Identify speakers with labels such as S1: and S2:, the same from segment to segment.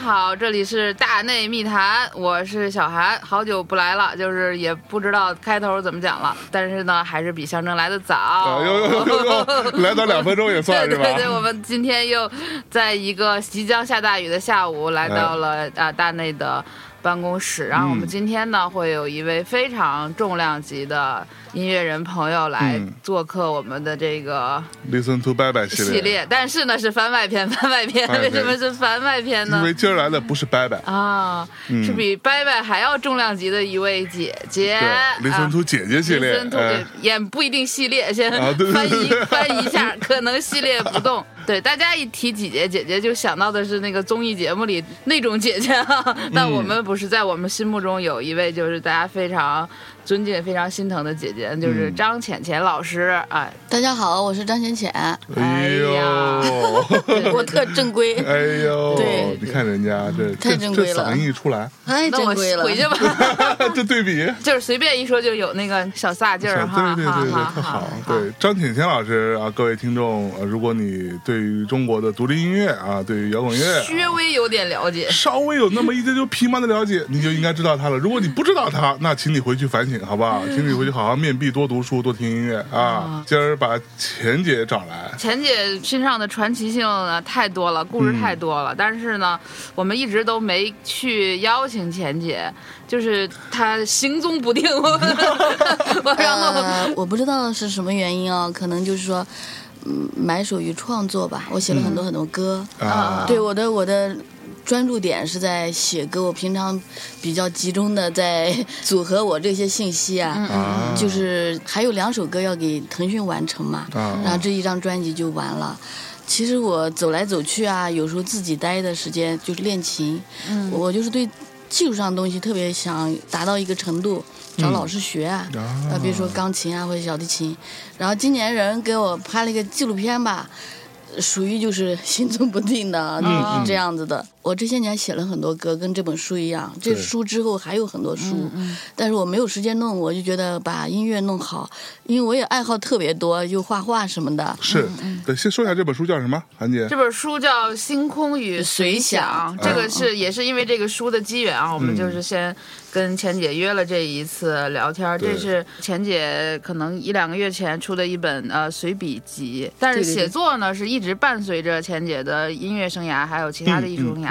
S1: 好，这里是大内密谈，我是小韩，好久不来了，就是也不知道开头怎么讲了，但是呢，还是比象征来的早。
S2: 啊，又又又又来到两分钟也算
S1: 对
S2: 是吧？
S1: 对对，我们今天又在一个即将下大雨的下午来到了啊大内的办公室，然后我们今天呢会有一位非常重量级的音乐人朋友来
S2: 嗯
S1: 做客我们的这个
S2: Listen to Bye Bye 系列，
S1: 系列，但是呢是番外篇，番外篇
S2: 哎
S1: 为
S2: 对
S1: 什么是番外篇
S2: 因
S1: 呢哎
S2: 为？今儿来的不是 Bye Bye，
S1: 啊，是
S2: 嗯
S1: 比拜拜还要重量级的一位姐姐
S2: 对，Listen
S1: 啊
S2: to 姐姐系列，
S1: 林森兔
S2: 哎
S1: 对，也不一定系列，先
S2: 啊对对
S1: 翻译
S2: 对对
S1: 翻译一下，可能系列不 动。对，大家一提姐姐，姐姐就想到的是那个综艺节目里那种姐姐啊。
S2: 嗯
S1: 但我们不是，在我们心目中有一位就是大家非常尊敬、非常心疼的姐姐，就是
S2: 嗯
S1: 张浅浅老师。哎，
S3: 大家好，我是张浅浅，
S2: 哎
S1: 哎
S2: 呦，
S3: 我特正 规，
S2: 哎呦
S3: 对，
S2: 你看人家这
S3: 太
S2: 这
S3: 正规
S2: 这
S3: 了
S2: 嗓音一出来，
S3: 太
S1: 那我
S3: 哎正规了。
S1: 回去吧，
S2: 这对比，
S1: 就是随便一说就有那个小飒劲儿哈，
S2: 对对对对，
S1: 哈哈
S2: 特好
S1: 哈。
S2: 对张浅浅老师啊，各位听众，呃，如果你对于中国的独立音乐啊，对于摇滚乐啊。
S1: 稍微有点了解，
S2: 稍微有那么一丢丢皮毛的了解，你就应该知道他了。如果你不知道他，那请你回去反省，好不
S1: 嗯
S2: 好？请你回去好好面壁，多读书，多听音乐啊！今儿把钱姐找来，
S1: 钱姐身上的传奇性呢太多了，故事太多了。但是呢，我们一直都没去邀请钱姐，就是她行踪不定。我 我然后
S3: 呃，我不知道是什么原因啊，可能就是说，嗯，埋首于创作吧。我写了很多很多歌，
S2: 啊，
S3: 对我的我的专注点是在写歌。我平常比较集中的在组合我这些信息啊，
S1: 嗯
S2: 啊
S3: 就是还有两首歌要给腾讯完成嘛，
S2: 啊
S3: 然后这一张专辑就完了。其实我走来走去啊，有时候自己待的时间就是练琴，我就是对技术上的东西特别想达到一个程度，找老师学啊，
S2: 啊
S3: 呃，比如说钢琴啊或者小提琴。然后今年人给我拍了一个纪录片吧，属于就是心中不定的，
S1: 嗯
S3: 就是这样子的。我这些年写了很多歌，跟这本书一样。这
S2: 对
S3: 书之后还有很多书，
S1: 嗯
S3: 但是我没有时间弄，我就觉得把音乐弄好，因为我也爱好特别多，又画画什么的。
S2: 是。对，先说一下这本书叫什么，韩姐
S1: 嗯这。本书叫《星空与随想》，这个是也是因为这个书的机缘啊，我们就是先跟钱姐约了这一次聊天儿。
S2: 对
S1: 这是钱姐可能一两个月前出的一本呃随笔集，但是
S3: 对对对
S1: 写作呢是一直伴随着钱姐的音乐生涯，还有其他的艺术生涯。
S2: 嗯嗯嗯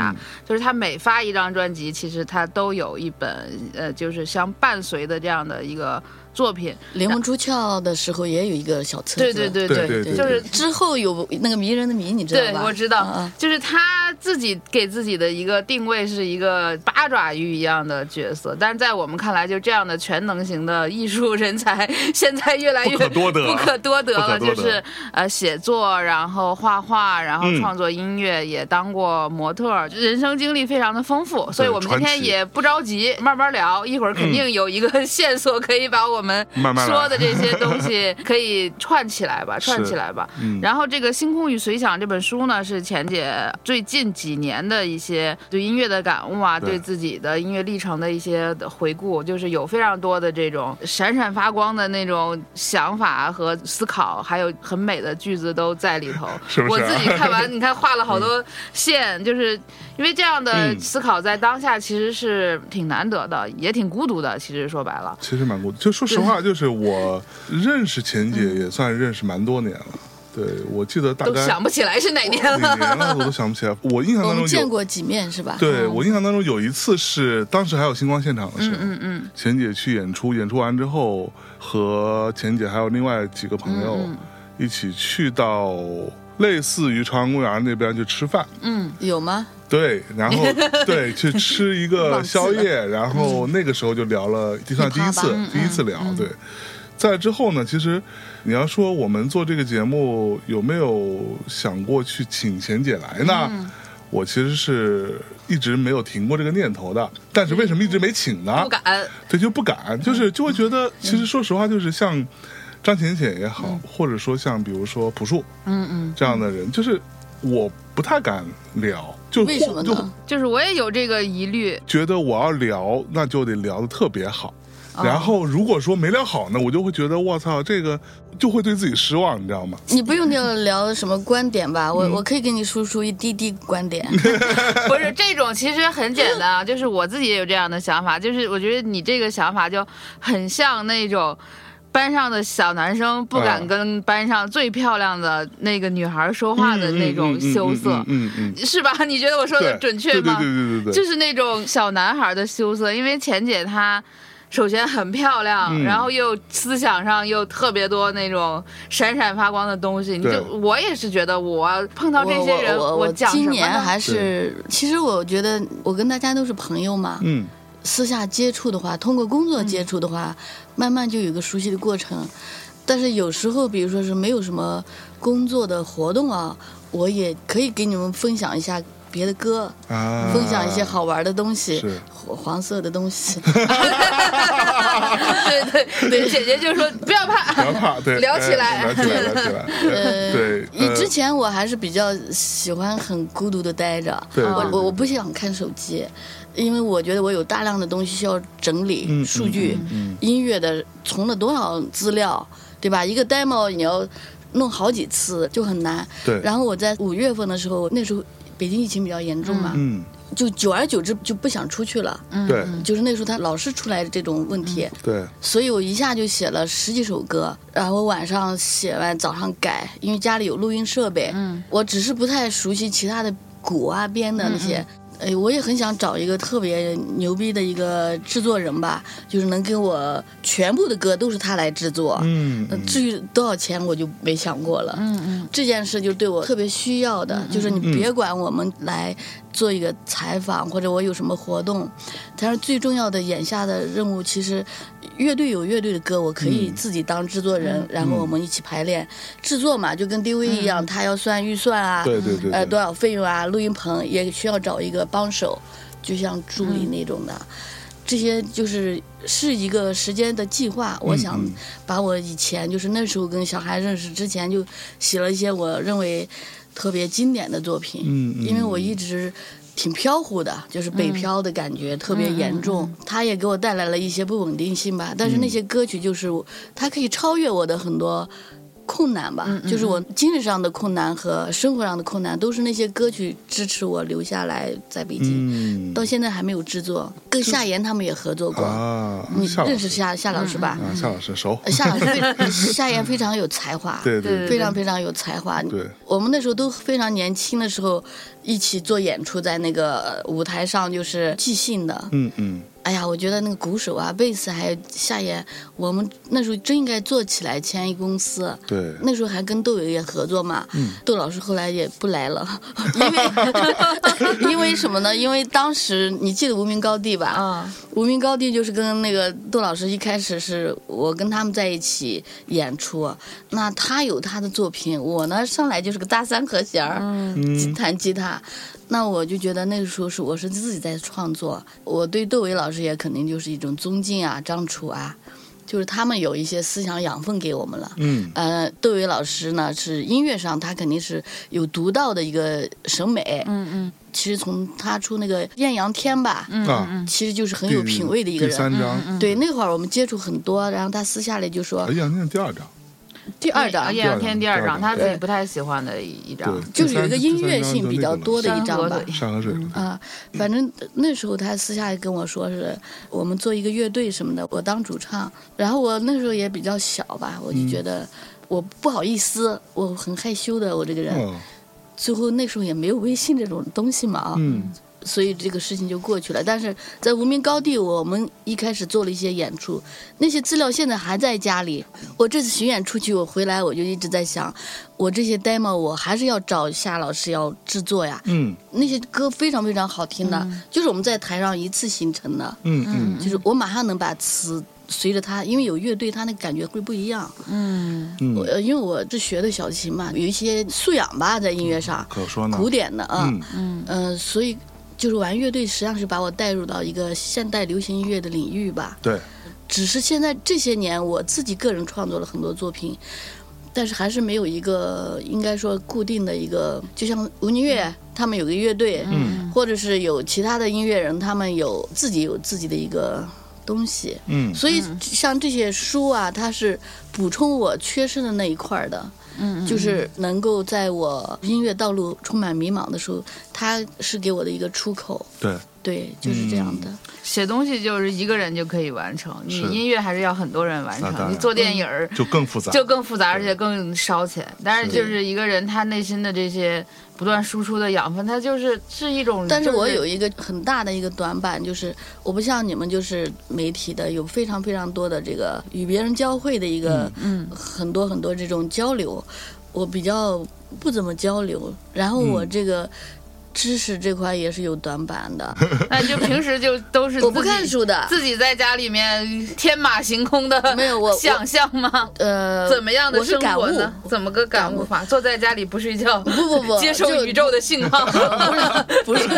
S1: 就是她每发一张专辑，其实她都有一本呃，就是相伴随的这样的一个作品。
S3: 灵魂出窍的时候也有一个小册
S1: 对
S3: 子。
S1: 对。对
S2: 对对对
S1: 就是
S3: 之后有那个迷人的迷，你知道
S1: 对，
S3: 吧？
S1: 我知道，
S3: 嗯嗯
S1: 就是他自己给自己的一个定位是一个八爪鱼一样的角色，但是在我们看来，就这样的全能型的艺术人才，现在越来越
S2: 不可多得
S1: 不可多得了。
S2: 不可多得
S1: 就是呃，写作，然后画画，然后
S2: 嗯
S1: 创作音乐，也当过模特儿，人生经历非常的丰富。所以我们今
S2: 传
S1: 天
S2: 奇嗯
S1: 也不着急，慢慢聊，一会儿肯定有一个 线索可以把我们
S2: 慢慢来
S1: 说的这些东西可以串起来 吧，串起来吧。
S2: 嗯
S1: 然后这个《星空与随想》这本书呢，是钱姐最近几年的一些对音乐的感悟啊，
S2: 对
S1: 对自己的音乐历程的一些回顾，就是有非常多的这种闪闪发光的那种想法和思考，还有很美的句子都在里头。
S2: 是不是啊
S1: 我自己看完，你看画了好 多线，就是因为这样的
S2: 嗯
S1: 思考在当下其实是挺难得的，也挺孤独的。其实说白了，
S2: 其实蛮孤独，就说实话，就是我认识钱姐也算认识蛮多年了。对，我记得大
S1: 都
S2: 概
S1: 想不起来是哪年
S2: 几
S1: 了。
S2: 年了，我都想不起来。我
S1: 嗯
S2: 印象
S3: 我
S2: 当
S3: 们
S2: 中有
S3: 见过几面是吧？
S2: 对我印象当中有一次是当时还有星光现场的时候，哦嗯嗯，钱姐去演出，演出完之后和钱姐还有另外几个朋友一起去到类似于朝阳公园那边去吃饭，
S3: 有吗？
S2: 对，然 后对去吃一个
S3: 忘记
S2: 宵夜，然后那个时候就聊了，就算
S3: 一
S2: 第
S3: 趴
S2: 一
S3: 吧
S2: 次
S3: 嗯，
S2: 第一次聊，对。在之后呢，其实你要说我们做这个节目有没有想过去请贤姐来呢？
S3: 嗯
S2: 我其实是一直没有停过这个念头的，但是为什么一直没请
S3: 嗯
S2: 呢？
S1: 不敢，
S2: 对，就不敢，就是就会觉得，其实说实话，就是像张浅浅也好，
S3: 嗯
S2: 或者说像比如说朴树，
S1: 嗯嗯。
S2: 这样的人，就是我不太敢聊，就
S3: 为什么
S2: 就
S3: 呢？
S1: 就是我也有这个疑虑，
S2: 觉得我要聊，那就得聊得特别好，然后如果说没聊好呢，我就会觉得我操，这个就会对自己失望，你知道吗？
S3: 你不用聊聊什么观点吧，
S1: 嗯
S3: 我我可以给你输出一滴滴观点。
S1: 不是这种，其实很简单啊，就是我自己也有这样的想法，就是我觉得你这个想法就很像那种。班上的小男生不
S2: 啊
S1: 敢跟班上最漂亮的那个女孩说话的那种羞涩，
S2: 嗯嗯，
S1: 是吧？你觉得我说的
S2: 对，
S1: 准确吗？
S2: 对对对对对对，
S1: 就是那种小男孩的羞涩，因为钱姐她首先很漂亮，
S2: 嗯
S1: 然后又思想上又特别多那种闪闪发光的东西。你
S2: 对
S1: 就我也是觉得我碰到这些人，
S3: 我我
S1: 讲什
S3: 今
S1: 么
S3: 年
S1: 呢
S3: 还是，其实我觉得我跟大家都是朋友嘛，
S2: 嗯
S3: 私下接触的话，通过工作
S1: 嗯
S3: 接触的话，慢慢就有一个熟悉的过程。但是有时候，比如说是没有什么工作的活动啊，我也可以给你们分享一下别的歌，
S2: 啊，
S3: 分享一些好玩的东西
S2: 是，
S3: 黄黄色的东西。
S1: 对对对，姐姐就说不要
S2: 不要
S1: 怕，
S2: 怕，对，
S1: 聊起来
S2: 哎聊起来，聊起来，对
S3: 呃
S2: 对，
S3: 你
S2: 呃
S3: 之前我还是比较喜欢很孤独的待着，
S2: 对
S1: 啊
S3: 我
S2: 对
S3: 我我不想看手机，因为我觉得我有大量的东西需要整理，
S2: 嗯
S3: 数据、
S2: 嗯
S3: 音乐的存了多少资料，对吧？一个 demo 你要弄好几次就很难。
S2: 对，
S3: 然后我在五月份的时候，那时候北京疫情比较严重嘛，
S2: 嗯
S3: 就久而久之就不想出去了。
S2: 对
S3: 就是那时候他老是出来这种问题，
S2: 对，
S3: 所以我一下就写了十几首歌，然后晚上写完，早上改，因为家里有录音设备。
S1: 嗯，
S3: 我只是不太熟悉其他的鼓啊、编的那
S1: 嗯
S3: 些。哎，我也很想找一个特别牛逼的一个制作人吧，就是能给我全部的歌都是他来制作。
S2: 嗯
S3: 那至于多少钱，我就没想过了。
S1: 嗯嗯
S3: 这件事就对我特别需要的，就是你别管我们来做一个采访、或者我有什么活动，但是最重要的眼下的任务，其实乐队有乐队的歌，我可以自己当制作人，然后我们一起排练、制作嘛，就跟 DV 一样，他要算预算啊，
S2: 对对对，
S3: 呃
S2: 对
S3: 多少费用啊，录音棚也需要找一个帮手，就像助理
S2: 嗯
S3: 那种的。这些就是是一个时间的计划，我想
S2: 嗯
S3: 把我以前就是那时候跟小孩认识之前就写了一些我认为特别经典的作品，
S2: 嗯嗯
S3: 因为我一直挺飘忽的，就是北漂的感觉、特别严重，它也给我带来了一些不稳定性吧。但
S2: 嗯
S3: 是那些歌曲就是我它可以超越我的很多。困难
S2: 嗯
S3: 吧，就是我精神上的困难和生活上的困难，都是那些歌曲支持我留下来在北京。
S2: 嗯
S3: 到现在还没有制作，跟夏言他们也合作过。
S2: 啊，
S3: 你
S2: 夏老
S3: 认识
S2: 师
S3: 夏夏老师吧？呃
S2: 啊，夏老师熟，
S3: 夏老师非 夏言非常有才华，
S2: 对
S1: 对
S2: 对
S3: 非常非常有才华。
S2: 对
S3: 我们那时候都非常年轻的时候，一起做演出，在那个舞台上就是即兴的。
S2: 嗯嗯，
S3: 哎呀，我觉得那个鼓手啊、贝斯还有夏言，我们那时候真应该做起来，签一公司。
S2: 对，
S3: 那时候还跟窦唯也合作嘛，窦老师后来也不来了，因为因为什么呢？因为当时你记得《无名高地》吧？
S1: 啊，
S3: 无名高地》就是跟那个窦老师一开始是我跟他们在一起演出，那他有他的作品，我呢上来就是个大三和弦儿，吉弹吉他。那我就觉得那个时候是我是自己在创作，我对窦唯老师也肯定就是一种尊敬啊，张楚啊，就是他们有一些思想养分给我们了。
S2: 嗯
S3: 呃，窦唯老师呢是音乐上他肯定是有独到的一个审美。嗯嗯。其实从他出那个《艳阳天》吧，嗯，
S2: 啊，
S3: 其实就是很
S2: 第
S3: 有品味的一个
S2: 第三
S3: 人。嗯
S2: 章，
S3: 对，那会儿我们接触很多，然后他私下里就说
S2: 哎呀，那是第二章，
S3: 第二张
S1: 艳阳天第二
S2: 第二
S1: 章，
S2: 章
S1: 他自己不太喜欢的一张
S2: 对，，
S3: 就
S2: 第
S3: 是有
S2: 三
S3: 一个音乐性比较多的一张吧。
S1: 第
S2: 山河水，
S3: 啊，反正那时候他私下跟我说是我们做一个乐队什么的，我当主唱。然后我那时候也比较小吧，我就觉得我不好意思，我很害羞的，我这个人。
S2: 嗯
S3: 最后那时候也没有微信这种东西嘛啊，
S2: 嗯
S3: 所以这个事情就过去了。但是在无名高地，我们一开始做了一些演出，那些资料现在还在家里。我这次巡演出去，我回来我就一直在想，我这些 demo 我还是要找夏老师要制作呀。
S2: 嗯
S3: 那些歌非常非常好听的，就是我们在台上一次形成的，
S2: 嗯嗯，
S3: 就是我马上能把词随着他，因为有乐队，他那感觉会不一样。
S1: 嗯
S2: 嗯
S3: 我因为我是学的小提琴嘛，有一些素养吧，在音乐上，
S2: 可说呢，
S3: 古典的啊，
S2: 嗯
S1: 嗯
S3: 嗯，所以就是玩乐队，实际上是把我带入到一个现代流行音乐的领域吧。
S2: 对，
S3: 只是现在这些年，我自己个人创作了很多作品，但是还是没有一个应该说固定的一个，就像吴宁月他们有个乐队，
S2: 嗯
S3: 或者是有其他的音乐人，他们有自己有自己的一个。东西。
S2: 嗯
S3: 所以像这些书啊，它是补充我缺失的那一块儿的。
S1: 嗯，
S3: 就是能够在我音乐道路充满迷茫的时候，它是给我的一个出口。
S2: 对，
S3: 对，就是这样的。
S1: 嗯写东西就是一个人就可以完成，你
S2: 是
S1: 音乐还是要很多人完
S2: 那当
S1: 成。
S2: 然
S1: 你做电影
S3: 嗯
S1: 儿
S2: 就更复杂，
S1: 就更复杂，而且更烧钱。但是
S2: 是
S1: 就是一个人他内心的这些不断输出的养分，他就是是一种。
S3: 但是
S1: 就
S3: 我有一个很大的一个短板，就是我不像你们，就是媒体的有非常非常多的这个与别人交汇的一个，
S1: 嗯
S3: 很多很多这种交流，我比较不怎么交流，然后我
S2: 嗯
S3: 这个知识这块也是有短板的，
S1: 那 你就平时就都是
S3: 我不
S1: 自己
S3: 看书的，
S1: 自己在家里面天马行空的
S3: 没有我
S1: 想象吗？
S3: 呃，
S1: 怎么样的
S3: 我是
S1: 生
S3: 感悟
S1: 活呢？怎么个感悟法？坐在家里不睡觉，
S3: 不不 不，
S1: 接受
S3: 就
S1: 宇宙的信号。
S3: 不是
S2: 你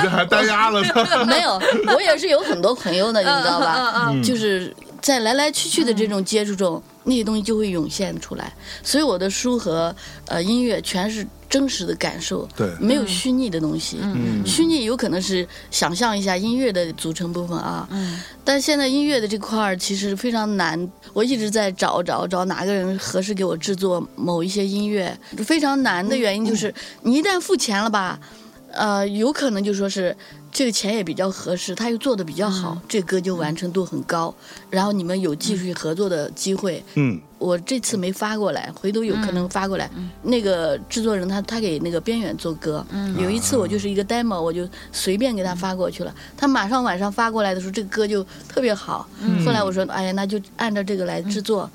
S2: 这还单压了呢。
S3: 没有，我也是有很多朋友的，你知道吧？
S1: 嗯嗯
S3: 就是在来来去去的这种接触中，那些东西就会涌现出来。所以我的书和呃音乐全是真实的感受，
S2: 对
S3: 没有虚拟的东西。
S1: 嗯
S3: 虚拟有可能是想象一下音乐的组成部分啊，
S1: 嗯
S3: 但现在音乐的这块儿其实非常难，我一直在找找找哪个人合适给我制作某一些音乐，非常难的原因就是、你一旦付钱了吧，呃，有可能就说是这个钱也比较合适，他又做的比较好，这歌就完成度很高，然后你们有技术合作的机会。
S2: 嗯，
S3: 我这次没发过来，回头有可能发过来。那个制作人他他给那个边缘做歌，有一
S2: 啊
S3: 次我就是一个 demo，我就随便给他发过去了。他马上晚上发过来的时候，这个歌就特别好。后来我说，哎呀，那就按照这个来制作。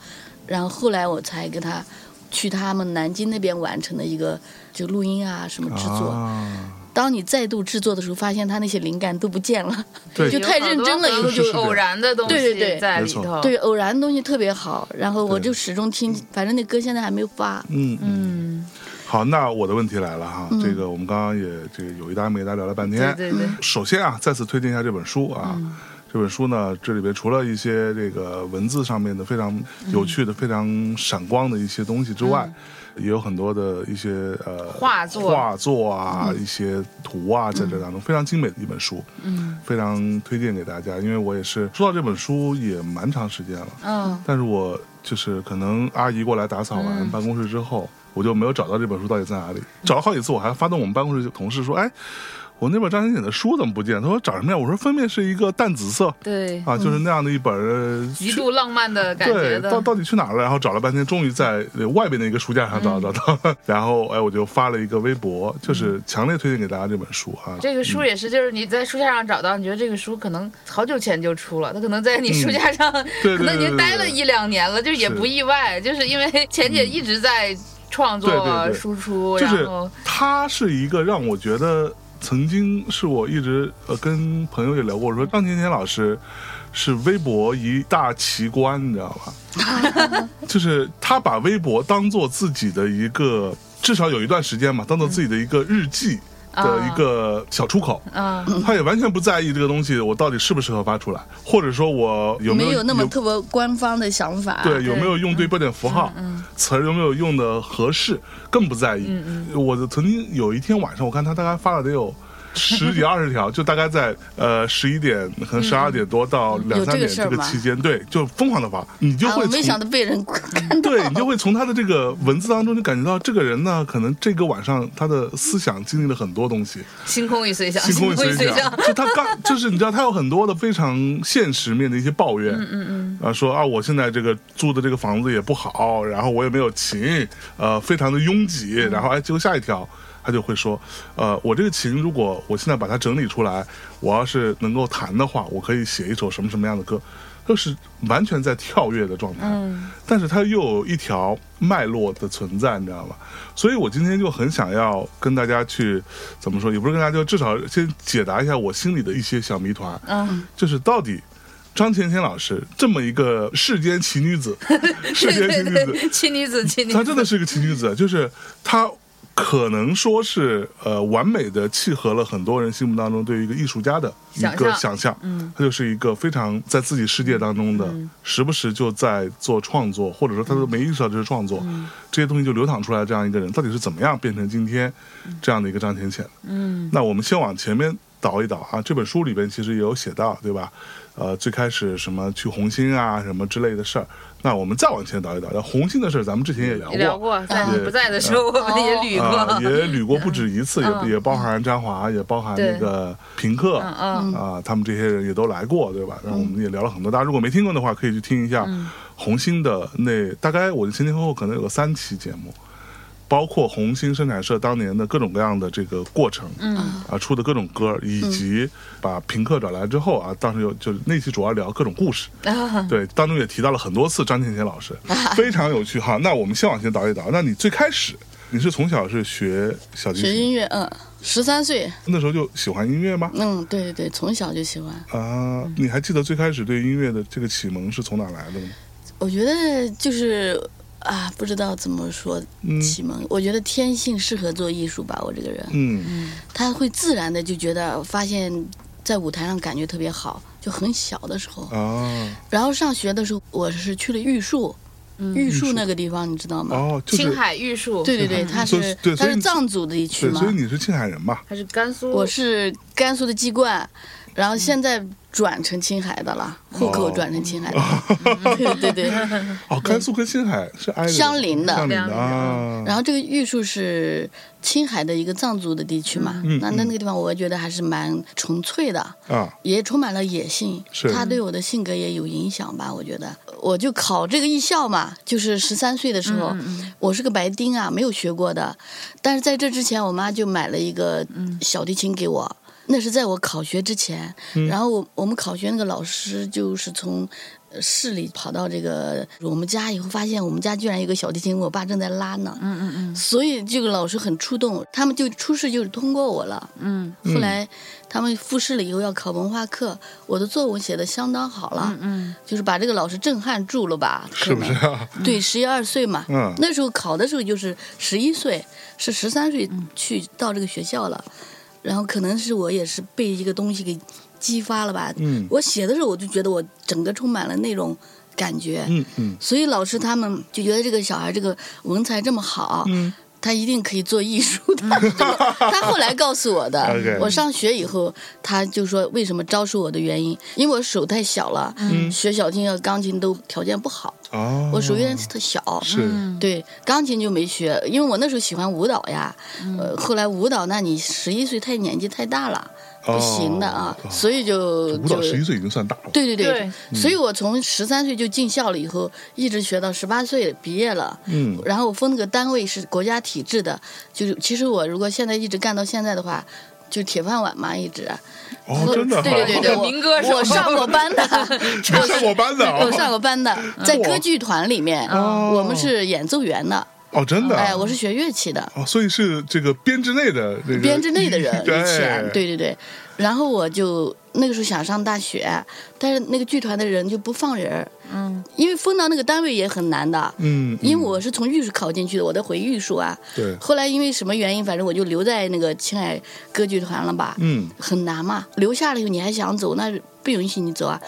S3: 然后后来我才给他去他们南京那边完成的一个就录音啊什么 制作。
S2: 啊，
S3: 当你再度制作的时候，发现他那些灵感都不见了。
S2: 对
S3: 就太认真了以后
S2: 就是
S1: 偶然的东西
S3: 对对对
S1: 在
S2: 没
S1: 里
S2: 错
S1: 头。
S3: 对，偶然的东西特别好。然后我
S2: 对
S3: 就始终听，反正那歌现在还没有发。
S2: 嗯嗯，
S1: 嗯，
S2: 好，那我的问题来了哈，
S3: 嗯
S2: 这个我们刚刚也这个有一搭没一搭聊了半
S1: 对
S2: 天。
S1: 对嗯对，
S2: 首先啊，再次推荐一下这本书啊。这本书呢，这里边除了一些这个文字上面的非常有趣的、非常闪光的一些东西之外，也有很多的一些呃
S1: 嗯画作嗯
S2: 画作啊、一些图啊，在这当中、非常精美的一本书，嗯，非常推荐给大家。因为我也是说到这本书也蛮长时间了，
S1: 嗯，
S2: 但是我就是可能阿姨过来打扫完办公室之后，我就没有找到这本书到底在哪里。找了好几次，我还发动我们办公室同事说：“哎，我那本张贤姐的书怎么不见？”他说：“找什么呀？”我说：“封面是一个淡紫色
S1: 对，
S2: 啊，就是那样的一本。呃
S1: 嗯极度浪漫的感觉
S2: 对，
S1: 的。
S2: 到到底去哪儿了？然后找了半天，终于在呃外边的一个书架上找找到。
S1: 嗯
S2: 然后哎，我就发了一个微博，就是强烈推荐给大家这本书啊。
S1: 这个书也是，就是你在书架上找到，你觉得这个书可能好久前就出了，它可能在你书架上，
S2: 嗯对对对
S1: 可能已经
S2: 对对
S1: 待了
S2: 对
S1: 一两年了，就也
S2: 是嗯
S1: 不意外，就是因为钱姐一直在创作、
S2: 对对对
S1: 输出，
S2: 就是
S1: 然后
S2: 他是一个让我觉得曾经是我一直呃跟朋友也聊过，我说张甜甜老师是微博一大奇观，你知道吧？ 就是他把微博当做自己的一个，至少有一段时间嘛，当做自己的一个日记的一个小出口。
S1: 嗯，
S2: 他也完全不在意这个东西我到底适不适合发出来，或者说我有没
S3: 没
S2: 有
S3: 有那么特别官方的想法。
S2: 对，有没有
S3: 嗯
S2: 用对标点符号，词儿有没有用的合适，更不在意。
S3: 嗯
S2: 我的曾经有一天晚上，我看他大概发了得有十几二十条，就大概在呃十一点可能十二点多到两
S3: 嗯有
S2: 三
S3: 这个
S2: 点
S3: 事
S2: 这
S3: 儿
S2: 个
S3: 吗
S2: 期间，对，就疯狂的发，你就
S3: 啊，
S2: 会
S3: 我没
S2: 从嗯
S3: 想到被人看到。
S2: 对你就会从他的这个文字当中，就感觉到这个人呢，可能这个晚上他的思想经历了很多东西，
S1: 星空与随想，
S2: 星空与
S1: 与
S2: 随
S1: 随
S2: 想，就他刚就是你知道他有很多的非常现实面的一些抱怨，嗯嗯嗯，啊说啊我现在这个住的这个房子也不好，然后我也没有琴，呃非常的拥挤，然后哎结果下一条他就会说，呃我这个琴如果我现在把它整理出来，我要是能够弹的话，我可以写一首什么什么样的歌，就是完全在跳跃的状态，但是它又有一条脉络的存在，你知道吗？所以我今天就很想要跟大家去怎么说，也不是跟大家，就至少先解答一下我心里的一些小谜团，
S1: 嗯，
S2: 就是到底张甜甜老师这么一个世间奇女 子，世间奇女子，
S1: 亲女子，亲女
S2: 她
S1: 子，
S2: 真的是一个奇女子，啊就是她。可能说是呃，完美的契合了很多人心目当中对于一个艺术家的一
S1: 想
S2: 个
S1: 象
S2: 想象，嗯，他就是一个非常在自己世界当中的，
S1: 嗯
S2: 时不时就在做创作，或者说他都没意识到这是创作，
S1: 嗯
S2: 这些东西就流淌出来。
S1: 嗯
S2: 这样一个人到底是怎么样变成今天这样的一个张浅浅？嗯，那我们先往前面倒一倒啊。这本书里边其实也有写到，对吧？呃，最开始什么去红星啊，什么之类的事儿。那我们再往前倒一倒，那红星的事儿，咱们之前也聊过，
S1: 聊过，在你
S2: 对
S1: 不在的时候，我们也捋
S2: 啊、
S1: 嗯过。
S2: 也捋过不止一次，
S1: 嗯
S2: 也也包含张华，也包含那个平克
S1: 嗯
S2: 啊、
S1: 嗯，
S2: 他们这些人也都来过，对吧？
S3: 嗯
S2: 然后我们也聊了很多，大家如果没听过的话，可以去听一下红星的那大概我的前前后后可能有个三期节目。包括红星生产社当年的各种各样的这个过程，嗯啊出的各种歌，以及
S3: 嗯
S2: 把平克找来之后啊，当时有就那期主要聊各种故事，
S3: 嗯
S1: 啊
S2: 对，当中也提到了很多次张倩倩老 师，非常有趣哈。那我们先往前倒一倒，那你最开始你是从小是学小提
S3: 学
S2: 琴，
S3: 音乐，嗯，十三岁，
S2: 那时候就喜欢音乐吗？
S3: 嗯，对对对，从小就喜欢。
S2: 啊，你还记得最开始对音乐的这个启蒙是从哪来的吗？
S3: 我觉得就是啊，不知道怎么说
S2: 嗯
S3: 启蒙。我觉得天性适合做艺术吧，我这个人，
S2: 嗯
S3: 他会自然的就觉得发现，在舞台上感觉特别好，就很小的时候。
S2: 啊
S3: 然后上学的时候，我是去了玉树，玉
S2: 玉
S3: 树
S2: 树
S3: 那个地方你知道吗？
S2: 哦，就是
S1: 青海玉树，
S3: 对对对，他
S2: 所以
S3: 是
S2: 对
S3: 他
S2: 所以
S3: 是
S2: 你
S3: 藏族的地区
S2: 对，
S3: 嘛
S2: 所以，你是青海人吧？
S1: 他是甘
S2: 嗯
S1: 肃，
S3: 我是甘肃的鸡冠，然后现在转成青海的了，户口
S2: 哦
S3: 转成青海的， 对对对。
S2: 哦，甘肃跟青海是挨着
S3: 相邻的
S2: 相邻
S1: 相
S2: 的
S1: 邻的
S2: 啊。
S3: 然后这个玉树是青海的一个藏族的地区嘛，
S2: 嗯
S3: 那
S2: 嗯
S3: 那那个地方我觉得还是蛮纯粹的，
S2: 啊，
S3: 也充满了野性
S2: 是，
S3: 它对我的性格也有影响吧，我觉得。我就考这个艺校嘛，就是十三岁的时候，我是个白丁啊，没有学过的，但是在这之前，我妈就买了一个小提琴给我。那是在我考学之前，然后我我们考学那个老师就是从呃市里跑到这个我们家以后，发现我们家居然有个小提琴，我爸正在拉呢。嗯嗯嗯。所以这个老师很触动，他们就初试就是通过我了。嗯。后来他们复试了以后要考文化课，我的作文写的相当好了。嗯就是把这个老师震撼住了吧？
S2: 是不是
S3: 可能？
S2: 啊？
S3: 对，十一二岁嘛。
S2: 嗯
S3: 那时候考的时候就是十一岁，是十三岁去到这个学校了，然后可能是我也是被一个东西给激发了吧。
S2: 嗯
S3: 我写的时候我就觉得我整个充满了那种感觉，
S2: 嗯嗯
S3: 所以老师他们就觉得这个小孩这个文采这么好，
S2: 嗯
S3: 他一定可以做艺术的。 他后来告诉我的
S2: OK，
S3: 我上学以后，他就说为什么招收我的原因，因为我手太小了，
S2: 嗯
S3: 学小提琴和钢琴都条件不好，
S2: 哦，
S3: 我手有点特小。
S2: 是
S3: 对，钢琴就没学，因为我那时候喜欢舞蹈呀。
S2: 嗯
S3: 呃，后来舞蹈，那你十一岁太年纪太大了，不行的啊，
S2: 哦
S3: 所以就
S2: 舞蹈
S3: 就
S2: 十一岁已经算大了。
S3: 对对
S1: 对
S3: 所以我从十三岁就进校了，以后一直学到十八岁毕业了。
S2: 嗯
S3: 然后我分那个单位是国家体制的，就是其实我如果现在一直干到现在的话，就铁饭碗嘛，一直。
S2: 哦，真的哈，
S3: 对对对 对，我
S1: 民歌手
S3: 我上过班的，
S2: 你上过班的啊
S3: 我上过班的，在歌剧团里面，
S2: 哦
S3: 我们是演奏员的，
S2: 哦，真的啊，
S3: 哎，我是学乐器的。
S2: 哦，所以是这个编制内的这个
S3: 编制内的人
S2: 对
S3: 以前，对对对。然后我就那个时候想上大学，但是那个剧团的人就不放人，嗯，因为分到那个单位也很难的，
S2: 嗯，
S3: 因为
S2: 嗯
S3: 我是从玉树考进去的，我得回玉树啊。
S2: 对，
S3: 后来因为什么原因，反正我就留在那个青海歌剧团了吧，
S2: 嗯，
S3: 很难嘛，留下了以后你还想走，那不允许你走啊。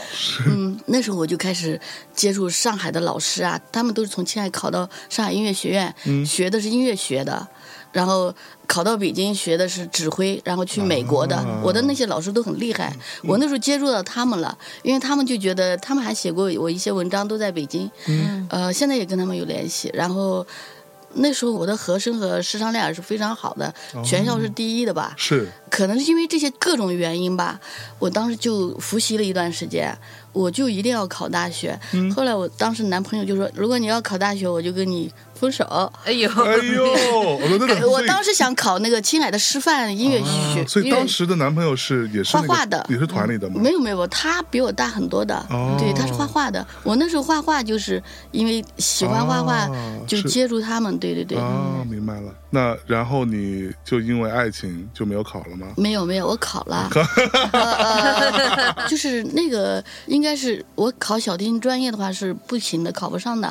S3: 嗯，那时候我就开始接触上海的老师啊，他们都是从青海考到上海音乐学院，学的是音乐学的，然后考到北京学的是指挥，然后去美国的。
S2: 啊
S3: 我的那些老师都很厉害，我那时候接触到他们了，因为他们就觉得他们还写过我一些文章，都在北京。嗯，呃，现在也跟他们有联系，然后。那时候我的和声和师生恋是非常好的，全校是第一的吧。
S2: 是
S3: 可能是因为这些各种原因吧，我当时就复习了一段时间，我就一定要考大学。后来我当时男朋友就说：“如果你要考大学，我就跟你分手。
S1: 哎呦，
S2: 哎呦，我们那个
S3: 哎我当
S2: 时
S3: 时想考那个青海的师范音乐学，
S2: 啊所以
S3: 音乐
S2: 当时的男朋友是也是那个
S3: 画画的嗯
S2: 也是团里的吗？
S3: 没有没有，他比我大很多的，
S2: 哦
S3: 对，他是画画的。我那时候画画就是因为喜欢画画，
S2: 哦
S3: 就是接触他们，对对嗯对。
S2: 啊，明白了。那然后你就因为爱情就没有考了吗？
S3: 没有没有，我考了，呃呃就是那个应该是我考小提琴专业的话是不行的，考不上的。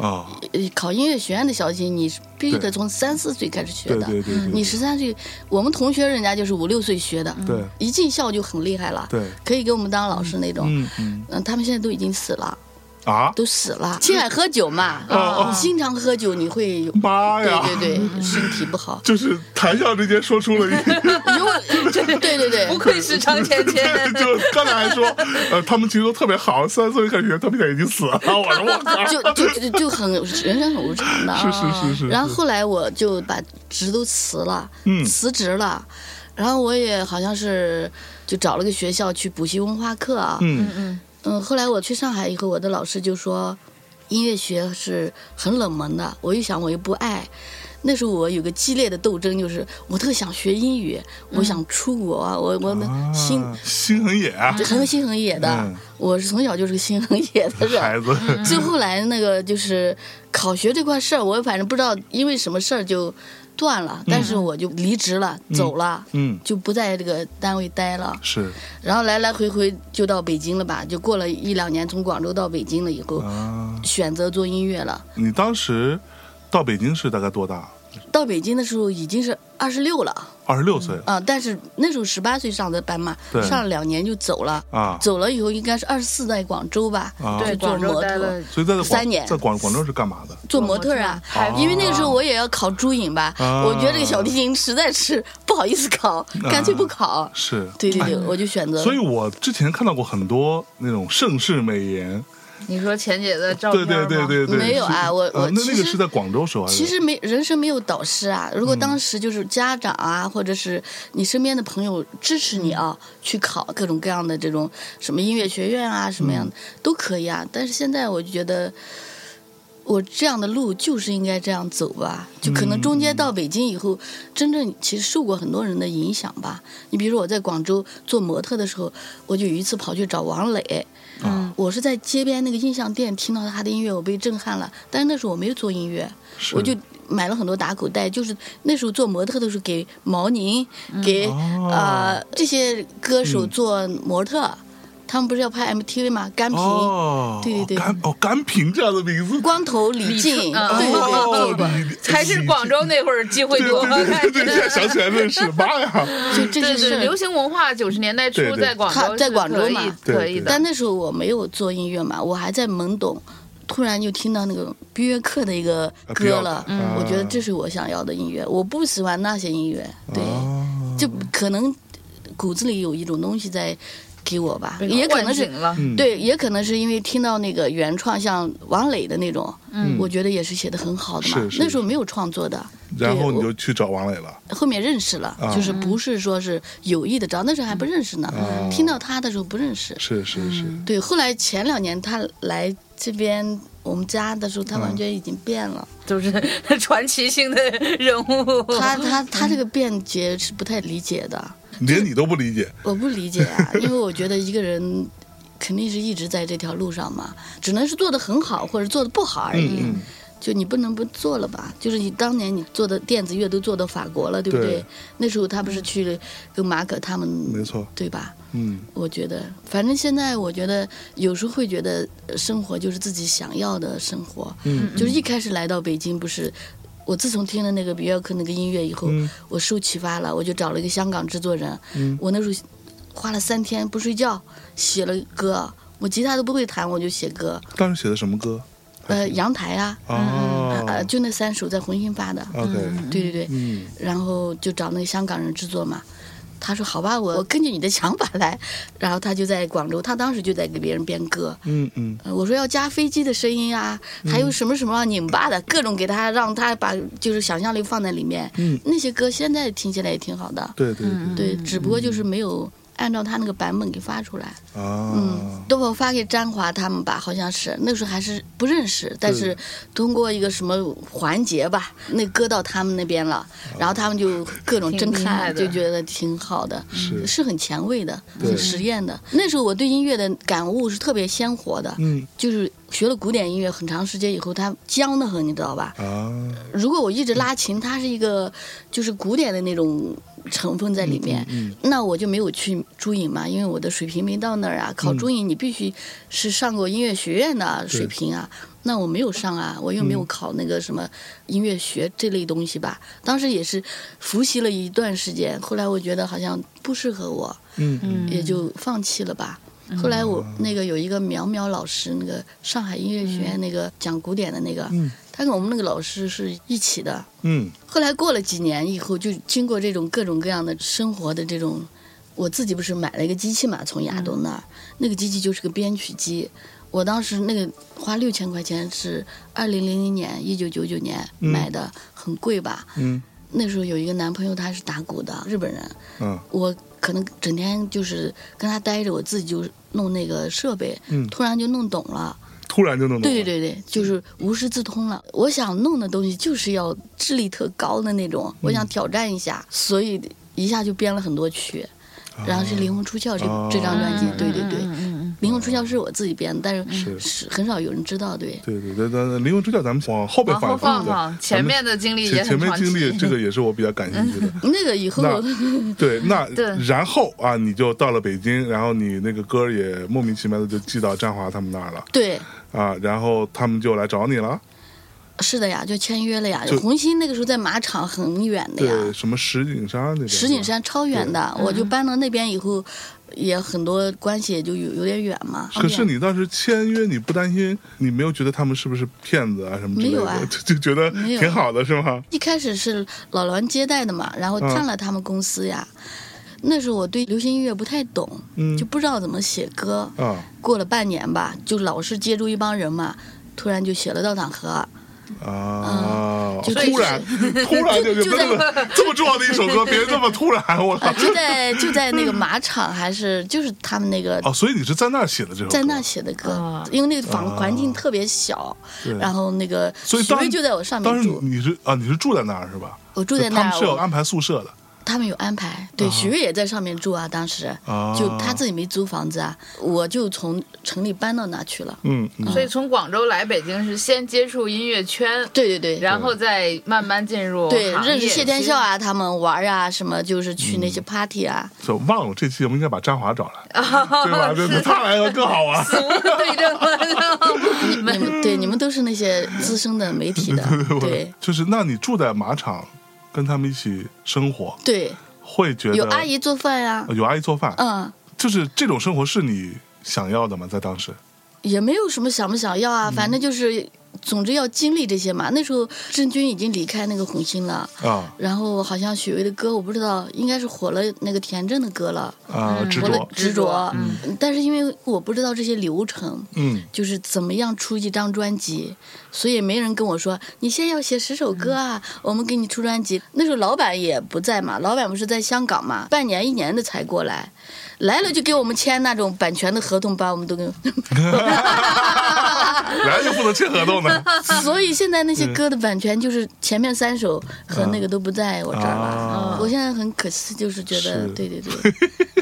S2: 啊，
S3: 呃，考音乐学院的小提琴，你是必须
S2: 对
S3: 得从三四岁开始学
S2: 对
S3: 的。嗯
S2: 对对对，
S3: 你十三岁，我们同学人家就是五六岁学的，
S2: 对
S3: 一进校就很厉害了，
S2: 对，
S3: 可以给我们当老师那种。
S2: 嗯嗯，
S3: 嗯，他们现在都已经死了，
S2: 啊，
S3: 都死了。青海喝酒嘛，
S2: 哦
S3: 你经常喝酒你会有，
S2: 妈呀！。
S3: 对对对，身体不好
S2: 就是谈笑之间说出了 一，
S3: 因为对对对
S1: 不，愧是张 芊芊，
S2: 就刚才还 说，呃，他们其实都特别好，虽然作为感觉他们俩已经死了，我说我 靠，
S3: 就就就就很人生很无常的啊。
S2: 是是是是，
S3: 然后后来我就把职都辞了，
S2: 嗯
S3: 辞职了，然后我也好像是就找了个学校去补习文化课啊，
S2: 嗯
S1: 嗯
S3: 嗯，后来我去上海以后，我的老师就说，音乐学是很冷门的。我一想，我又不爱。那时候我有个激烈的斗争，就是我特想学英语，我想出国啊，我我
S2: 啊
S3: 的心、
S2: 心很野，啊
S3: 就很心很野的。
S2: 嗯
S3: 我是从小就是个嗯心很野的人。
S2: 孩子，
S3: 最
S2: 嗯
S3: 后来那个就是考学这块事儿，我反正不知道因为什么事儿就断了，但是我就离职了，走了，
S2: 嗯，
S3: 就不在这个单位待了。
S2: 是
S3: 然后来来回回就到北京了吧，就过了一两年，从广州到北京了以后，
S2: 啊，
S3: 选择做音乐了。
S2: 你当时到北京是大概多大？
S3: 到北京的时候已经是二十六了
S2: 二十六岁
S3: 啊、但是那时候十八岁上的班嘛
S2: 对，
S3: 上了两年就走了。
S2: 啊
S3: 走了以后应该是二十四在广州吧，
S2: 啊，
S1: 对，
S3: 就做
S1: 广州
S3: 模
S1: 待
S3: 特
S1: 了
S2: 所以在广
S3: 三年
S2: 在广广州是干嘛的？
S3: 做模特儿啊。
S1: 做模特儿
S3: 因为那个时候我也要考珠影吧，
S2: 哦啊
S3: 我觉得这个小提琴实在是 不好意思考，干脆不考。
S2: 是，
S3: 对对
S2: 哎
S3: 对，我就选择。
S2: 所以我之前看到过很多那种盛世美颜，
S1: 你说钱姐的照片
S2: 对
S1: 吗
S2: 对对对对，
S3: 没有啊
S2: 是
S3: 我我
S2: 那
S3: 其
S2: 那个
S3: 实
S2: 是在广州时候还是，
S3: 其实没人生没有导师啊。如果当时就是家长啊，或者是你身边的朋友支持你啊，去考各种各样的这种什么音乐学院啊，什么样的、都可以啊。但是现在我就觉得，我这样的路就是应该这样走吧。就可能中间到北京以后，真正其实受过很多人的影响吧。你比如说我在广州做模特的时候，我就有一次跑去找王磊。
S1: 嗯，
S3: 我是在街边那个音像店听到他的音乐，我被震撼了。但是那时候我没有做音乐，
S2: 是
S3: 我就买了很多打口袋，就是那时候做模特的时候给毛宁、
S1: 嗯
S3: 给
S2: 哦
S3: 呃这些歌手
S2: 嗯
S3: 做模特，他们不是要拍 MTV 吗？甘萍、
S2: 哦，
S3: 对对对
S2: 甘哦甘萍这样的名字，
S3: 光头李静，
S1: 李啊
S3: 对对对，
S2: 哦
S3: 做过，
S2: 你
S1: 才是广州那会儿机会
S2: 对
S1: 多，
S2: 对对对对，现
S1: 对
S2: 在想起来认 识，妈呀，
S3: 就这些
S1: 对
S3: 事
S1: 对，
S3: 儿
S1: 流行文化九十年代初
S2: 对对
S1: 在广
S3: 他
S1: 州是
S3: 在广州
S1: 可以
S3: 嘛
S2: 对
S1: 可以的
S3: 但，那时候我没有做音乐嘛，我还在懵懂，突然就听到那个约约克的一个
S2: 啊比
S3: 歌
S2: 较
S3: 了，
S2: 嗯
S3: 我觉得这是我想要的音乐。我不喜欢那些音乐，对，
S2: 哦
S3: 就可能骨子里有一种东西在给我吧，
S1: 被
S3: 也可能
S1: 唤
S3: 是
S1: 醒。了，
S2: 嗯
S3: 对，也可能是因为听到那个原创，像王磊的那种，
S1: 嗯
S3: 我觉得也是写的很好的嘛。
S2: 是是
S3: 那时候没有创作的，
S2: 然后
S3: 对
S2: 你
S3: 我
S2: 就去找王磊了，
S3: 后面认识了，
S2: 啊
S3: 就是不是说是有意的找，那时候还不认识呢。
S2: 哦
S3: 听到他的时候不认识，
S2: 是是是，
S3: 对，后来前两年他来这边我们家的时候，他完
S2: 嗯
S3: 全已经变了。
S1: 就是传奇性的人物。
S3: 他他他这个便捷是不太理解的，
S2: 连你都不理解，
S3: 我不理解啊，因为我觉得一个人肯定是一直在这条路上嘛，只能是做的很好或者做的不好而已。
S2: 嗯
S3: 就你不能不做了吧？就是你当年你做的电子乐都做到法国了，对不对？
S2: 对
S3: 那时候他不是去了跟马可他们，
S2: 嗯，没错，
S3: 对吧？
S2: 嗯
S3: 我觉得，反正现在我觉得有时候会觉得呃生活就是自己想要的生活。
S2: 嗯，
S3: 就是一开始来到北京，不是我自从听了那个比约克那个音乐以后，
S2: 嗯
S3: 我受启发了，我就找了一个香港制作人。
S2: 嗯
S3: 我那时候花了三天不睡觉写了歌，我吉他都不会弹，我就写歌。
S2: 当时写的什么歌？
S3: 呃，阳台啊，
S2: 哦
S3: 呃，就那三首在红星发的。
S2: ，OK，
S3: 对对对，
S2: 嗯
S3: 然后就找那个香港人制作嘛。他说：“好吧，我我根据你的想法来。”然后他就在广州，他当时就在给别人编歌。
S2: 嗯嗯，
S3: 呃我说要加飞机的声音啊，还有什么什么拧巴的，各种给他让他把就是想象力放在里面。
S2: 嗯
S3: 那些歌现在听起来也挺好的，
S2: 对对对，
S3: 对，只不过就是没有按照他那个版本给发出来。嗯
S2: 啊，，
S3: 都我发给张华他们吧，好像是那时候还是不认识，但是通过一个什么环节吧，那歌到他们那边
S2: 啊
S3: 了，然后他们就各种震
S1: 挺厉害
S3: 撼，
S1: 的
S3: 就觉得挺好的，
S2: 是
S3: 是很前卫的，
S2: 对
S3: 很实验的。那时候我对音乐的感悟是特别鲜活的，
S2: 嗯
S3: 就是学了古典音乐很长时间以后，它僵得很，你知道吧？
S2: 啊，
S3: 如果我一直拉琴，它是一个就是古典的那种成分在里面，
S2: 嗯
S3: 那我就没有去珠影嘛，因为我的水平没到那儿啊。
S2: 嗯
S3: 考珠影你必须是上过音乐学院的水平啊，那我没有上啊，我又没有考那个什么音乐学这类东西吧。当时也是复习了一段时间，后来我觉得好像不适合我，
S2: 嗯嗯嗯
S1: 嗯
S3: 也就放弃了吧。后来我那个有一个苗苗老师，那个上海音乐学院那个讲古典的那个，
S2: 嗯
S3: 他跟我们那个老师是一起的。
S2: 嗯
S3: 后来过了几年以后，就经过这种各种各样的生活的这种，我自己不是买了一个机器嘛，从亚东那儿，那个机器就是个编曲机。我当时那个花六千块钱是二零零零年，一九九九年
S2: 嗯
S3: 买的，很贵吧？
S2: 嗯
S3: 那时候有一个男朋友，他是打鼓的日本人，
S2: 嗯
S3: 我可能整天就是跟他待着，我自己就弄那个设备，
S2: 嗯，
S3: 突然就弄懂了。
S2: 突然就能懂了。
S3: 对对对，就是无师自通了。我想弄的东西就是要智力特高的那
S2: 嗯
S3: 种，我想挑战一下，所以一下就编了很多曲。然后是《灵魂出窍》这
S2: 哦
S3: 这张专辑，对对对，
S1: 嗯嗯嗯嗯
S3: 灵魂出窍》是我自己编的，但
S2: 是
S3: 是是很少有人知道，对。
S2: 对对对对，灵魂之教咱们往后边
S1: 往后
S2: 放
S1: 放
S2: 对
S1: 放，
S2: 咱
S1: 前
S2: 们
S1: 面的经历也
S2: 前前
S1: 很
S2: 面
S1: 传
S2: 经
S1: 奇。
S2: 历这个也是我比较感兴趣的。
S3: 那个以后
S2: 那对，那
S1: 对
S2: 然后啊，你就到了北京，然后你那个歌儿也莫名其妙的就寄到张华他们那儿了
S3: 对，
S2: 啊，然后他们就来找你了。
S3: 是的呀，就签约了呀
S2: 就。
S3: 红星那个时候在马场很远的呀，
S2: 对，嗯什么石景山那边，
S3: 石景山超远的，我就搬到那边以后，也很多关系也就有有点远嘛。
S2: 可是你当时签约，你不担心，你没有觉得他们是不是骗子啊什么之类
S3: 没
S2: 的，
S3: 有啊
S2: 就就觉得
S3: 没有
S2: 挺好的是吗？
S3: 一开始是老栾接待的嘛，然后
S2: 嗯
S3: 看了他们公司呀。那时候我对流行音乐不太懂，
S2: 嗯
S3: 就不知道怎么写歌。
S2: 啊
S3: 过了半年吧，就老是接触一帮人嘛，突然就写了《道场河
S2: 啊！
S3: 嗯就
S2: 突然 突然就
S3: 就
S2: 这么这么重要的一首歌，别这么突然， 我》操
S3: 啊，！就在就在那个马场，还是就是他们那个
S2: 哦，所以你是在那儿写的这首歌，
S3: 在那写的歌
S1: 啊，
S3: 因为那个房环境特别小，
S2: 哦对
S3: 然后那个
S2: 所以
S3: 许
S2: 当
S3: 巍就在我上
S2: 当
S3: 面
S2: 时
S3: 住，
S2: 你是啊，你是住在那儿是吧？
S3: 我住在
S2: 他
S3: 那
S2: 们
S3: 儿，
S2: 是有
S3: 我
S2: 安排宿舍的。
S3: 他们有安排，对，许巍也在上面住啊，当时
S2: 啊
S3: 就他自己没租房子啊，我就从城里搬到那去了。
S2: 嗯，嗯
S1: 所以从广州来北京是先接触音乐圈，
S3: 对对对，
S1: 然后再慢慢进入
S3: 对
S1: 行业
S3: 认识谢天笑啊，他们玩啊，什么就是去那些 party 啊，
S2: 就忘了这期我们应该把张华找来，对吧？
S1: 哦，
S2: 对
S1: 是
S2: 他来了更好玩。
S1: 对症观
S3: 你们对你们都是那些资深的媒体的， 对
S2: 就是那你住在马场，跟他们一起生活，
S3: 对，
S2: 会觉得
S3: 有阿姨做饭呀
S2: 呃、有阿姨做饭，
S3: 嗯，
S2: 就是这种生活是你想要的吗？在当时，
S3: 也没有什么想不想要啊，反正就是。总之要经历这些嘛。那时候郑钧已经离开那个红星了，
S2: 啊
S3: 然后好像许巍的歌我不知道，应该是火了那个田震的歌了。
S2: 啊，执
S3: 嗯我的
S2: 着，
S1: 执
S3: 执
S1: 着
S3: 着，嗯但是因为我不知道这些流程，
S2: 嗯，
S3: 就是怎么样出一张专辑，所以也没人跟我说你先要写十首歌啊，我们给你出专辑。那时候老板也不在嘛，老板不是在香港嘛，半年一年的才过来，来了就给我们签那种版权的合同，把我们都 给。
S2: 来就不能签合同 的
S3: 所以现在那些歌的版权就是前面三首和那个都不在我这儿了。
S2: 啊
S3: 我现在很可惜，就是觉得
S2: 是
S3: 对对 对，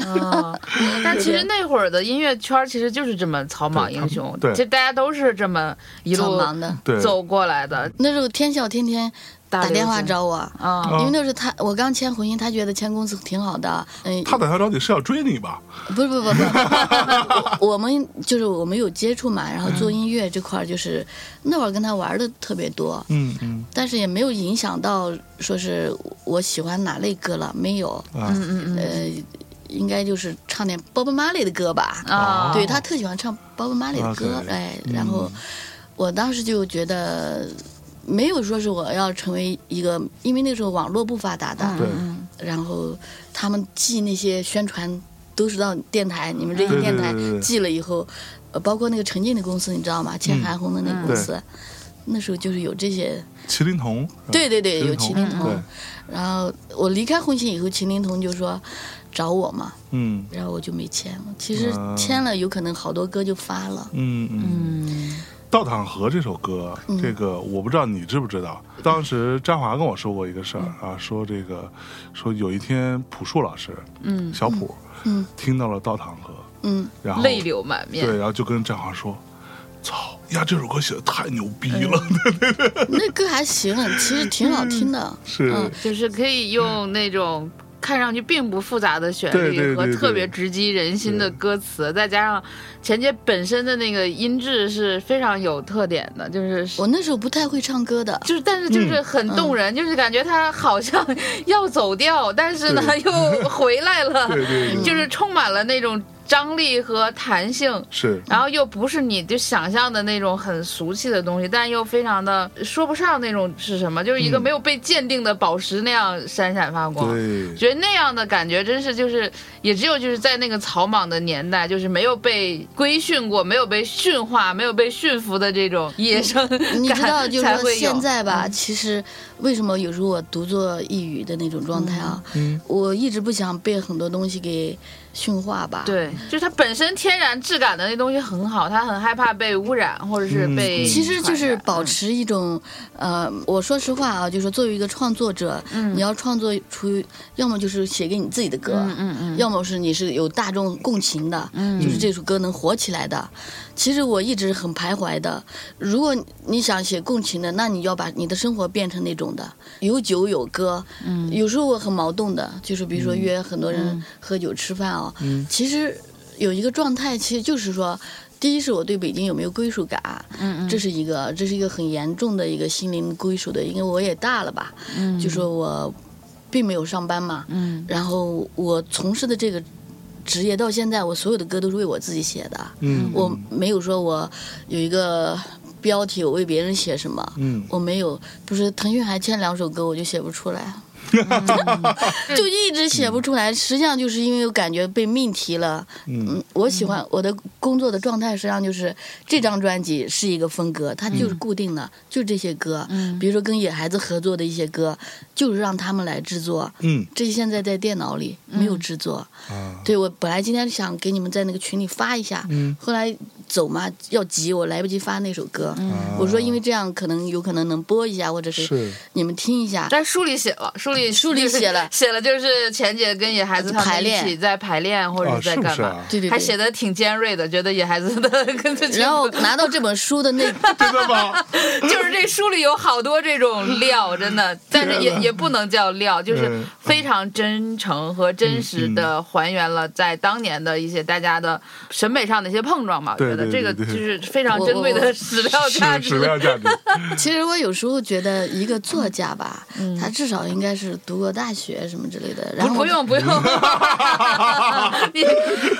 S1: 嗯，但其实那会儿的音乐圈其实就是这么草莽英雄，
S2: 对他们对
S1: 其实大家都是这么一
S3: 挺
S1: 路
S3: 忙的。
S2: 对，
S1: 走过来的。
S3: 那时候天笑天天打电话找我，
S1: 啊，
S2: 啊
S3: 因为那时候他，我刚签红星，他觉得签公司挺好的，嗯，
S2: 他打电话找你是要追你吧？
S3: 不是不是不是，我我们就是我们有接触嘛，然后
S2: 嗯
S3: 做音乐这块儿就是、那会儿跟他玩的特别多，
S2: 嗯嗯
S3: 但是也没有影响到说是我喜欢哪类歌了，没有，
S2: 啊
S3: 呃，应该就是唱点 Bob Marley 的歌吧，
S1: 啊，
S3: 对他特喜欢唱 Bob Marley 的歌，
S2: OK，
S3: 哎，然
S2: 嗯
S3: 后我当时就觉得。没有说是我要成为一个，因为那时候网络不发达的，
S2: 对
S3: 然后他们寄那些宣传都是到电台，你们这些
S2: 对对
S3: 电台
S2: 对对对
S3: 寄了以后，呃，包括那个陈进的公司，你知道吗？欠
S2: 嗯
S3: 韩红的那个公司，那时候就是有这些，
S2: 麒麟童，
S3: 对对对，
S2: 麒麟
S3: 有
S2: 童
S3: 麒麟
S2: 嗯
S3: 童。
S2: 对，
S3: 然后我离开红星以后，麒麟童就说找我嘛，
S2: 嗯
S3: 然后我就没签了。其实
S2: 啊
S3: 签了，有可能好多歌就发了。
S2: 嗯嗯。
S1: 嗯，
S2: 《倒淌河》这首歌，
S3: 嗯
S2: 这个我不知道你知不知道。当时张华跟我说过一个事儿
S3: 嗯
S2: 啊，说这个说有一天朴树老师，嗯，小朴，
S3: 嗯，
S2: 听到了《倒淌河》，
S3: 嗯，
S2: 然后
S1: 泪流满面
S2: 哦对，。然后就跟张华说：“操呀，这首歌写的太牛逼了，
S3: 嗯那歌还行，其实挺好听的。
S2: 是
S3: 嗯
S1: 就是可以用那种看上去并不复杂的旋
S2: 对对
S1: 律
S2: 对
S1: 和
S2: 对
S1: 特别直击人心的歌词，再加上钱姐本身的那个音质是非常有特点的，就是
S3: 我那时候不太会唱歌的，
S1: 就是，但是就是
S3: 嗯
S1: 很动人，就是感觉他好像 要走掉，但是呢又回来了，
S2: 对对对
S1: 就是充满了那种张力和弹性，
S2: 是
S1: 然后又不是你就想象的那种很俗气的东西，但又非常的说不上那种是什么，就是
S3: 嗯
S1: 一个没有被鉴定的宝石那样闪闪发光。
S2: 对，
S1: 觉得那样的感觉真是就是，也只有就是在那个草莽的年代，就是没有被规训过、没有被驯化、没有被驯服的这种野生感，
S3: 你知道，就是
S1: 才
S3: 说
S1: 会有嗯
S3: 现在吧，其实为什么有时候我独坐一隅的那种状态啊，
S2: 嗯
S3: 我一直不想被很多东西给驯化吧。，
S1: 对，就是它本身天然质感的那东西很好，它很害怕被污染或者是
S2: 嗯
S1: 被传染、
S2: 嗯
S3: 其实就是保持一种，呃，我说实话啊，就是说作为一个创作者，你要创作出，要么就是写给你自己的歌，
S1: 嗯嗯嗯，
S3: 要么是你是有大众共情的，就是这首歌能火起来的。其实我一直很徘徊的。如果你想写共情的，那你要把你的生活变成那种的，有酒有歌。
S1: 嗯
S3: 有时候我很矛盾的，就是比如说约很多人喝酒吃饭啊、
S1: 嗯
S3: 其实有一个状态，其实就是说。第一是我对北京有没有归属感，啊这是一个，这是一个很严重的一个心灵归属的，因为我也大了吧，就说我并没有上班嘛，然后我从事的这个职业到现在，我所有的歌都是为我自己写的，
S2: 嗯，
S3: 我没有说我有一个标题，我为别人写什么。
S2: 嗯，
S3: 我没有，不是腾讯还欠两首歌，我就写不出来，啊就一直写不出来。实际上就是因为我感觉被命题了。
S2: 嗯，
S3: 我喜欢我的工作的状态，实际上就是这张专辑是一个风格，它就是固定的，就这些歌。
S2: 嗯
S3: 比如说跟野孩子合作的一些歌，就是让他们来制作。
S2: 嗯
S3: 这现在在电脑里没有制作。
S2: 啊，
S3: 对我本来今天想给你们在那个群里发一下，
S2: 嗯
S3: 后来走嘛要急，我来不及发那首歌。
S2: 啊
S3: 我说，因为这样可能有可能能播一下，或者是
S2: 是
S3: 你们听一下。
S1: 在书里写了，书里
S3: 书里写了
S1: 写了，就是钱姐跟野孩子他
S3: 排
S1: 们一
S3: 练
S1: 起在排练或者
S2: 啊，
S1: 是在
S2: 是不
S1: 干
S2: 是
S1: 嘛，
S2: 啊？
S3: 对对
S1: 还写
S3: 对。
S1: 的挺尖锐的，觉得野孩子的跟这
S3: 然后拿到这本书的那，
S2: 真的吗？
S1: 就是这书里有好多这种料，真的，但是也
S2: 天哪
S1: 也不能叫料，就是
S2: 啊嗯
S1: 非常真诚和真实的还原了在当年的一些大家的审美上的一些碰撞吧。我
S2: 对
S1: 觉得
S2: 对
S1: 这个
S2: 对
S1: 就
S2: 对
S1: 是非常
S3: 我
S1: 珍贵
S3: 我
S1: 的史料价
S2: 是
S1: 值。
S2: 史料 价值，
S3: 其实我有时候觉得一个作家吧，他至少应该是读过大学什么之类的。然后
S1: 不用不用， 你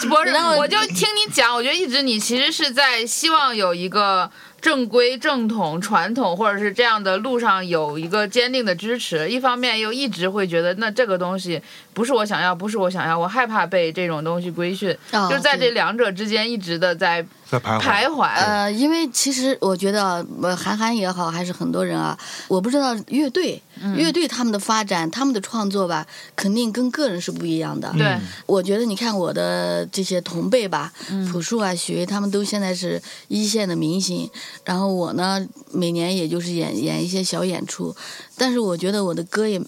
S1: 不是，我就听你讲，我觉得一直你其实是在希望有一个正规、正统、传统或者是这样的路上有一个坚定的支持。一方面又一直会觉得，那这个东西不是我想要，不是我想要，我害怕被这种东西规训，
S3: 啊
S1: 就在
S3: 对
S1: 这两者之间一直的在
S2: 在徘
S1: 徘
S2: 徊，
S1: 徊。
S3: 呃，因为其实我觉得，呃，韩寒也好，还是很多人啊，我不知道乐队，
S1: 嗯
S3: 乐队他们的发展，他们的创作吧，肯定跟个人是不一样的。
S1: 对，
S3: 我觉得你看我的这些同辈吧，朴树啊、许巍他们都现在是一线的明星，然后我呢，每年也就是演演一些小演出，但是我觉得我的歌也。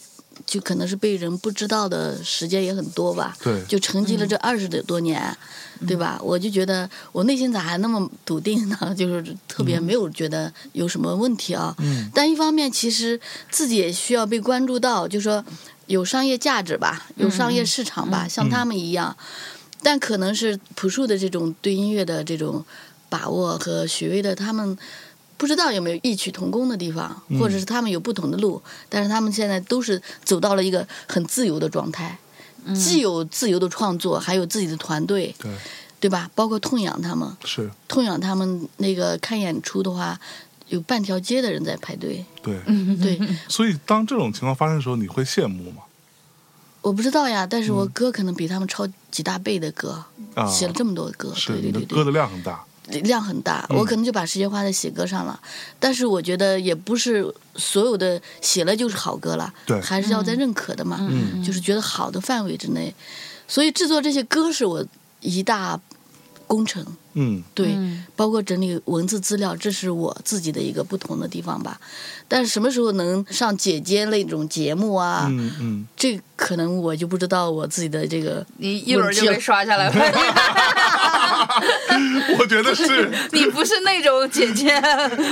S3: 就可能是被人不知道的时间也很多吧，
S2: 对
S3: 就沉寂了这二十多年，对吧？我就觉得我内心咋还那么笃定呢？ 就是特别没有觉得有什么问题啊。
S2: 嗯
S3: 但一方面，其实自己也需要被关注到，就说有商业价值吧，有商业市场吧，像他们一样。但可能是朴树的这种对音乐的这种把握和许巍的他们。不知道有没有异曲同工的地方，或者是他们有不同的路，但是他们现在都是走到了一个很自由的状态，既有自由的创作，还有自己的团队，
S2: 对，
S3: 对吧？包括痛痒他们，
S2: 是
S3: 痛痒他们那个看演出的话，有半条街的人在排队，
S2: 对。
S3: 对，
S2: 所以当这种情况发生的时候，你会羡慕吗？
S3: 我不知道呀，但是我歌可能比他们超几大倍的歌，
S2: 嗯啊，
S3: 写了这么多歌，
S2: 是
S3: 对
S2: 你
S3: 对
S2: 的
S3: 对
S2: 歌
S3: 对，
S2: 的嗯量很大，
S3: 量很大，我可能就把时间花在写歌上了。但是我觉得也不是所有的写了就是好歌了，
S2: 对
S3: 还是要在认可的嘛，
S2: 嗯
S3: 就是觉得好的范围之内。所以制作这些歌是我一大工程，
S2: 嗯
S3: 对，
S1: 嗯
S3: 包括整理文字资料，这是我自己的一个不同的地方吧。但是什么时候能上姐姐那种节目啊？
S2: 嗯嗯，
S3: 这可能我就不知道我自己的 这个，
S1: 你一轮就被刷下来了。
S2: 我觉得 是，
S1: 你不是那种姐姐，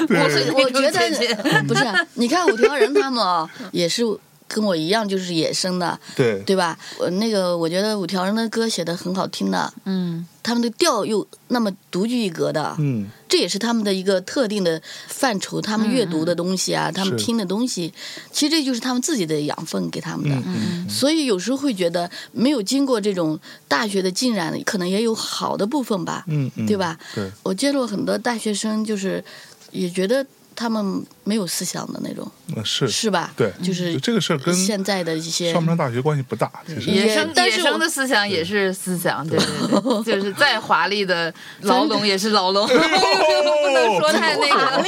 S1: 不是那
S3: 我
S1: 种
S3: 觉
S1: 姐姐。
S3: 得 不是啊、你看五条人他 们啊、也是跟我一样，就是野生的，呃
S2: 对
S3: 对吧？我那个我觉得五条人的歌写的很好听的，
S1: 嗯
S3: 他们的调又那么独具一格的，
S2: 嗯
S3: 这也是他们的一个特定的范畴，他们阅读的东西啊，他们
S2: 嗯是
S3: 听的东西，其实这就是他们自己的养分给他们的。
S2: 嗯嗯
S3: 所以有时候会觉得没有经过这种大学的浸染，可能也有好的部分吧，
S2: 嗯嗯，
S3: 对？吧？
S2: 对，
S3: 我接触很多大学生，就是也觉得他们没有思想的那种，
S2: 呃是
S3: 是吧？
S2: 对
S3: 就是
S2: 就这个事儿跟
S3: 现在的一些
S2: 上 不上大学关系不大，其实
S3: 也
S1: 野生
S3: 但
S1: 野
S3: 是我
S1: 生的思想也是思想，对对 对，就是再华丽的牢笼也是牢笼， 不能说太那个，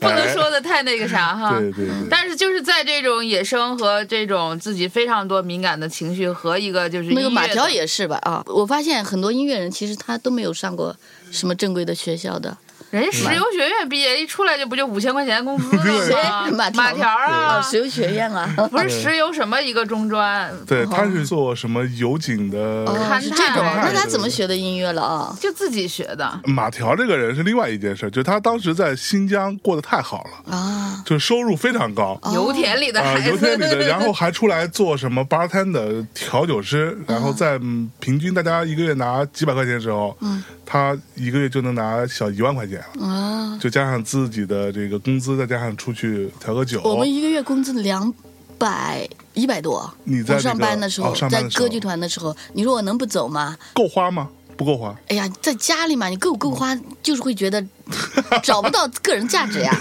S1: 不能说的太那个啥哈。
S3: 啊
S2: 对对对，
S1: 但是就是在这种野生和这种自己非常多敏感的情绪和一个就是
S3: 那个
S1: 音乐
S3: 马
S1: 的
S3: 条也是吧？啊，我发现很多音乐人其实他都没有上过什么正规的学校的，
S1: 人家石油学院毕业一出来就不就五千块钱工资
S2: 对
S1: 了吗？
S3: 马条
S1: 马条啊，
S3: 石油学院啊，
S1: 不是石油什么一个中专，
S2: 对他是做什么油井的
S1: 看
S3: 嗯哦，是这种啊，
S1: 看
S3: 那他怎么学的音乐了啊？
S1: 就自己学的。
S2: 马条这个人是另外一件事，就是他当时在新疆过得太好了，
S3: 啊，哦
S2: 就是收入非常高啊、
S1: 油田里的孩子，
S2: 油田里 的，然后还出来做什么 bartender 调酒师，然后在、嗯平均大家一个月拿几百块钱的时候，
S3: 嗯
S2: 他一个月就能拿小一万块钱了，
S3: 啊，
S2: 就加上自己的这个工资，再加上出去调个酒，
S3: 我们一个月工资两百一百多，
S2: 你在那
S3: 我
S2: 个
S3: 上班的时候，
S2: 哦上班
S3: 在
S2: 的时候
S3: 歌剧团的时候，你说我能不走吗？
S2: 够花吗？不够花，
S3: 哎呀，在家里嘛，你够不够
S2: 嗯
S3: 花， 就是会觉得找不到个人价 值呀，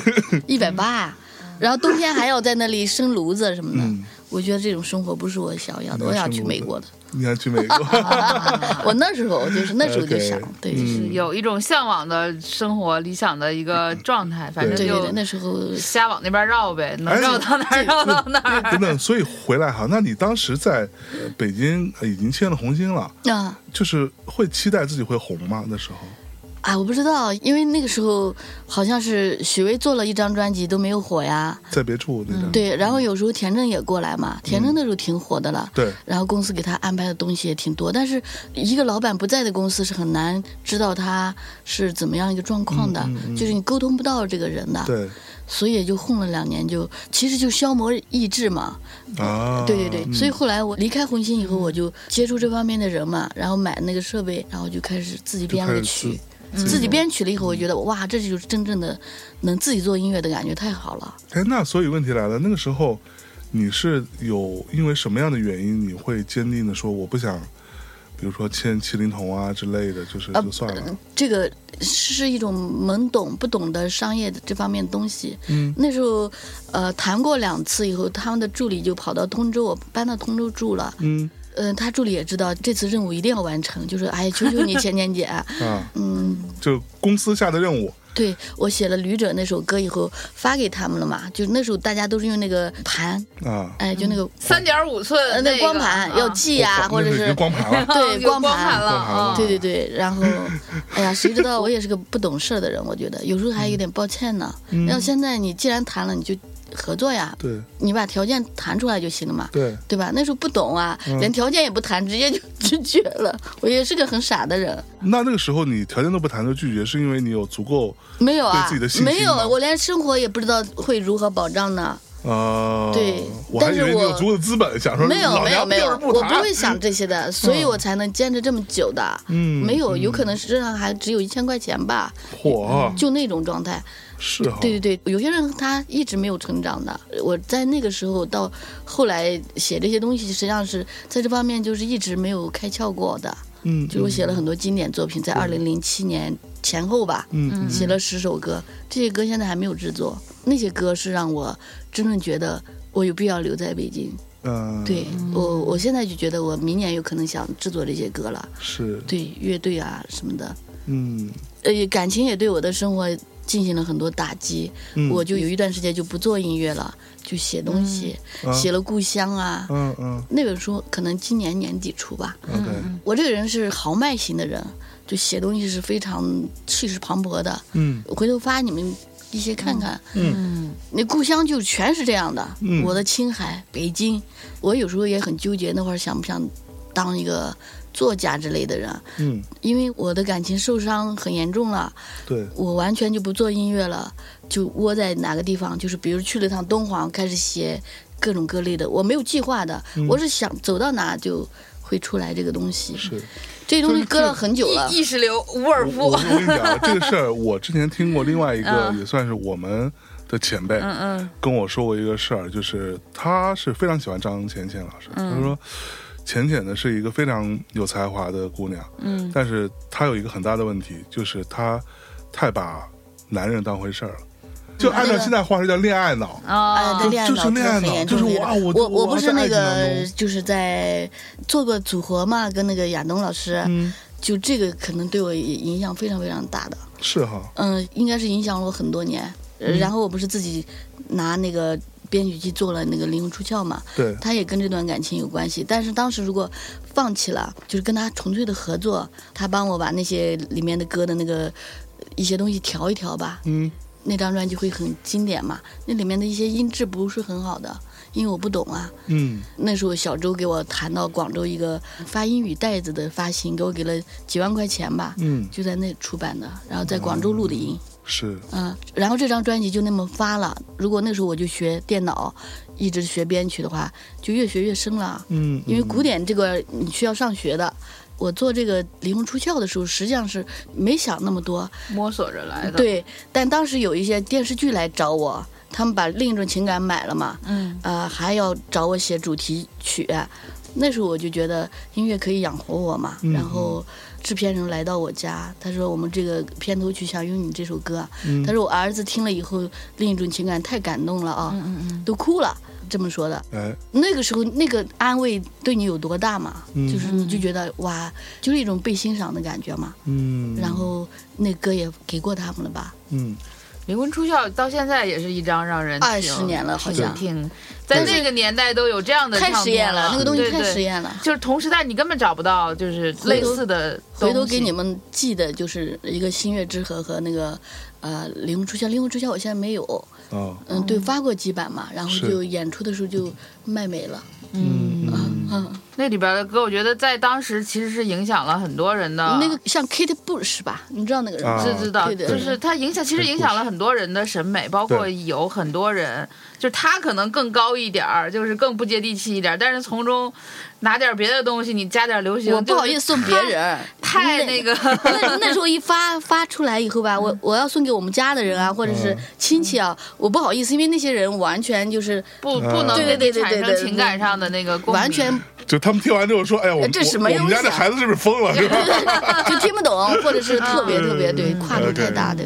S3: 一百八，啊
S1: 嗯
S3: 然后冬天还要在那里生炉子什么的，
S2: 嗯
S3: 我觉得这种生活不是我想要的，我想去美国的。
S2: 你要去美国，
S3: 我那时候就是那时候就想
S2: OK，
S3: 对，
S2: 嗯
S1: 是有一种向往的生活、理想的一个状态，
S2: 嗯
S1: 反正
S3: 对对
S1: 就
S3: 对，那时候
S1: 瞎往那边绕呗，能
S2: 哎
S1: 绕到哪儿 绕到哪 儿。
S2: 等等，所以回来哈，那你当时在呃北京呃已经签了红星了，
S3: 啊。
S2: 就是会期待自己会红吗？那时候，
S3: 啊，我不知道，因为那个时候好像是许巍做了一张专辑都没有火呀，
S2: 在别处那种，
S3: 嗯对，然后有时候田震也过来嘛，田震那时候挺火的了，
S2: 对
S3: 然后公司给他安排的东西也挺多，但是一个老板不在的公司是很难知道他是怎么样一个状况的，
S2: 嗯嗯嗯
S3: 就是你沟通不到这个人的，
S2: 对
S3: 所以也就混了两年就，其实就消磨意志嘛，
S2: 啊，
S3: 对对对，
S2: 嗯
S3: 所以后来我离开红星以后，我就接触这方面的人嘛，然后买那个设备，然后就开始自己编了个
S2: 就
S3: 曲
S2: 开，
S3: 自己嗯编曲了以后，我觉得哇，这就是真正的能自己做音乐的感觉，太好了。
S2: 哎，那所以问题来了，那个时候你是有因为什么样的原因，你会坚定的说我不想，比如说签麒麟童啊之类的，就是
S3: 啊
S2: 就算了，
S3: 这个是一种懵懂不懂得商业的这方面的东西。
S2: 嗯
S3: 那时候，呃，谈过两次以后，他们的助理就跑到通州，我搬到通州住了。
S2: 嗯
S3: 嗯、他助理也知道这次任务一定要完成，就是哎，求求你，钱钱姐，
S2: 啊，
S3: 嗯，
S2: 就公司下的任务，
S3: 对我写了《旅者》那首歌以后发给他们了嘛，就那时候大家都是用那个盘，
S2: 啊，
S3: 哎，就那个、
S1: 三点五寸
S3: 呃
S1: 那
S3: 那
S1: 个
S3: 光盘
S1: 嗯
S3: 要
S1: 啊
S3: 记呀、
S2: 我靠
S3: 或
S2: 哦
S3: 者
S2: 那已经
S3: 是
S2: 光盘了，
S1: 啊
S3: 对
S1: 有
S3: 光
S1: 光
S3: 盘
S1: 了啊，
S3: 对对对，然后，哎呀，谁知道我也是个不懂事儿的人，我觉得有时候还有点抱歉呢。
S2: 嗯
S3: 要现在你既然谈了，你就合作呀，
S2: 对
S3: 你把条件谈出来就行了嘛。
S2: 对，
S3: 对吧？那时候不懂啊，
S2: 嗯
S3: 连条件也不谈，直接就 拒绝了。我也是个很傻的人，
S2: 那那个时候你条件都不谈就拒绝，是因为你有足够
S3: 没有啊
S2: 对自己的信，心
S3: 没有，
S2: 吗
S3: 我连生活也不知道会如何保障呢。
S2: 呃，
S3: 对
S2: 我还
S3: 但
S2: 以
S3: 是
S2: 为你有
S3: 我
S2: 足够的资本，想说
S3: 没有
S2: 老
S3: 没有
S2: 娘
S3: 没有
S2: 就是，不
S3: 我
S2: 谈
S3: 不会想这些的，所以我才能坚持这么久的。
S2: 嗯
S3: 没有，有可能身上还只有一千块钱吧，
S2: 火，啊
S3: 就那种状态。
S2: 是哈，
S3: 嗯对对对，有些人他一直没有成长的。我在那个时候到后来写这些东西，实际上是在这方面就是一直没有开窍过的。
S2: 嗯，
S3: 就是我写了很多经典作品，在二零零七年前后吧，
S2: 嗯嗯
S3: 写了十首歌，这些歌现在还没有制作。那些歌是让我真正觉得我有必要留在北京。
S2: 嗯，
S3: 对我，我现在就觉得我明年有可能想制作这些歌了，
S2: 是，
S3: 对乐队啊什么的，
S2: 嗯
S3: 呃，感情也对我的生活进行了很多打击，
S2: 嗯，
S3: 我就有一段时间就不做音乐了，就写东西，
S2: 啊
S3: 写了《故乡》啊，
S2: 嗯嗯
S3: 那本书可能今年年底出吧。
S2: ，OK，
S3: 我这个人是豪迈型的人，就写东西是非常气势磅礴的，
S2: 嗯
S3: 回头发你们一些看看。
S2: 嗯
S3: 那故乡就全是这样的，
S2: 嗯
S3: 我的青海、北京，我有时候也很纠结，那会儿想不想当一个作家之类的人，
S2: 嗯，
S3: 因为我的感情受伤很严重了，
S2: 对，
S3: 我完全就不做音乐了，就窝在哪个地方，就是比如去了趟
S2: 嗯
S3: 敦煌，开始写各种各类的，我没有计划的，我是想走到哪就会出来这个东西。
S2: 是。
S3: 这东西搁了很久了
S1: 意，意识流无尔
S2: 我
S1: 夫
S2: 我，跟你讲啊，这个事儿我之前听过另外 一个
S1: 嗯
S2: 也算是我们的前辈，
S1: 嗯嗯
S2: 跟我说过一个事儿，就是他是非常喜欢张浅浅老师，
S3: 嗯
S2: 他说浅浅呢是一个非常有才华的姑娘，
S1: 嗯，
S2: 但是她有一个很大的问题，就是她太把男人当回事儿了，
S3: 嗯
S2: 就按照现在话说叫恋爱脑。
S3: 啊，
S1: 啊
S3: 对，
S2: 哦就
S3: 恋爱
S2: 就是恋爱
S3: 脑很
S2: 脑
S3: 严
S2: 就
S3: 重。
S2: 是
S3: 这
S2: 我
S3: 个
S2: 啊我
S3: 我
S2: 我
S3: 不
S2: 在
S3: 是
S2: 爱
S3: 那
S2: 情当
S3: 个
S2: 中
S3: 就是在做过组合嘛，跟那个亚东老师，
S2: 嗯，
S3: 就这个可能对我影响非常非常大的，
S2: 是哈，
S3: 嗯，应该是影响了我很多年。
S2: 嗯
S3: 呃然后我不是自己拿那个编曲器做了那个《灵魂出窍》嘛，
S2: 对，
S3: 它也跟这段感情有关系。但是当时如果放弃了，就是跟他纯粹的合作，他帮我把那些里面的歌的那个一些东西调一调吧，
S2: 嗯，
S3: 那张专辑会很经典嘛。那里面的一些音质不是很好的，因为我不懂啊。
S2: 嗯，
S3: 那时候小周给我谈到广州一个发英语袋子的发行，给我给了几万块钱吧，
S2: 嗯
S3: 就在那出版的，然后在广州录的音，
S2: 是，
S3: 嗯，然后这张专辑就那么发了。如果那时候我就学电脑，一直学编曲的话，就越学越深了。
S2: 嗯，
S3: 因为
S2: 嗯
S3: 古典这个你需要上学的。我做这个灵魂出窍的时候，实际上是没想那么多，
S1: 摸索着来的，，
S3: 对。但当时有一些电视剧来找我，他们把另一种情感买了嘛，
S1: 嗯
S3: 呃，还要找我写主题曲。那时候我就觉得音乐可以养活我嘛。
S2: 嗯
S3: 然后制片人来到我家，他说我们这个片头曲想用你这首歌。
S2: 嗯
S3: 他说我儿子听了以后，另一种情感太感动了啊，
S1: 嗯嗯，
S3: 都哭了。这么说的，
S2: 哎，
S3: 那个时候那个安慰对你有多大嘛？
S2: 嗯
S3: 就是你就觉得哇，就是一种被欣赏的感觉嘛。
S2: 嗯，
S3: 然，后那歌也给过他们了吧？
S2: 嗯，
S1: 离婚出校到现在也是一张让人
S3: 20
S1: 挺
S3: 年了好
S1: 挺
S3: 像
S1: 挺在那个年代都有这样的
S3: 太
S1: 唱
S3: 实
S1: 片
S3: 验
S1: 了，
S3: 那个东西
S1: 对
S3: 太实。
S1: 对
S3: 验了。
S1: 就是同时代，你根本找不到就是类似的东西
S3: 回头给你们寄的就是一个《星月之河》和那个呃《灵魂出窍》，《灵魂出窍》我现在没有，
S2: 啊，
S3: 嗯，
S1: 哦
S3: 对，发过几版嘛，然后
S2: 是
S3: 就演出的时候就卖没了，
S2: 嗯嗯
S3: 嗯，
S1: 那里边的歌，我觉得在当时其实是影响了很多人的。
S3: 那个像 Kate Bush 吧，你知道那个人吗？
S2: 啊
S1: 啊知知道，
S3: 对的
S1: 就是它影响，其实影响了很多人的审美，包括有很多人，就是他可能更高一点儿，就是更不接地气一点儿，但是从中拿点儿别的东西，你加点儿流行，
S3: 我不好意思送别
S1: 就是
S3: 人，
S1: 太，太那
S3: 那。
S1: 个， 嗯
S3: 那那时候一发发出来以后吧，我我要送给我们家的人啊，或者是
S2: 嗯
S3: 亲戚啊，我不好意思，因为那些人完全就是
S1: 不不能
S2: 对
S1: 跟你
S3: 对对对
S1: 产生
S3: 对对
S1: 情感上的那个共鸣
S3: 完全
S2: 就他们听完之后说，哎呀，我们
S3: 这是
S2: 我
S3: 没
S2: 我们家
S3: 用
S2: 这
S3: 的
S2: 孩子是不是疯了？是 吧？
S3: 就听不懂，或者是 特别特别对
S2: 嗯
S3: 跨度太大，对。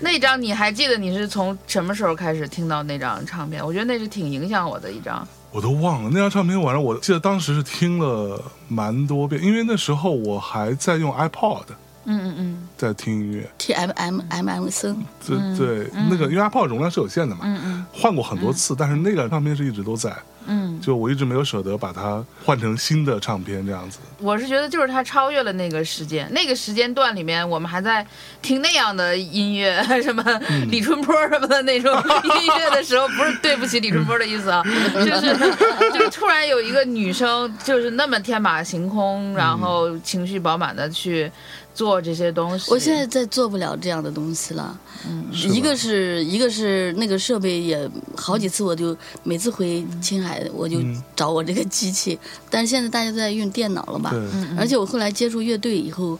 S1: 那张你还记得你是从什么时候开始听到那张唱片？我觉得那是挺影响我的一张。
S2: 我都忘了那张唱片，晚上我记得当时是听了蛮多遍，因为那时候我还在用 iPod
S1: 嗯嗯嗯
S2: 在听音乐，
S3: T M M
S2: 嗯
S3: M M 森，
S2: 对、对，那个因为 iPod 容量是有限的嘛，
S1: 嗯
S2: 换过很多次，但是那个唱片是一直都在，
S1: 嗯，
S2: 就我一直没有舍得把它换成新的唱片这样子。
S1: 我是觉得就是它超越了那个时间，那个时间段里面，我们还在听那样的音乐，什么李春波什么的那种音乐的时候，不是对不起李春波的意思 啊，就是就是突然有一个女生就是那么天马行空，然后情绪饱满的去做这些东西。
S3: 我现在再做不了这样的东西了。
S2: 嗯吧
S3: 一个是一个是那个设备也好几次，我就每次回青海我就
S2: 嗯
S3: 找我这个机器，但是现在大家都在用电脑了
S1: 啊
S3: 吧
S2: 对？，
S1: 嗯
S3: 而且我后来接触乐队以后，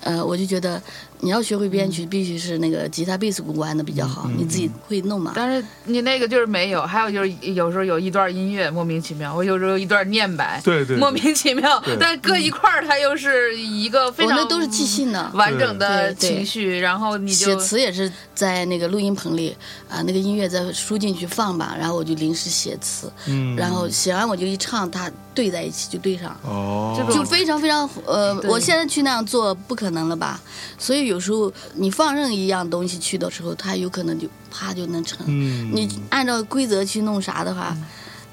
S3: 呃，我就觉得你要学会编
S2: 嗯
S3: 曲，必须是那个吉他、贝斯鼓玩的比较好，你自己会弄嘛。
S1: 但是你那个就是没有，还有就是有时候有一段音乐莫名其妙，我有时候有一段念白，
S2: 对对
S1: 莫名其妙
S2: 对，
S1: 但搁一块儿它又是一个非
S3: 我
S1: 常
S3: 那都是即兴的，
S1: 完整的
S3: 对对
S1: 情绪，然后你
S3: 写
S1: 就
S3: 词也是在那个录音棚里啊，那个音乐再输进去放吧，然后我就临时写词，
S2: 嗯，
S3: 然后写完我就一唱，它对在一起就对上，
S2: 哦，
S1: 这种
S3: 就非常非常呃，
S1: 对
S3: 我现在去那样做不可能了吧？所以有时候你放任一样东西去的时候，它有可能就啪就能成。
S2: 嗯，
S3: 你按照规则去弄啥的话，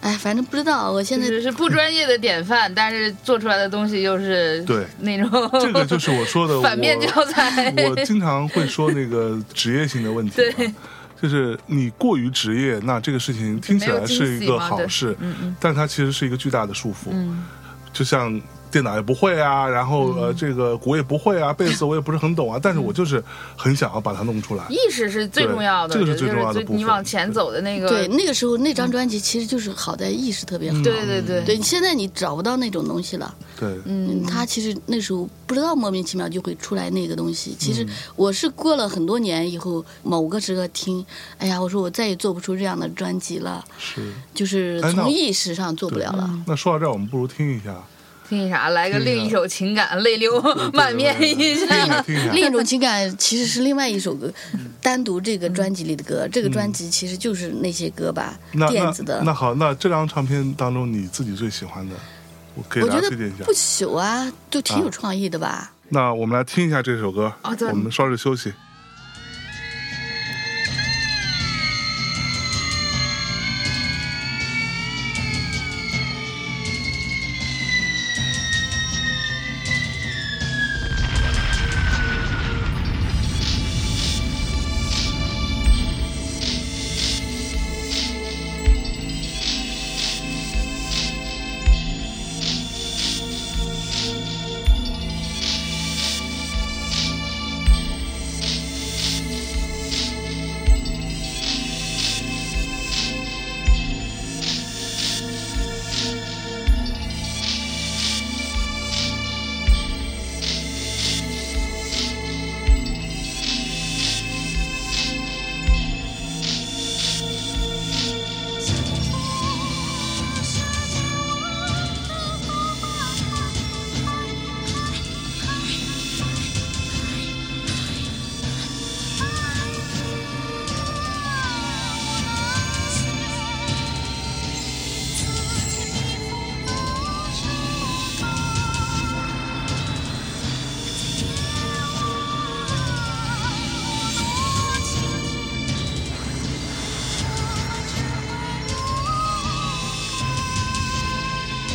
S3: 哎，反正不知道。我现
S1: 就
S3: 在
S1: 是是不专业的典范，但是做出来的东西又是
S2: 对
S1: 那种
S2: 这个就是我说 的
S1: 反面
S2: 我
S1: 教材。
S2: 我经常会说那个职业性的问题嘛，就是你过于职业，那这个事情听起来是一个好事，
S1: 嗯嗯
S2: 但它其实是一个巨大的束缚。
S1: 嗯
S2: 就像电脑也不会啊，然后呃这个鼓也不 会啊，贝斯我也不是很懂啊，
S1: 嗯
S2: 但是我就是很想要把它弄出来。
S1: 意识是最重要的，
S2: 对这个
S1: 我觉
S2: 是最
S1: 得
S2: 重要的
S1: 就是
S2: 部分
S1: 你往前走的那个，
S3: 对，那个时候那张专辑其实就是好在意识特别好。
S1: 嗯对对
S2: 嗯
S1: 对
S3: 对，现在你找不到那种东西了。
S2: 对，
S3: 嗯，他其实那时候不知道莫名其妙就会出来那个东西。其
S2: 嗯
S3: 实我是过了很多年以后，某个时刻听，哎呀，我说我再也做不出这样的专辑了，
S2: 是。
S3: 就是
S2: 哎那嗯
S3: 从意识上做不了了。
S2: 那说到这儿，我们不如听一下，
S1: 听啥来个
S2: 听一下
S1: 另一首情感，泪流 满面一
S2: 听一下，
S1: 下。
S2: 听一下。
S3: 另一种情感其实是
S2: 嗯
S3: 另外一首歌，单独这个专辑里的歌。这个专辑其实就是那些歌吧，
S2: 嗯那
S3: 电
S2: 那
S3: 子的。
S2: 那好，那这张唱片当中你自己最喜欢的，我给
S3: 我
S2: 大
S3: 觉
S2: 家
S3: 得
S2: 推荐一下
S3: 不。朽啊，就挺
S2: 啊
S3: 有创意的吧。
S2: 那我们来听一下这首歌，
S1: 哦对
S2: 我们稍事休息。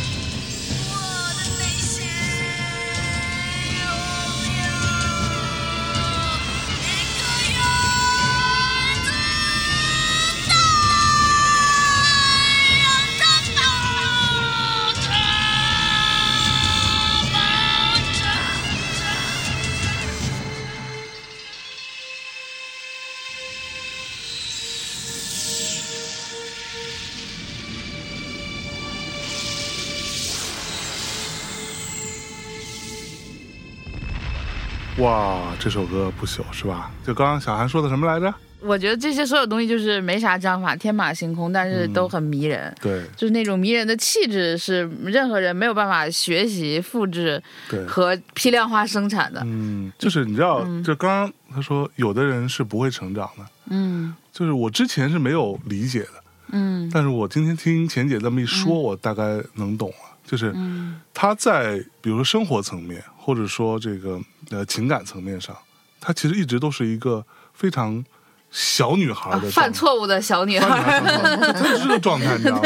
S4: 我的哦内心拥有一个永恒的爱，让它抱着抱着。
S2: 哇，这首歌不朽是吧？就刚刚小韩说的什么来着？
S1: 我觉得这些所有东西就是没啥章法，天马行空，但是
S2: 嗯
S1: 都很迷人。
S2: 对
S1: 就是那种迷人的气质，是任何人没有办法学习、复制
S2: 对，
S1: 和批量化生产的。
S2: 嗯，就是你知道，就刚刚他说，有的人是不会成长的，
S1: 嗯
S2: 就是我之前是没有理解的，
S1: 嗯
S2: 但是我今天听钱姐这么一说，我大概能懂了。就是
S1: 嗯
S2: 他在比如说生活层面，或者说这个呃情感层面上，她其实一直都是一个非常小女孩
S1: 啊
S2: 的、
S1: 犯。错误的小女孩，
S2: 她就是这个状态，你知道吗？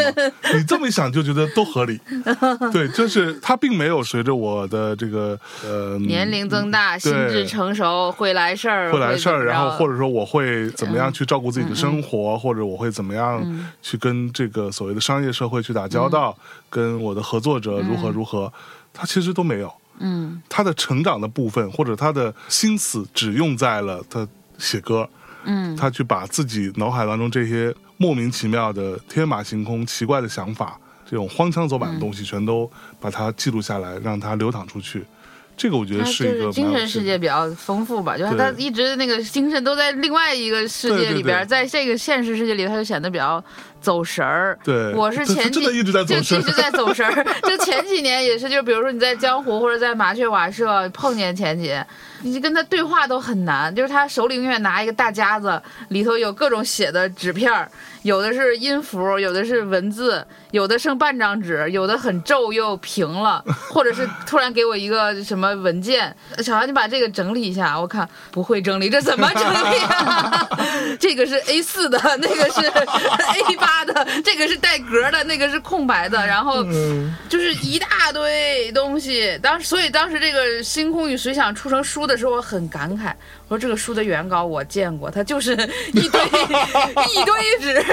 S2: 你这么一想就觉得都合理，对，就是她并没有随着我的这个呃
S1: 年龄增大，心智成熟，会来事儿，
S2: 会来事儿，
S1: 怎么着嗯
S2: 然后或者说我会怎么样去照顾自己的生活，或者我会怎么样去跟这个所谓的商业社会去打交道，
S1: 嗯
S2: 跟我的合作者如何如何，他其实都没有。
S1: 嗯
S2: 他的成长的部分或者他的心思只用在了他写歌，
S1: 嗯
S2: 他去把自己脑海当中这些莫名其妙的天马行空、奇怪的想法，这种荒腔走板的东西，
S1: 嗯
S2: 全都把它记录下来，让它流淌出去。这个我觉
S1: 他
S2: 得
S1: 就是
S2: 一
S1: 是
S2: 个
S1: 精
S2: 蛮有
S1: 神世
S2: 趣的
S1: 界比较丰富吧，就是
S2: 对
S1: 他一直那个精神都在另外一个世
S2: 对
S1: 界
S2: 对
S1: 里边，
S2: 对
S1: 在这个现实世界里，他就显得比较走神儿。
S2: 对，
S1: 我是
S2: 他他
S1: 前
S2: 真的
S1: 几
S2: 一直在
S1: 就
S2: 走神
S1: 一直在走神儿。就前几年也是，就比如说你在江湖或者在麻雀瓦舍碰见钱姐，你跟他对话都很难。就是他手里永远拿一个大夹子，里头有各种写的纸片儿，有的是音符，有的是文字，有的剩半张纸，有的很皱又平了，或者是突然给我一个什么文件，小韩你把这个整理一下，啊我看不会整理，这怎么整理、啊？ 这个是 A 四的，那个 是 A 八的，这个是带格的，那个是空白的，然后
S2: 嗯
S1: 就是一大堆东西。当所以当时这个《星空与水想》出成书的时候，我很感慨，我说这个书的原稿我见过，它就是一 堆一堆纸，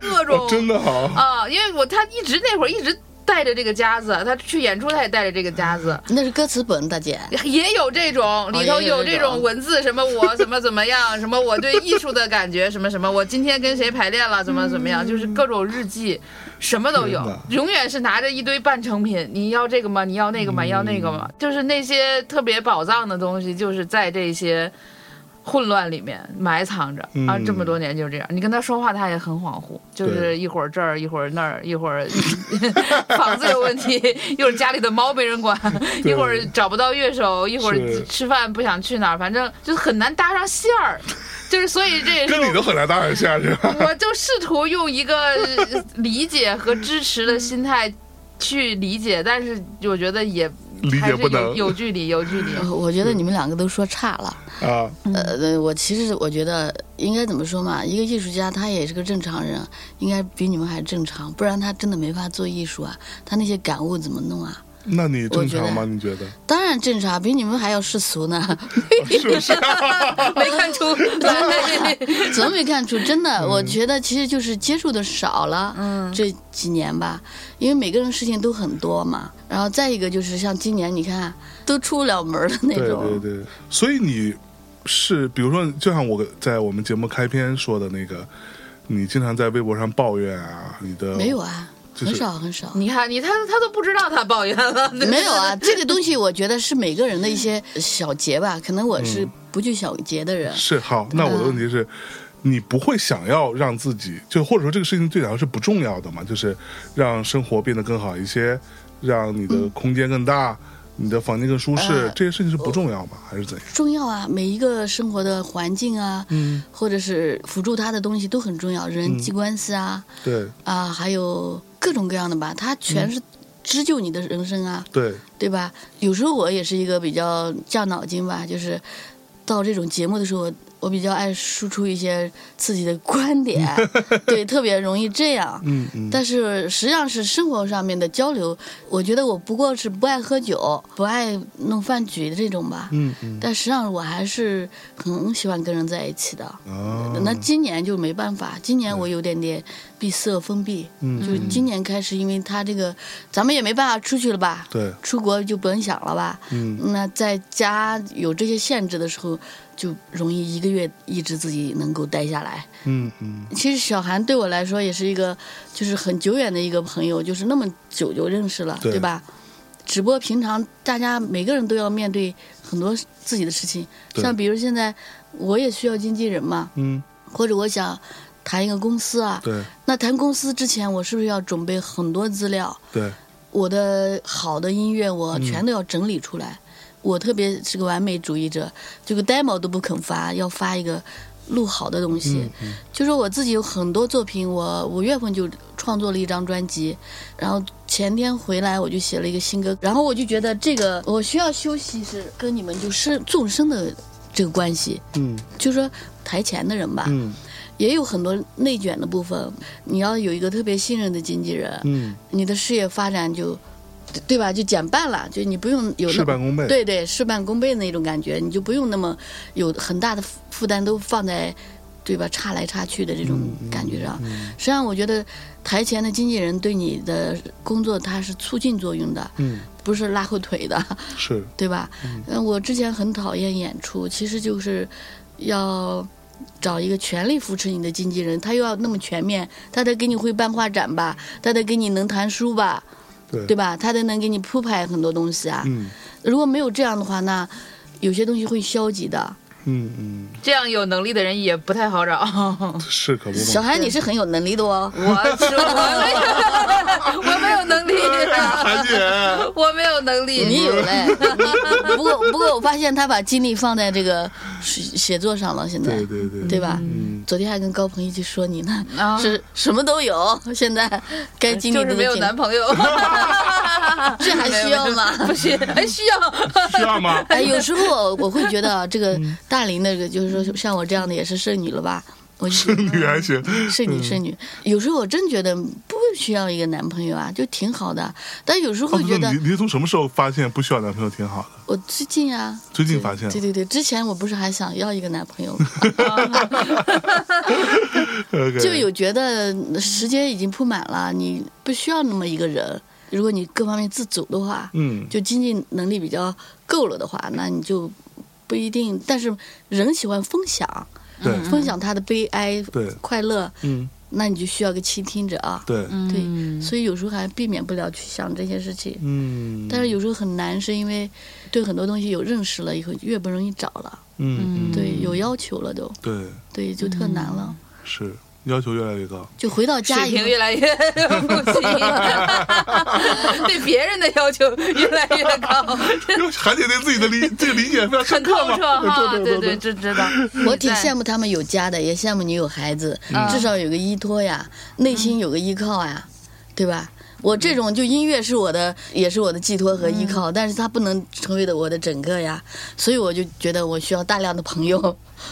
S1: 各种
S2: 哦啊真的好。
S1: 啊啊、因为我他一直那会儿一直带着这个夹子，他去演出他也带着这个夹子。
S3: 那是歌词本，大姐。
S1: 也有这种，里头
S3: 也有
S1: 有
S3: 这
S1: 这
S3: 种
S1: 种文字，什么我 怎么怎么样，什么我对艺术的感觉，什么什么，我今天跟谁排练了，怎么怎么样，就是各种日记，什么都有
S2: 天哪，
S1: 永远是拿着一堆半成品，你要这个吗？你要那个吗？要那个吗？就是那些特别宝藏的东西，就是在这些。混乱里面埋藏着啊，
S2: 嗯
S1: 这么多年就这样。你跟他说话，他也很恍惚，就是
S2: 对
S1: 一会儿这儿，一会儿那儿，一 会儿房子有问题，一会儿家里的猫没人管，一会儿找不到乐手，一会儿
S2: 是
S1: 吃饭不想去哪儿，反正就很难搭上线 儿。就是所以这也是
S2: 跟你都
S1: 我
S2: 很难搭上线儿是吧？
S1: 我就试图用一个呃理解和支持的心态去理解，但是我觉得也
S2: 理
S1: 还
S2: 解
S1: 是有
S2: 不能
S1: 有距离，有距离。
S2: 嗯
S3: 呃我觉得你们两个都说差了。
S2: 啊，
S3: 呃，我其实我觉得应该怎么说嘛？一个艺术家他也是个正常人，应该比你们还正常，不然他真的没法做艺术啊。他那些感悟怎么弄啊？
S2: 那你正常吗？
S3: 我觉得
S2: 你觉得
S3: 当然正常，比你们还要世 俗呢。
S2: 是不是？
S1: 没看出来，
S3: 怎么没看出？真的，
S2: 嗯
S3: 我觉得其实就是接触的少了，嗯，这几年吧，因为每个人事情都很多嘛。然后再一个就是像今年，你看都出不了门儿的那
S2: 对
S3: 种，
S2: 对对，所以你是比如说，就像我在我们节目开篇说的那个，你经常在微博上抱怨啊，你的
S3: 没有啊，
S2: 就是
S3: 很少很少。
S1: 你看你他他都不知道他抱怨了，
S3: 没有啊，这个东西我觉得是每个人的一些小 节吧，可能我是不去小节的人。
S2: 是好。那我的问题是，你不会想要让自己就或者说这个事情对你来说是不重要的嘛？就是让生活变得更好一些，让你的空间更大，你的房间更舒适，
S3: 嗯呃
S2: 这些事情是不重要吗？还是怎样？
S3: 重要啊，每一个生活的环境啊，
S2: 嗯，
S3: 或者是辅助他的东西都很重要，人
S2: 嗯
S3: 际关系啊、
S2: 对
S3: 啊，还有各种各样的吧，它全
S2: 嗯
S3: 是织就你的人生啊，
S2: 对，
S3: 对吧？有时候我也是一个比较犟脑筋吧，就是到这种节目的时候，我我比较爱输出一些自己的观点，啊 对，特别容易这样。
S2: 嗯嗯，
S3: 但是实际上是生活上面的交流，我觉得我不过是不爱喝酒、不爱弄饭局的这种吧。
S2: 嗯嗯
S3: 但实际上我还是很喜欢跟人在一起的。
S2: 啊，
S3: 那今年就没办法，今年我有点点闭塞封闭，
S2: 嗯
S3: 就是
S2: 嗯
S3: 今年开始，因为他这个咱们也没办法出去了吧，
S2: 对，
S3: 出国就甭想了吧。
S2: 嗯
S3: 那在家有这些限制的时候，就容易一个月一直自己能够待下来。
S2: 嗯嗯
S3: 其实小韩对我来说也是一个，就是很久远的一个朋友，就是那么久就认识了，
S2: 对
S3: 对吧？只不过平常大家每个人都要面对很多自己的事情，
S2: 对
S3: 像比如现在我也需要经纪人嘛，
S2: 嗯，
S3: 或者我想谈一个公司啊，
S2: 对
S3: 那谈公司之前，我是不是要准备很多资料？
S2: 对，嗯
S3: 我的好的音乐我全都要整理出
S2: 嗯
S3: 来。我特别是个完美主义者，这个 demo 都不肯发，要发一个录好的东西。
S2: 嗯嗯
S3: 就说我自己有很多作品，我五月份就创作了一张专辑，然后前天回来我就写了一个新歌，然后我就觉得这个我需要休息是跟你们就是众生的这个关系，
S2: 嗯
S3: 就说台前的人吧，
S2: 嗯
S3: 也有很多内卷的部分，你要有一个特别信任的经纪人，
S2: 嗯，
S3: 你的事业发展就。对对吧？就减半了，就你不用有那
S2: 事半功倍。
S3: 对对，事半功倍的那种感觉，你就不用那么有很大的负负担都放在，对吧？差来差去的这种感觉上。实际上，我觉得台前的经纪人对你的工作它是促进作用的，
S2: 嗯，
S3: 不是拉后腿的，
S2: 是，
S3: 对吧？嗯，我之前很讨厌演出，其实就是要。找一个全力扶持你的经纪人，他又要那么全面，他得给你会办画展吧，他得给你能谈书吧，
S2: 对
S3: 对吧？他得能给你铺排很多东西啊。
S2: 嗯
S3: 如果没有这样的话，那有些东西会消极的。
S2: 嗯嗯，
S1: 这样有能力的人也不太好 找。
S2: 是可不
S3: 小
S2: 嘛。
S3: 韩，你是很有能力的哦。
S1: 我是 我没有，我没有 能力，
S2: 韩 姐，
S1: 我没有能力。
S3: 你有 嘞，你不过不过我发现他把精力放在这个写写作上了，现在
S2: 对对对，
S3: 对吧？
S2: 嗯，
S3: 昨天还跟高鹏一起说你呢，
S1: 啊
S3: 是什么都有，现 在该经历
S1: 就
S3: 的
S1: 是
S3: 都
S1: 没有
S3: 经历
S1: 男朋友，
S3: 这还需要吗？
S1: 不需 哎需要。
S2: 需要吗？
S3: 哎，有时候我会觉 得啊这个
S1: 嗯
S3: 大龄那个，就是说像我这样的也是剩女了吧？我就觉 得
S2: 女还 行，
S3: 剩
S1: 嗯
S3: 女剩女，有时候我真觉得不需要一个男朋友啊，就挺好的。但有时候
S2: 哦
S3: 会觉
S2: 那，
S3: 得
S2: 你你从什么时候发现不需要男朋友挺好 的？
S3: 我最近啊，
S2: 最近发现
S3: 对对对，之前我不是还想要一个男 朋友吗，
S2: OK
S3: 就有觉得时间已经铺满了，你不需要那么一个人，如果你各方面自主的话，
S2: 嗯，
S3: 就经济能力比较够了的话，那你就不一定。但是人喜欢分享，
S2: 对，
S3: 分享他的悲哀、
S2: 对
S3: 快乐，
S2: 嗯，
S3: 那你就需要个倾听者啊。
S2: 对，
S1: 嗯
S3: 对，所以有时候还避免不了去想这些事情。
S2: 嗯，
S3: 但是有时候很难，是因为对很多东西有认识了以后，越不容易找了，
S2: 嗯，嗯
S3: 对，有要求了都，
S2: 对，
S3: 对，就特难了。
S2: 是要求越来越高，
S3: 就回到家
S1: 水
S3: 以
S1: 平
S3: 后，
S1: 越来越不行，对别人的要求越来越高，
S2: 因为还得对自己的 理这个理解非常深
S1: 很透
S2: 刻嘛
S1: 彻，哈。
S2: 对
S1: 对
S2: 对
S1: 对，，知知道。
S3: 我挺羡
S1: 慕，
S3: 慕他们有家的，也羡慕你有孩子，
S1: 嗯
S3: 至少有个依托呀，内心有个依靠呀，对吧？我这种就音乐是我的，也是我的寄托和依靠，但是它不能成为的我的整个呀，所以我就觉得我需要大量的朋友，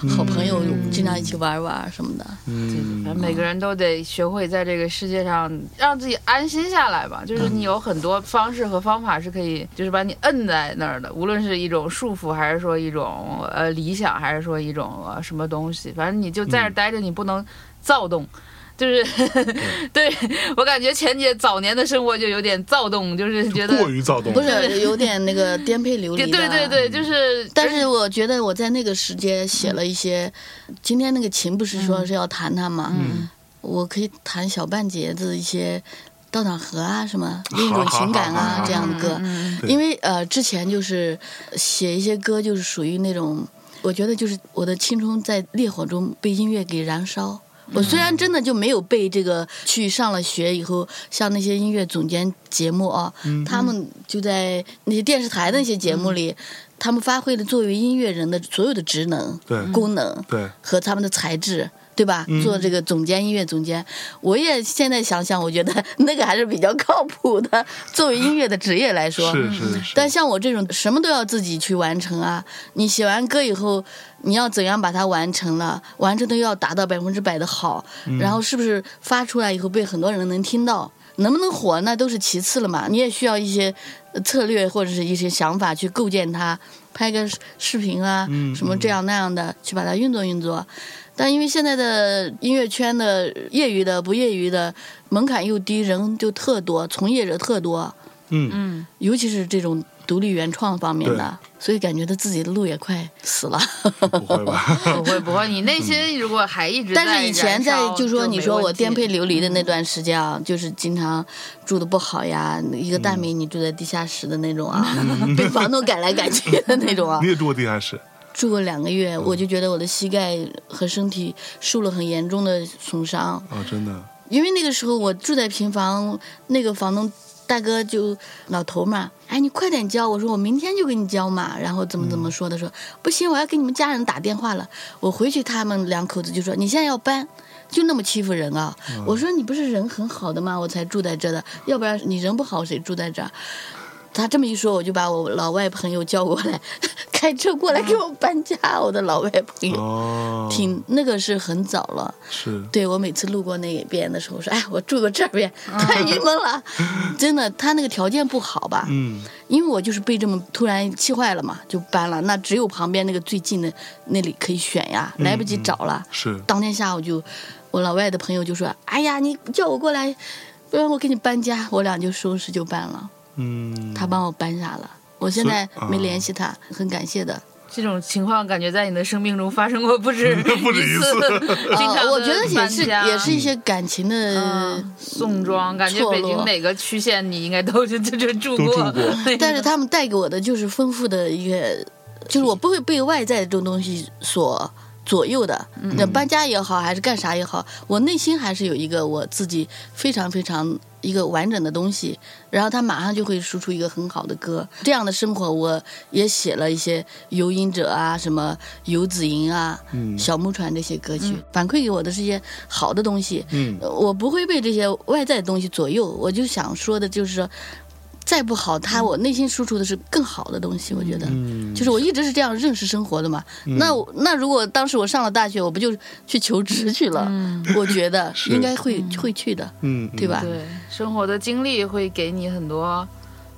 S3: 好朋友经常一起玩玩什么的。
S1: 对对
S2: 嗯
S1: 反正每个人都得学会在这个世界上让自己安心下来吧。就是你有很多方式和方法是可以，就是把你摁在那儿的，无论是一种束缚，还是说一种呃理想，还是说一种、呃、什么东西，反正你就在这儿待着，你不能躁动。就是 对我感觉钱姐早年的生活就有点躁动，就是觉得
S2: 过于躁动，
S3: 不是有点那个颠沛流离
S1: 对
S3: 的，啊
S1: 对对对，就是，
S3: 但是我觉得我在那个时间写了一些，今天那个琴不是说是要弹弹吗？
S2: 嗯
S3: 我可以弹小半截子一些到哪河啊什么另一种情感啊这样的歌，
S1: 嗯
S2: 对
S3: 因为呃之前就是写一些歌就是属于那种，我觉得就是我的青春在烈火中被音乐给燃烧。我虽然真的就没有被这个去上了学以后，像那些音乐总监节目啊，
S1: 嗯
S3: 他们就在那些电视台的那些节目里，
S1: 嗯
S3: 他们发挥了作为音乐人的所有的职能、
S2: 对
S3: 功能
S2: 对，
S3: 和他们的才智。对吧？做这个总监，音乐总监，我也现在想想，我觉得那个还是比较靠谱的。作为音乐的职业来说，
S2: 是是是，
S3: 但像我这种什么都要自己去完成啊，你写完歌以后，你要怎样把它完成了？完成的要达到百分之百的好，
S2: 嗯
S3: 然后是不是发出来以后被很多人能听到？能不能火那都是其次了嘛，你也需要一些呃策略或者是一些想法去构建它，拍个视视频啊，
S2: 嗯
S3: 什么这样那样的去把它运作运作。但因为现在的音乐圈的业余的不业余的门槛又低，人就特多，从业者特多，
S2: 嗯，
S3: 尤其是这种独立原创方面的，所以感觉他自己的路也快死了。
S2: 不会吧？
S1: 不会不会，你内心如果还一直在燃
S3: 但
S1: 烧，
S3: 是以前在就说你说我颠沛
S1: 流。
S3: 流离的那段时间啊，就是经常住的不好呀，一个大美女住在地下室的那种啊， 被房东赶来赶去的那 种啊
S2: 你，也住过地下室？
S3: 住过两个月，我就觉得我的膝盖和身体受了很严重的损伤。
S2: 哦，真的，
S3: 因为那个时候我住在平房，那个房东大哥就老头嘛，哎，你快点交，我说我明天就给你交嘛，然后怎么怎么说的说，不行，我要给你们家人打电话了，我回去他们两口子就说你现在要搬。就那么欺负人啊！我说你不是人很好的吗？我才住在这的，要不然你人不好谁住在这儿？他这么一说，我就把我老外朋友叫过来， 开车过来给我搬家。我的老外朋友，
S2: 哦，
S3: 挺那个是很早了，
S2: 是，
S3: 对我每次路过那边的时候，我说：“哎，我住过这边，
S2: 嗯
S3: 太郁闷 了。真的，他那个条件不好吧？
S2: 嗯，
S3: 因为我就是被这么突然气坏了嘛，就搬了。那只有旁边那个最近的那里可以选呀，
S2: 嗯
S3: 来不及找了。
S2: 是，
S3: 当天下午就，我老外的朋友就说：“哎呀，你叫我过来，不然我给你搬家。”我俩就收拾就搬了，
S2: 嗯，
S3: 他帮我搬下了。我现在
S2: 所以啊
S3: 没联系他，很感谢的。
S1: 这种情况感觉在你的生命中发生过不止
S2: 不止一次
S1: 次
S3: 啊
S1: 经常
S3: 我觉得
S1: 的
S3: 也
S1: 搬
S3: 是，
S1: 家
S3: 也是一些感情的
S1: 嗯宋庄，感觉
S3: 错
S1: 北
S3: 落
S1: 京哪个区县你应该都就就就住
S2: 都
S1: 过
S2: 住 过，
S3: 但是他们带给我的就是丰富的一个，就是我不会被外在这种东西所左右的。那、搬家也好，还是干啥也好，我内心还是有一个我自己非常非常一个完整的东西，然后他马上就会输出一个很好的歌。这样的生活，我也写了一些游吟者啊，什么游子吟啊，
S2: 嗯
S3: 小木船这些歌曲，反馈给我的是一些好的东西。
S2: 嗯
S3: 呃我不会被这些外在的东西左右，我就想说的就是说，再不好，
S1: 嗯
S3: 他我内心输出的是更好的东西，我觉得。
S2: 嗯，
S3: 就是我一直是这样认识生活的嘛，
S1: 嗯
S3: 那我那如果当时我上了大学，我不就去求职
S1: 嗯
S3: 去了？我觉得应该会会去的，
S2: 嗯，嗯
S3: 对？吧？
S1: 对生活的经历会给你很多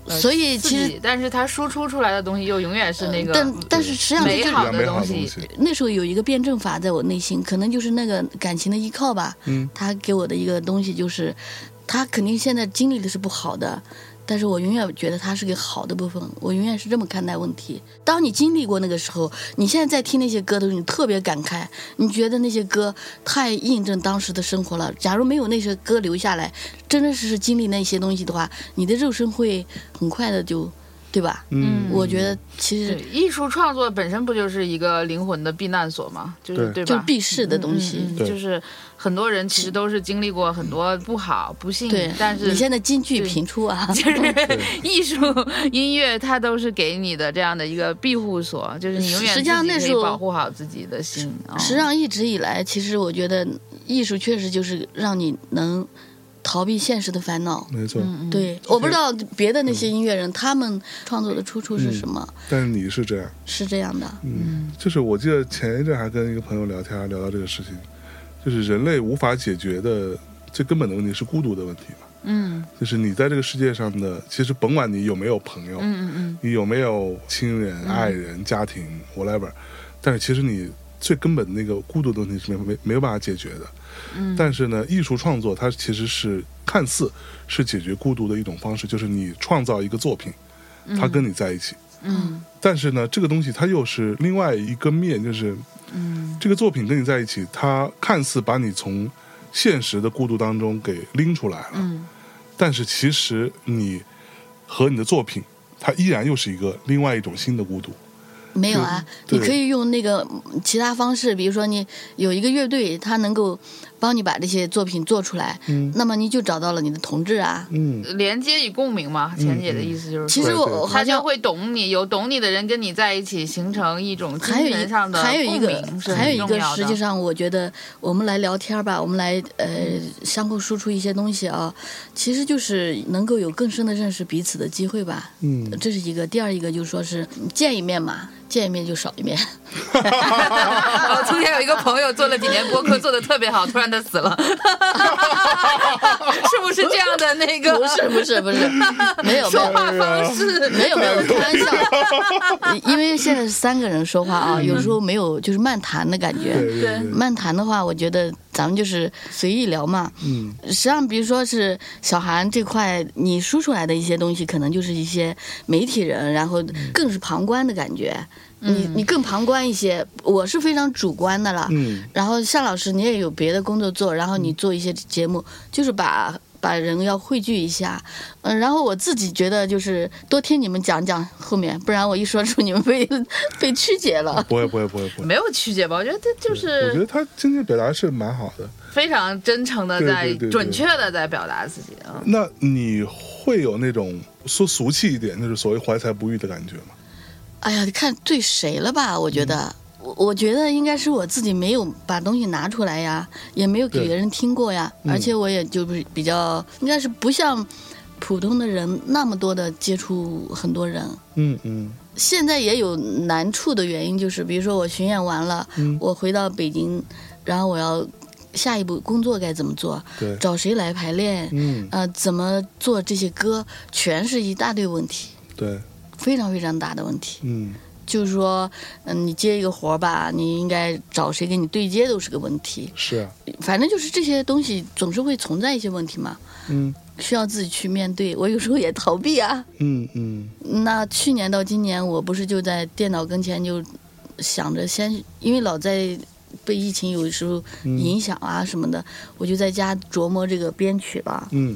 S1: 呃
S3: 所以
S1: 刺
S3: 其实
S1: 激，但是它输出出来的东西又永远是那个嗯
S3: 但但是实际上
S1: 美
S3: 就是
S1: 好
S2: 比
S1: 的
S2: 较嗯美好
S1: 东
S2: 的东
S1: 西
S2: 西，
S3: 那时候有一个辩证法在我内心，可能就是那个感情的依靠吧。
S2: 嗯
S3: 他给我的一个东西就是，他肯定现在经历的是不好的，但是我永远觉得他是个好的部分，我永远是这么看待问题。当你经历过那个时候，你现在在听那些歌的时候，你特别感慨，你觉得那些歌太印证当时的生活了。假如没有那些歌留下来，真真实实经历那些东西的话，你的肉身会很快的就，对吧？
S2: 嗯，
S3: 我觉得其
S1: 对
S3: 实，
S1: 艺术创作本身不就是一个灵魂的避难所吗？就是对
S2: 对
S1: 吧？
S3: 就避世的东西。
S1: 嗯嗯
S2: 对
S1: 就是很多人其实都是经历过很多不好、不幸
S3: 对，，
S1: 嗯但是
S3: 你现在金句频出 啊，
S1: 就是艺术、音乐，它都是给你的这样的一个庇护所，就是你永远
S3: 实际上
S1: 自己
S3: 那
S1: 可以
S3: 时候
S1: 保护好自己的心。哦
S3: 实际上一直以来，其实我觉得艺术确实就是让你能逃避现实的烦恼。
S2: 没错。
S1: 嗯
S3: 对，我不知道别的那些
S2: 嗯
S3: 音乐人，他们创作的出处是什么，
S2: 但是你是这样，
S3: 是这样的。
S2: 嗯，就是我记得前一阵还跟一个朋友聊天，聊到这个事情，就是人类无法解决的最根本的问题是孤独的问题嘛。
S1: 嗯
S2: 就是你在这个世界上的，其实甭管你有没有朋友，
S1: 嗯嗯
S2: 你有没有亲人、爱人、家庭，whatever，但是其实你最根本的那个孤独的问题是没没没有办法解决的。
S1: 嗯
S2: 但是呢，艺术创作它其实是看似是解决孤独的一种方式，就是你创造一个作品，它跟你在一起。
S1: 嗯嗯
S2: 但是呢，这个东西它又是另外一个面，就是
S1: 嗯
S2: 这个作品跟你在一起，它看似把你从现实的孤独当中给拎出来了，
S1: 嗯
S2: 但是其实你和你的作品，它依然又是一个另外一种新的孤独。
S3: 没有啊，
S2: 对
S3: 你可以用那个嗯其他方式，比如说你有一个乐队，他能够帮你把这些作品做出来，
S2: 嗯
S3: 那么你就找到了你的同志啊。
S2: 嗯，
S1: 嗯，连接与共鸣嘛，钱姐的意思就是说，
S3: 嗯其实
S2: 对
S3: 我
S2: 对
S1: 他
S3: 好
S1: 就
S3: 像
S1: 会懂你，有懂你的人跟你在一起，形成一种
S3: 还有
S1: 精神
S3: 一
S1: 上的
S3: 还有一
S1: 共
S3: 个
S1: 鸣是
S3: 还有
S1: 很
S3: 一
S1: 重
S3: 个，
S1: 要
S3: 实
S1: 的
S3: 际上 我觉得我们来聊天吧，我们来呃
S1: 嗯
S3: 相互输出一些东西啊，其实就是能够有更深的认识彼此的机会吧。
S2: 嗯
S3: 这是一个，第二一个就是说是见一面嘛，见一面就少一 面。
S1: 我从前有一个朋友做了几年播客，做的特别好，突然他死 了，是不是这样的那个？
S3: 不是不是不是，没有没
S1: 说
S3: 有
S1: 话方式，
S3: 没有没 有，开玩笑，因为现在是三个人说话啊，
S1: 嗯
S3: 有时候没有就是漫谈的感
S2: 对
S3: 觉。
S2: 对
S1: 对
S2: 对，
S3: 漫谈的话，我觉得咱们就是随意聊嘛。
S2: 嗯
S3: 实际上，比如说是小韩这块，你输出来的一些东西，可能就是一些媒体人，然后更是旁观的感觉。你你更旁观一些，我是非常主观的了。
S2: 嗯，
S3: 然后夏老师，你也有别的工作做，然后你做一些节目，就是把把人要汇聚一下。嗯，然后我自己觉得就是多听你们讲讲后面，不然我一说出你们被 被曲解了。
S2: 不会不会不会不会。
S1: 没有曲解吧？我觉得这就
S2: 我觉
S1: 是
S2: 得他今天表达是蛮好的。
S1: 非常真诚的
S2: 对
S1: 在
S2: 对对对
S1: 准确的在表达自己啊。
S2: 那你会有那种说俗气一点，就是所谓怀才不遇的感觉吗？
S3: 哎呀，看对谁了吧？我觉
S2: 嗯
S3: 得，我我觉得应该是我自己没有把东西拿出来呀，也没有给
S2: 对
S3: 别人听过呀，
S2: 嗯
S3: 而且我也就不是比较，应该是不像普通的人那么多的接触很多人。
S2: 嗯嗯
S3: 现在也有难处的原因，就是比如说我巡演完了，
S2: 嗯，
S3: 我回到北京，然后我要下一步工作该怎么做，
S2: 对，
S3: 找谁来排练，
S2: 嗯
S3: 呃，怎么做这些歌，全是一大堆问题，
S2: 对，
S3: 非常非常大的问题。
S2: 嗯
S3: 就是说，嗯，你接一个活儿吧，你应该找谁跟你对接都是个问题。
S2: 是啊，
S3: 反正就是这些东西总是会存在一些问题嘛，
S2: 嗯
S3: 需要自己去面对。我有时候也逃避啊，
S2: 嗯嗯
S3: 那去年到今年，我不是就在电脑跟前就想着先，因为老在被疫情有时候影响啊什么的，我就在家琢磨这个编曲吧。
S2: 嗯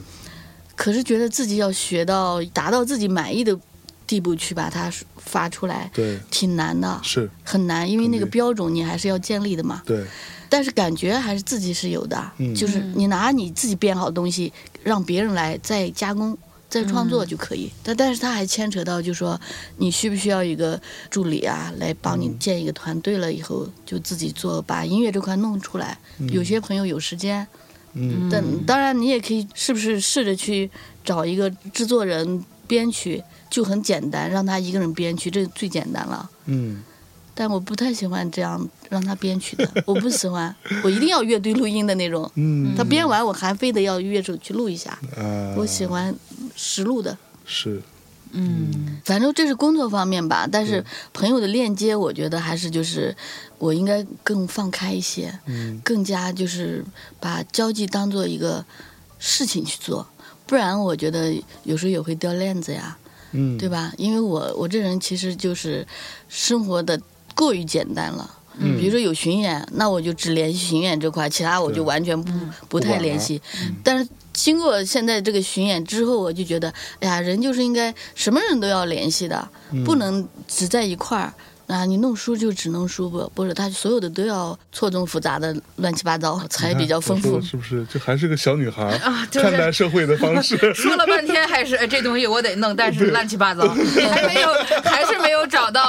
S3: 可是觉得自己要学到达到自己满意的地步去把它发出来，
S2: 对，
S3: 挺难的，
S2: 是
S3: 很难，因为那个
S2: 肯定
S3: 标准你还是要建立的嘛。
S2: 对，
S3: 但是感觉还是自己是有的，
S2: 嗯
S3: 就是你拿你自己编好的东西，让别人来再加工、再创作就可以。但但是它还牵扯到，就说你需不需要一个助理啊，来帮你建一个团队了以后，就自己做，把音乐这块弄出来。有些朋友有时间，
S2: 嗯
S3: 但当然你也可以，是不是试着去找一个制作人编曲，就很简单，让他一个人编曲，这最简单了。
S2: 嗯
S3: 但我不太喜欢这样让他编曲的，我不喜欢，我一定要乐队录音的那种。
S2: 嗯，
S3: 他编完，我还非得要乐手去录一下。
S2: 啊，
S3: 我喜欢实录的，
S2: 是，
S1: 嗯
S3: 反正这是工作方面吧。但是朋友的链接，我觉得还是就是我应该更放开一些，
S2: 嗯
S3: 更加就是把交际当做一个事情去做，不然我觉得有时候也会掉链子呀，
S2: 嗯，
S3: 对吧？因为我我这人其实就是生活的过于简单了。
S2: 嗯
S3: 比如说有巡演，那我就只联系巡演这块，其他我就完全不
S1: 嗯
S3: 不太联系。但是经过现在这个巡演之后，我就觉得，哎呀，人就是应该什么人都要联系的，
S2: 嗯
S3: 不能只在一块儿。啊，你弄书就只弄书不，不是他所有的都要错综复杂的乱七八糟才比较丰
S2: 你看嗯
S3: 富
S2: 我说的。是不是？就还是个小女孩
S1: 啊就是
S2: 看待社会的方 式。
S1: 说 了半天还是哎这东西我得弄，但是乱七八糟，还没有，还是没有找 到，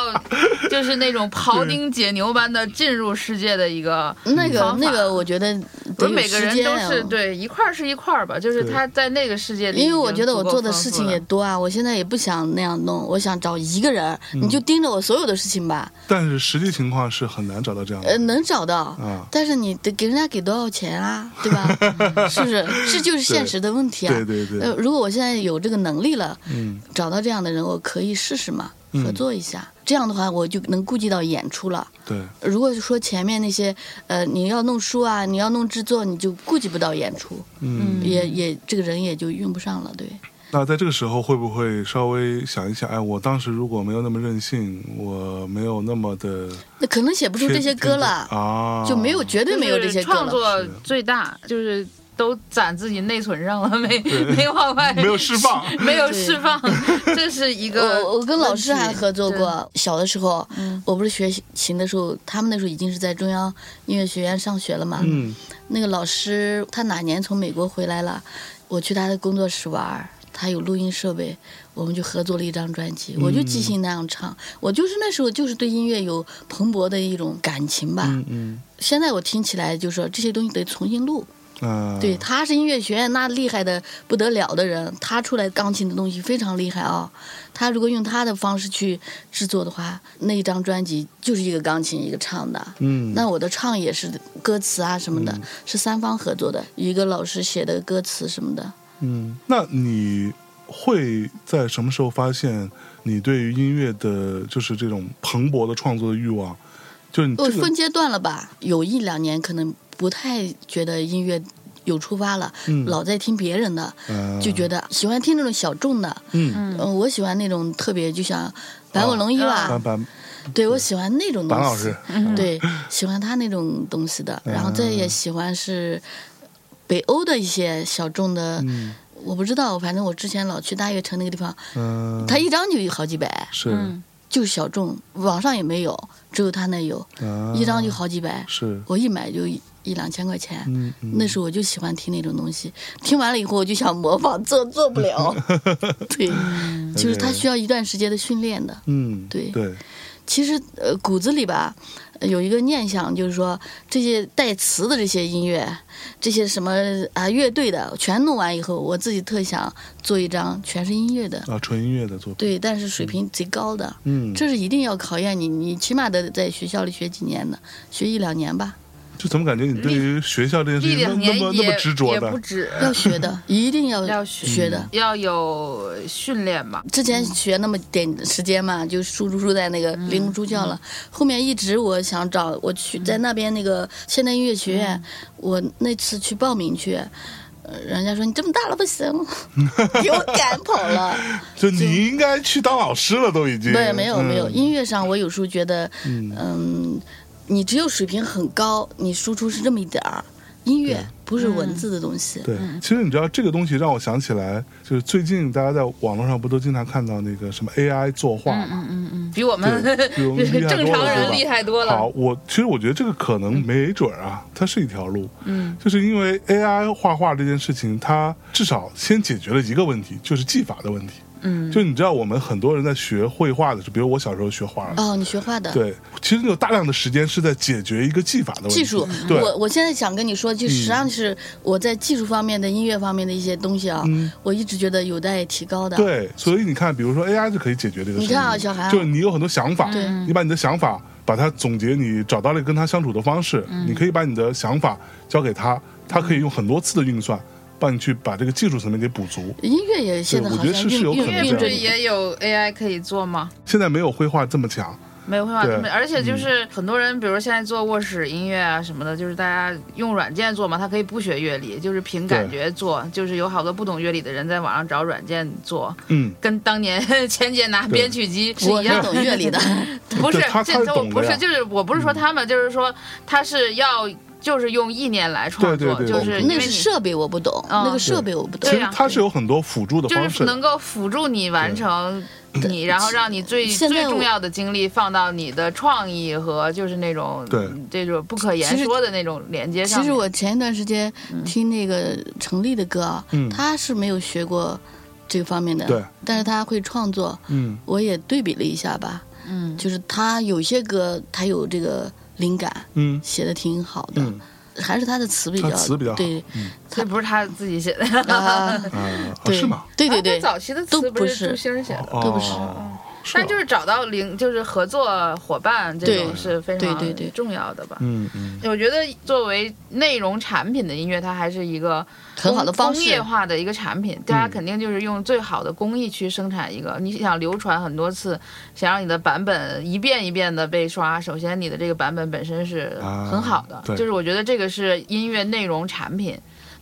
S1: 就是那种庖丁解牛般的进入世界的一个
S3: 那个
S1: 方法
S3: 那个，我觉得
S1: 我们
S3: 得有
S1: 每个
S3: 时
S1: 人
S3: 间
S1: 都
S3: 啊。
S1: 是对一块儿是一块儿吧，就是
S2: 对
S1: 他在那个世界里已
S3: 因
S1: 经
S3: 为
S1: 足够丰富了，
S3: 我觉得我做的事情也多啊，我现在也不想那样弄，我想找一个人儿，你
S2: 嗯
S3: 就盯着我所有的事情吧。
S2: 但是实际情况是很难找到这样的
S3: 呃，
S2: 人。
S3: 能找到，
S2: 啊
S3: 但是你得给人家给多少钱啊，对吧？ 是不是？这就是现实的问题啊。
S2: 对对对
S3: 呃，如果我现在有这个能力了，
S2: 嗯
S3: 找到这样的人，我可以试试嘛，
S2: 嗯
S3: 合作一下。这样的话，我就能顾及到演出了。
S2: 对，
S3: 如果说前面那些，呃，你要弄书啊，你要弄制作，你就顾及不到演出，
S2: 嗯。
S3: 也也这个人也就用不上了，对。
S2: 那在这个时候，会不会稍微想一想？哎，我当时如果没有那么任性，我没有那么的
S3: 那可能写不出这些歌了，
S2: 啊，
S3: 就没有，绝对没有这些歌
S1: 创
S3: 了。
S1: 作最大就是都攒自己内存 上了，没没有往外，
S2: 没有释放。
S1: 没有释放，这是一个
S3: 我我跟老师还合作
S1: 问
S3: 过，小的时候，
S1: 嗯
S3: 我不是学琴的时候，他们那时候已经是在中央音乐学院上学了嘛。
S2: 嗯
S3: 那个老师他哪年从美国回来了，我去他的工作室玩儿，他有录音设备，我们就合作了一张专
S2: 嗯
S3: 辑，我就即兴那样唱，我就是那时候就是对音乐有蓬勃的一种感情吧。
S2: 嗯嗯
S3: 现在我听起来就说这些东西得重新录，
S2: 啊，
S3: 对，他是音乐学院那厉害的不得了的人，他出来钢琴的东西非常厉害啊、他如果用他的方式去制作的话，那一张专辑就是一个钢琴一个唱的。
S2: 嗯，
S3: 那我的唱也是歌词啊什么的，是三方合作的，一个老师写的歌词什么的。
S2: 嗯，那你会在什么时候发现你对于音乐的，就是这种蓬勃的创作的欲望？就是你
S3: 我
S2: 这个
S3: 呃分阶段了吧，有一两年可能不太觉得音乐有出发了，
S2: 嗯
S3: 老在听别人的，
S2: 呃
S3: 就觉得喜欢听那种小众的。
S2: 嗯，
S3: 嗯、我喜欢那种特别，就像
S2: 啊
S3: 白果龙一吧，
S2: 板板
S3: 对我喜欢那种东
S2: 板
S3: 西。
S2: 老师，嗯
S3: 对，喜欢他那种东西的，然后再也喜欢是北欧的一些小众的，
S2: 嗯
S3: 我不知道，反正我之前老去大悦城那个地方，
S2: 嗯，
S3: 他一张就好几百，
S2: 是
S1: 嗯
S3: 就是小众，网上也没有，只有他那有，
S2: 啊
S3: 一张就好几百，
S2: 是
S3: 我一买就一一两千块钱。
S2: 嗯嗯
S3: 那时候我就喜欢听那种东西，听完了以后我就想模仿，做做不了。 对，就是他需要一段时间的训练的。
S2: 嗯
S3: 对
S2: 对
S3: 其实呃骨子里吧，呃有一个念想，就是说这些带词的这些音乐，这些什么啊乐队的，全弄完以后，我自己特想做一张全是音乐的，
S2: 啊，纯音乐的作品，
S3: 对，但是水平贼高的，
S2: 嗯，
S3: 这是一定要考验你，你起码得在学校里学几年的，学一两年吧，
S2: 就怎么感觉你对于学校这件
S1: 一
S2: 事
S1: 两
S2: 情那
S1: 年
S2: 那么那么
S1: 也
S2: 执着
S1: 也不
S2: 的？
S1: 止，
S3: 要学的，一定嗯要
S1: 要学
S3: 学的。
S1: 要有训练吧。
S3: 之前学那么点时间嘛，
S2: 嗯
S3: 就输出输在那个灵工助教了。后面一直我想找我去在那边那
S2: 嗯
S3: 个现代音乐学院，我那次去报名去，呃人家说你这么大了 不行，给我赶跑了。
S2: 就你应该去当老师了，都已经。
S3: 对，没有
S2: 嗯
S3: 没有，音乐上我有时候觉得，
S2: 嗯
S3: 嗯，你只有水平很高，你输出是这么一点儿，音乐不是文字的东西。
S2: 嗯对，其实你知道这个东西让我想起来，就是最近大家在网络上不都经常看到那个什么 AI 作
S3: 嗯
S2: 画嘛？
S1: 比我们
S2: 对比我 们厉害多了
S1: 正常
S2: 对
S1: 人
S2: 吧
S1: 厉害多
S2: 好，
S1: 了。
S2: 我其实我觉得这个可能
S3: 嗯
S2: 没准儿啊，它是一条路，
S1: 嗯，
S2: 就是因为 AI 画画这件事情，它至少先解决了一个问题，就是技法的问题。
S1: 嗯，
S2: 就你知道，我们很多人在学绘画的时候，比如我小时候学画，
S3: 哦，你学画的。
S2: 对，其实你有大量的时间是在解决一个技法的问题。嗯
S3: 技术，
S2: 对，
S3: 我我现在想跟你说，就实际上是我在技术方面的、音乐方面的一些东西啊，我一直觉得有待提高的。，
S2: 嗯对，所以你看，比如说 AI 就可以解决这个事情。
S3: 你看啊小韩啊
S2: 就是你有很多想法，
S3: 对
S2: 你把你的想法把它总结你，找到了跟他相处的方式，
S3: 嗯
S2: 你可以把你的想法交给他，他可以用很多次的运算，帮你去把这个技术层面给补足。
S3: 音乐也现在
S2: 对我
S3: 好
S2: 觉得
S3: 像
S2: 是是有
S3: 运
S2: 可能这样
S3: 运运
S1: 乐
S3: 着
S1: 不
S2: 的
S1: 是也有 AI 可以做吗？
S2: 现在没有绘画这么强，
S1: 没有绘画
S2: 对嗯
S1: 这么，而且就是很多人，比如现在做卧室音乐啊什么的，就是大家用软件做嘛，他可以不学乐理，就是凭感觉做，就是有好多不懂乐理的人在网上找软件做，
S2: 嗯，
S1: 跟当年 钱姐拿编曲机是
S3: 我
S1: 一样
S3: 是懂乐理的，
S1: 不是
S2: 对他，他
S1: 这
S2: 是
S1: 这我
S2: 懂的
S1: 不
S2: 呀嗯
S1: 是，就是我不是说他们，就是说他是要就是用意念来创
S2: 对
S1: 作，
S2: 对对
S1: 就是因
S3: 那
S1: 为
S3: 是
S1: 你
S3: 设备我不懂，
S1: 嗯
S3: 那个设备我不懂
S2: 其
S1: 对。
S2: 实
S1: 呀
S2: 它是有很多辅助的
S1: 啊就
S2: 方
S1: 是
S2: 式的，
S1: 能够辅助你完成你，然后让你最
S3: 现在
S1: 最
S3: 我
S1: 重要的精力放到你的创意和就是那种
S2: 对
S1: 这种不可言
S3: 其实
S1: 说的那种连接上面。
S3: 其实我前一段时间
S1: 嗯
S3: 听那个程丽的歌啊，
S2: 嗯
S3: 她是没有学过这个方面的，
S2: 对，
S3: 但是她会创作，
S2: 嗯
S3: 我也对比了一下吧，
S1: 嗯
S3: 就是她有些歌她有这个灵感，
S2: 嗯
S3: 写的挺好的，
S2: 嗯
S3: 还是她的词比较
S2: 她词比较好
S3: 对，
S1: 这不是他自己写的，
S3: 啊，
S2: 啊啊，
S3: 对
S2: 是吗？
S3: 对对
S1: 啊
S3: 对
S1: 他，早期的
S3: 都
S1: 词
S3: 不
S1: 是
S3: 是
S1: 朱星写的，
S3: 都不是
S2: 哦，是
S1: 但
S2: 吗
S1: 就是找到零，就是合作伙伴这种
S3: 对
S1: 是非常
S3: 对对对
S1: 重要的吧。
S2: 嗯嗯
S1: 我觉得作为内容产品的音乐，它还是一个
S3: 很好的方
S1: 工业
S3: 式，嗯
S1: 化的一个产品，大家肯定就是用最好的工艺去生产一个。你想流传很多次，想让你的版本一遍一遍的被刷，首先你的这个版本本身是很好的，
S2: 啊对
S1: 就是我觉得这个是音乐内容产品。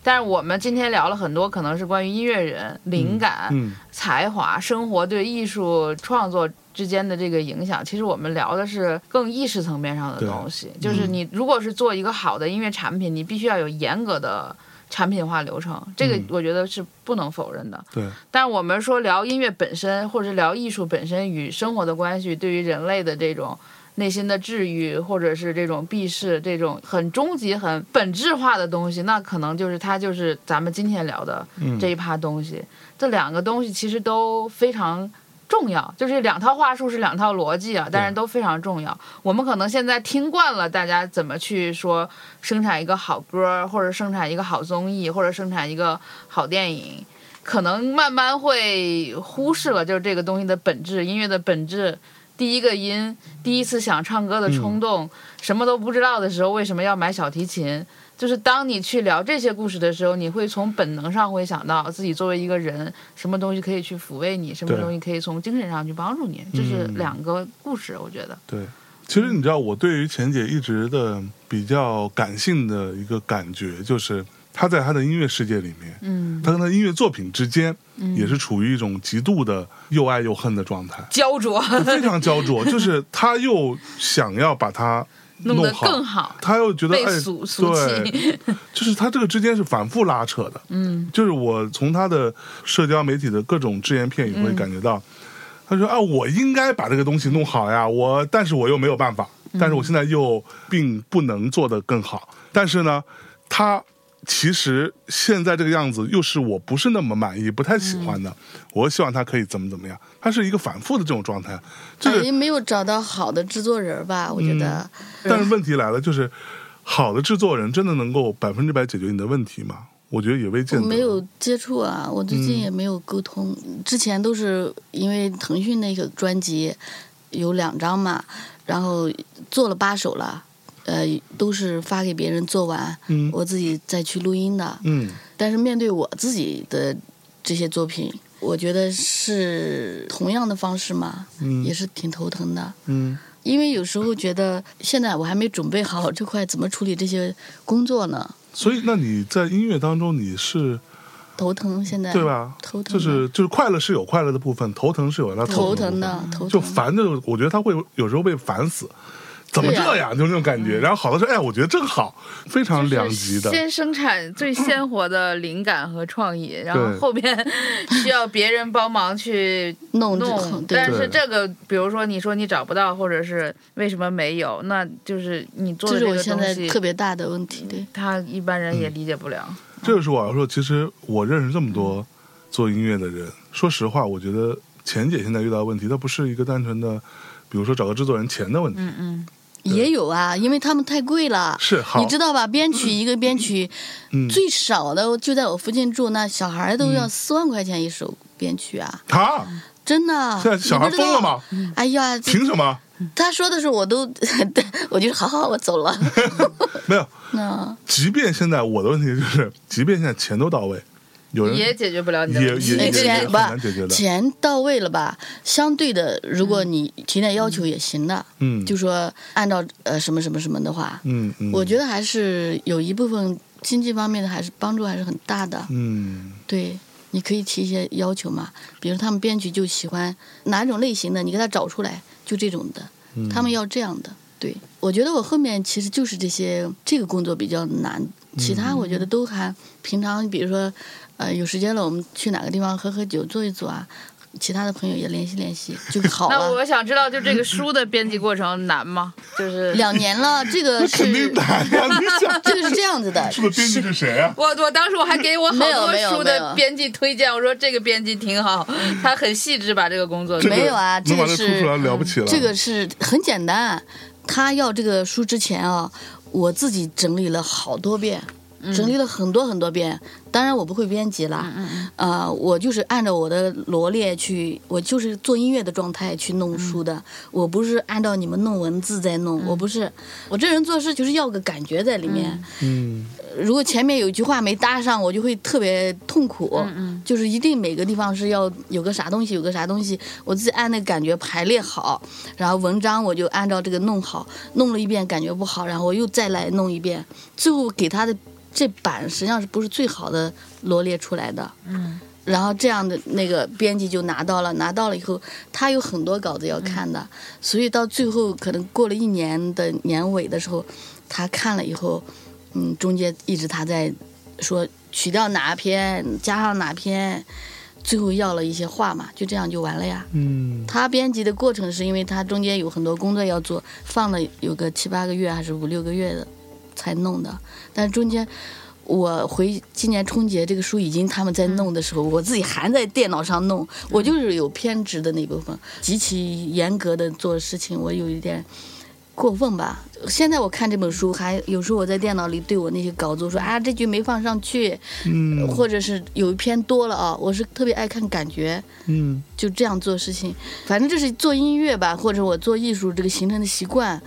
S1: 但是我们今天聊了很多，可能是关于音乐人灵
S3: 啊
S1: 感、
S2: 嗯，
S1: 才华、生活对艺术创作之间的这个影响，其实我们聊的是更意识层面上的
S2: 对嗯
S1: 东西。就是你如果是做一个好的音乐产品，你必须要有严格的产品化流程，这个
S2: 嗯
S1: 我觉得是不能否认的。
S2: 对，
S1: 但我们说聊音乐本身，或者是聊艺术本身与生活的关系，对于人类的这种内心的治愈，或者是这种避世，这种很终极、很本质化的东西，那可能就是它就是咱们今天聊的
S2: 嗯
S1: 这一趴东西。这两个东西其实都非常。重要就是两套话术是两套逻辑啊，但是都非常重要。我们可能现在听惯了大家怎么去说生产一个好歌，或者生产一个好综艺，或者生产一个好电影，可能慢慢会忽视了，就是这个东西的本质，音乐的本质。第一个音，第一次想唱歌的冲动，什么都不知道的时候，为什么要买小提琴？就是当你去聊这些故事的时候，你会从本能上会想到自己作为一个人，什么东西可以去抚慰你，什么
S2: 对
S1: 东西可以从精神上去帮助你。这是两个故事，我觉得。
S2: 对，其实你知道，我对于钱姐一直的比较感性的一个感觉，就是她在她的音乐世界里面，
S1: 嗯，，
S2: 她跟她的音乐作品之间，也是处于一种极度的又爱又恨的状态
S1: 焦 灼，
S2: 非常 焦灼。就是她又想要把它
S1: 弄得
S2: 好，
S1: 更好，
S2: 她又觉得
S1: 被
S2: 哎，
S1: 俗俗气
S2: 对，就是她这个之间是反复拉扯的。
S1: 嗯，
S2: 就是我从她的社交媒体的各种只言片语会感觉到。他说啊，我应该把这个东西弄好呀，我但是我又没有办法，
S3: 嗯
S2: 但是我现在又并不能做得更好。但是呢，他其实现在这个样子又是我不是那么满意、不太喜欢的。
S3: 嗯
S2: 我希望他可以怎么怎么样，他是一个反复的这种状态。就
S3: 哎
S2: 是，
S3: 也没有找到好的制作人吧，我觉得。
S2: 但是问题来了，就是好的制作人真的能够百分之百解决你的问题吗？我觉得也未见
S3: 我
S2: 得。
S3: 没有接触啊，我最近
S2: 嗯
S3: 也没有沟通。之前都是因为腾讯那个专辑有两张嘛，然后做了八首了，呃，都是发给别人做完，
S2: 嗯
S3: 我自己再去录音的。
S2: 嗯
S3: 但是面对我自己的这些作品，我觉得是同样的方式嘛，
S2: 嗯
S3: 也是挺头疼的。
S2: 嗯
S3: 因为有时候觉得现在我还没准备好这块怎么处理这些工作呢，
S2: 所以，那你在音乐当中，你是
S3: 头疼现在
S2: 对吧？
S3: 头
S2: 就
S3: 疼的
S2: 是就是快乐是有快乐的部分，头疼是有它
S3: 头
S2: 疼
S3: 疼
S2: 的部
S3: 的
S2: 分，
S3: 头
S2: 就
S3: 疼。
S2: 烦的，我觉得他会有时候被烦死，怎么
S3: 对啊
S2: 这样？就那种感觉。然后好的说，哎，我觉得正好，非常 两极的。
S1: 先生产最鲜活的灵感和创意，然后
S2: 对
S1: 后边 需要别人帮忙去
S3: 弄
S1: 弄。
S3: 对
S1: 但是
S2: 对
S1: 这个，比如说你说你找不到，或者是为什么没有，那就是你做的
S3: 这是
S1: 这
S3: 我
S1: 个
S3: 现
S1: 东
S3: 在
S1: 西，
S3: 特别大的问题。对，
S1: 他一般人
S2: 嗯
S1: 也理解不了。
S2: 这就是我要说，其实我认识这么多
S3: 嗯
S2: 做音乐的人，说实话，我觉得钱姐现在遇到的问题，它不是一个单纯的，比如说找个制作人钱的问题，
S1: 嗯嗯，
S3: 也有啊，因为他们太贵了。
S2: 是好
S3: 你，知道吧？编 曲一个编曲
S2: 嗯，
S3: 最少的就在我附近住，那小孩都要四万块钱一首编曲啊，
S2: 他
S3: 真的。啊
S2: 现在小孩
S3: 你不知
S2: 疯
S3: 道
S2: 了？吗？
S3: 哎呀，
S2: 凭什么？
S3: 他说的时候我都， 我就好好我走 了。
S2: 没有，
S3: 那
S2: 即便现在我的问题就是，即便现在钱都到位，有人
S1: 也解决不了你的
S2: 也
S1: 问
S2: 也
S1: 题。
S2: 也
S3: 那
S2: 也
S3: 钱
S2: 很
S3: 不
S2: 难解决的，
S3: 钱到位了吧？相对的，如果你提点要求也行的，
S2: 嗯，
S3: 就说按照呃什么什么什么的话，
S2: 嗯嗯，
S3: 我觉
S2: 得
S3: 得还是有一部分经济方面的还是帮助还是很大的。
S2: 嗯
S3: 对，你可以提一些要求嘛，比如他们编曲就喜欢哪种类型的，你给他找出来，就这种的，
S2: 嗯
S3: 他们要这样的。对，我觉得我后面其实就是这些这个工作比较难，其他
S2: 嗯
S3: 我觉得都还平常，比如说，呃，有时间了我们去哪个地方喝喝酒、坐一坐啊，其他的朋友也联系联系就好
S1: 那我
S3: 了。
S1: 想知道，就这个书的编辑过程难吗？就是
S3: 两年了，这个
S2: 肯定
S3: 是
S2: 难呀， 你想
S3: 这个是这样 子的，
S2: 这个编辑是谁啊？
S1: 我我当时我还给我好
S3: 没有
S1: 多
S3: 没有
S1: 书
S3: 没
S1: 的
S3: 有嗯
S1: 编辑推荐，我说这个编辑挺好，他很细致把这个工作
S2: 这
S1: 做
S2: 个
S3: 没有啊这
S2: 能
S3: 个
S2: 把它出
S3: 是
S2: 出来了不起了，
S3: 这个是很简单，他要这个书之前啊，我自己整理了好多遍，整理了很多很多遍。当然我不会编辑啦，呃，我就是按照我的罗列去，我就是做音乐的状态去弄书的。我不是按照你们弄文字在弄，我不是，我这人做事就是要个感觉在里面。
S2: 嗯
S3: 如果前面有一句话没搭上，我就会特别痛苦。就是一定每个地方是要有个啥东西，有个啥东西，我自己按那个感觉排列好，然后文章我就按照这个弄好，弄了一遍感觉不好，然后我又再来弄一遍，最后给他的这版实际上是不是最好的罗列出来的？嗯。然后这样的那个编辑就拿到了，拿到了以后，他有很多稿子要看的，所以到最后可能过了一年的年尾的时候，他看了以后，嗯，中间一直他在说取掉哪篇，加上哪篇，最后要了一些话嘛，就这样就完了呀。
S2: 嗯
S3: 他编辑的过程是因为他中间有很多工作要做，放了有个七八个月还是五六个月的才弄的，但中间。我回今年春节这个书已经他们在弄的时候，我自己还在电脑上弄，
S2: 嗯
S3: 我就是有偏执的那部分，极其严格的做事情，我有一点过分吧。现在我看这本书，还有时候我在电脑里对我那些稿子我说啊这句没放上去，
S2: 嗯
S3: 或者是有一篇多了啊，我是特别爱看感觉，
S2: 嗯
S3: 就这样做事情。反正这是做音乐吧，或者我做艺术这个形成的习惯。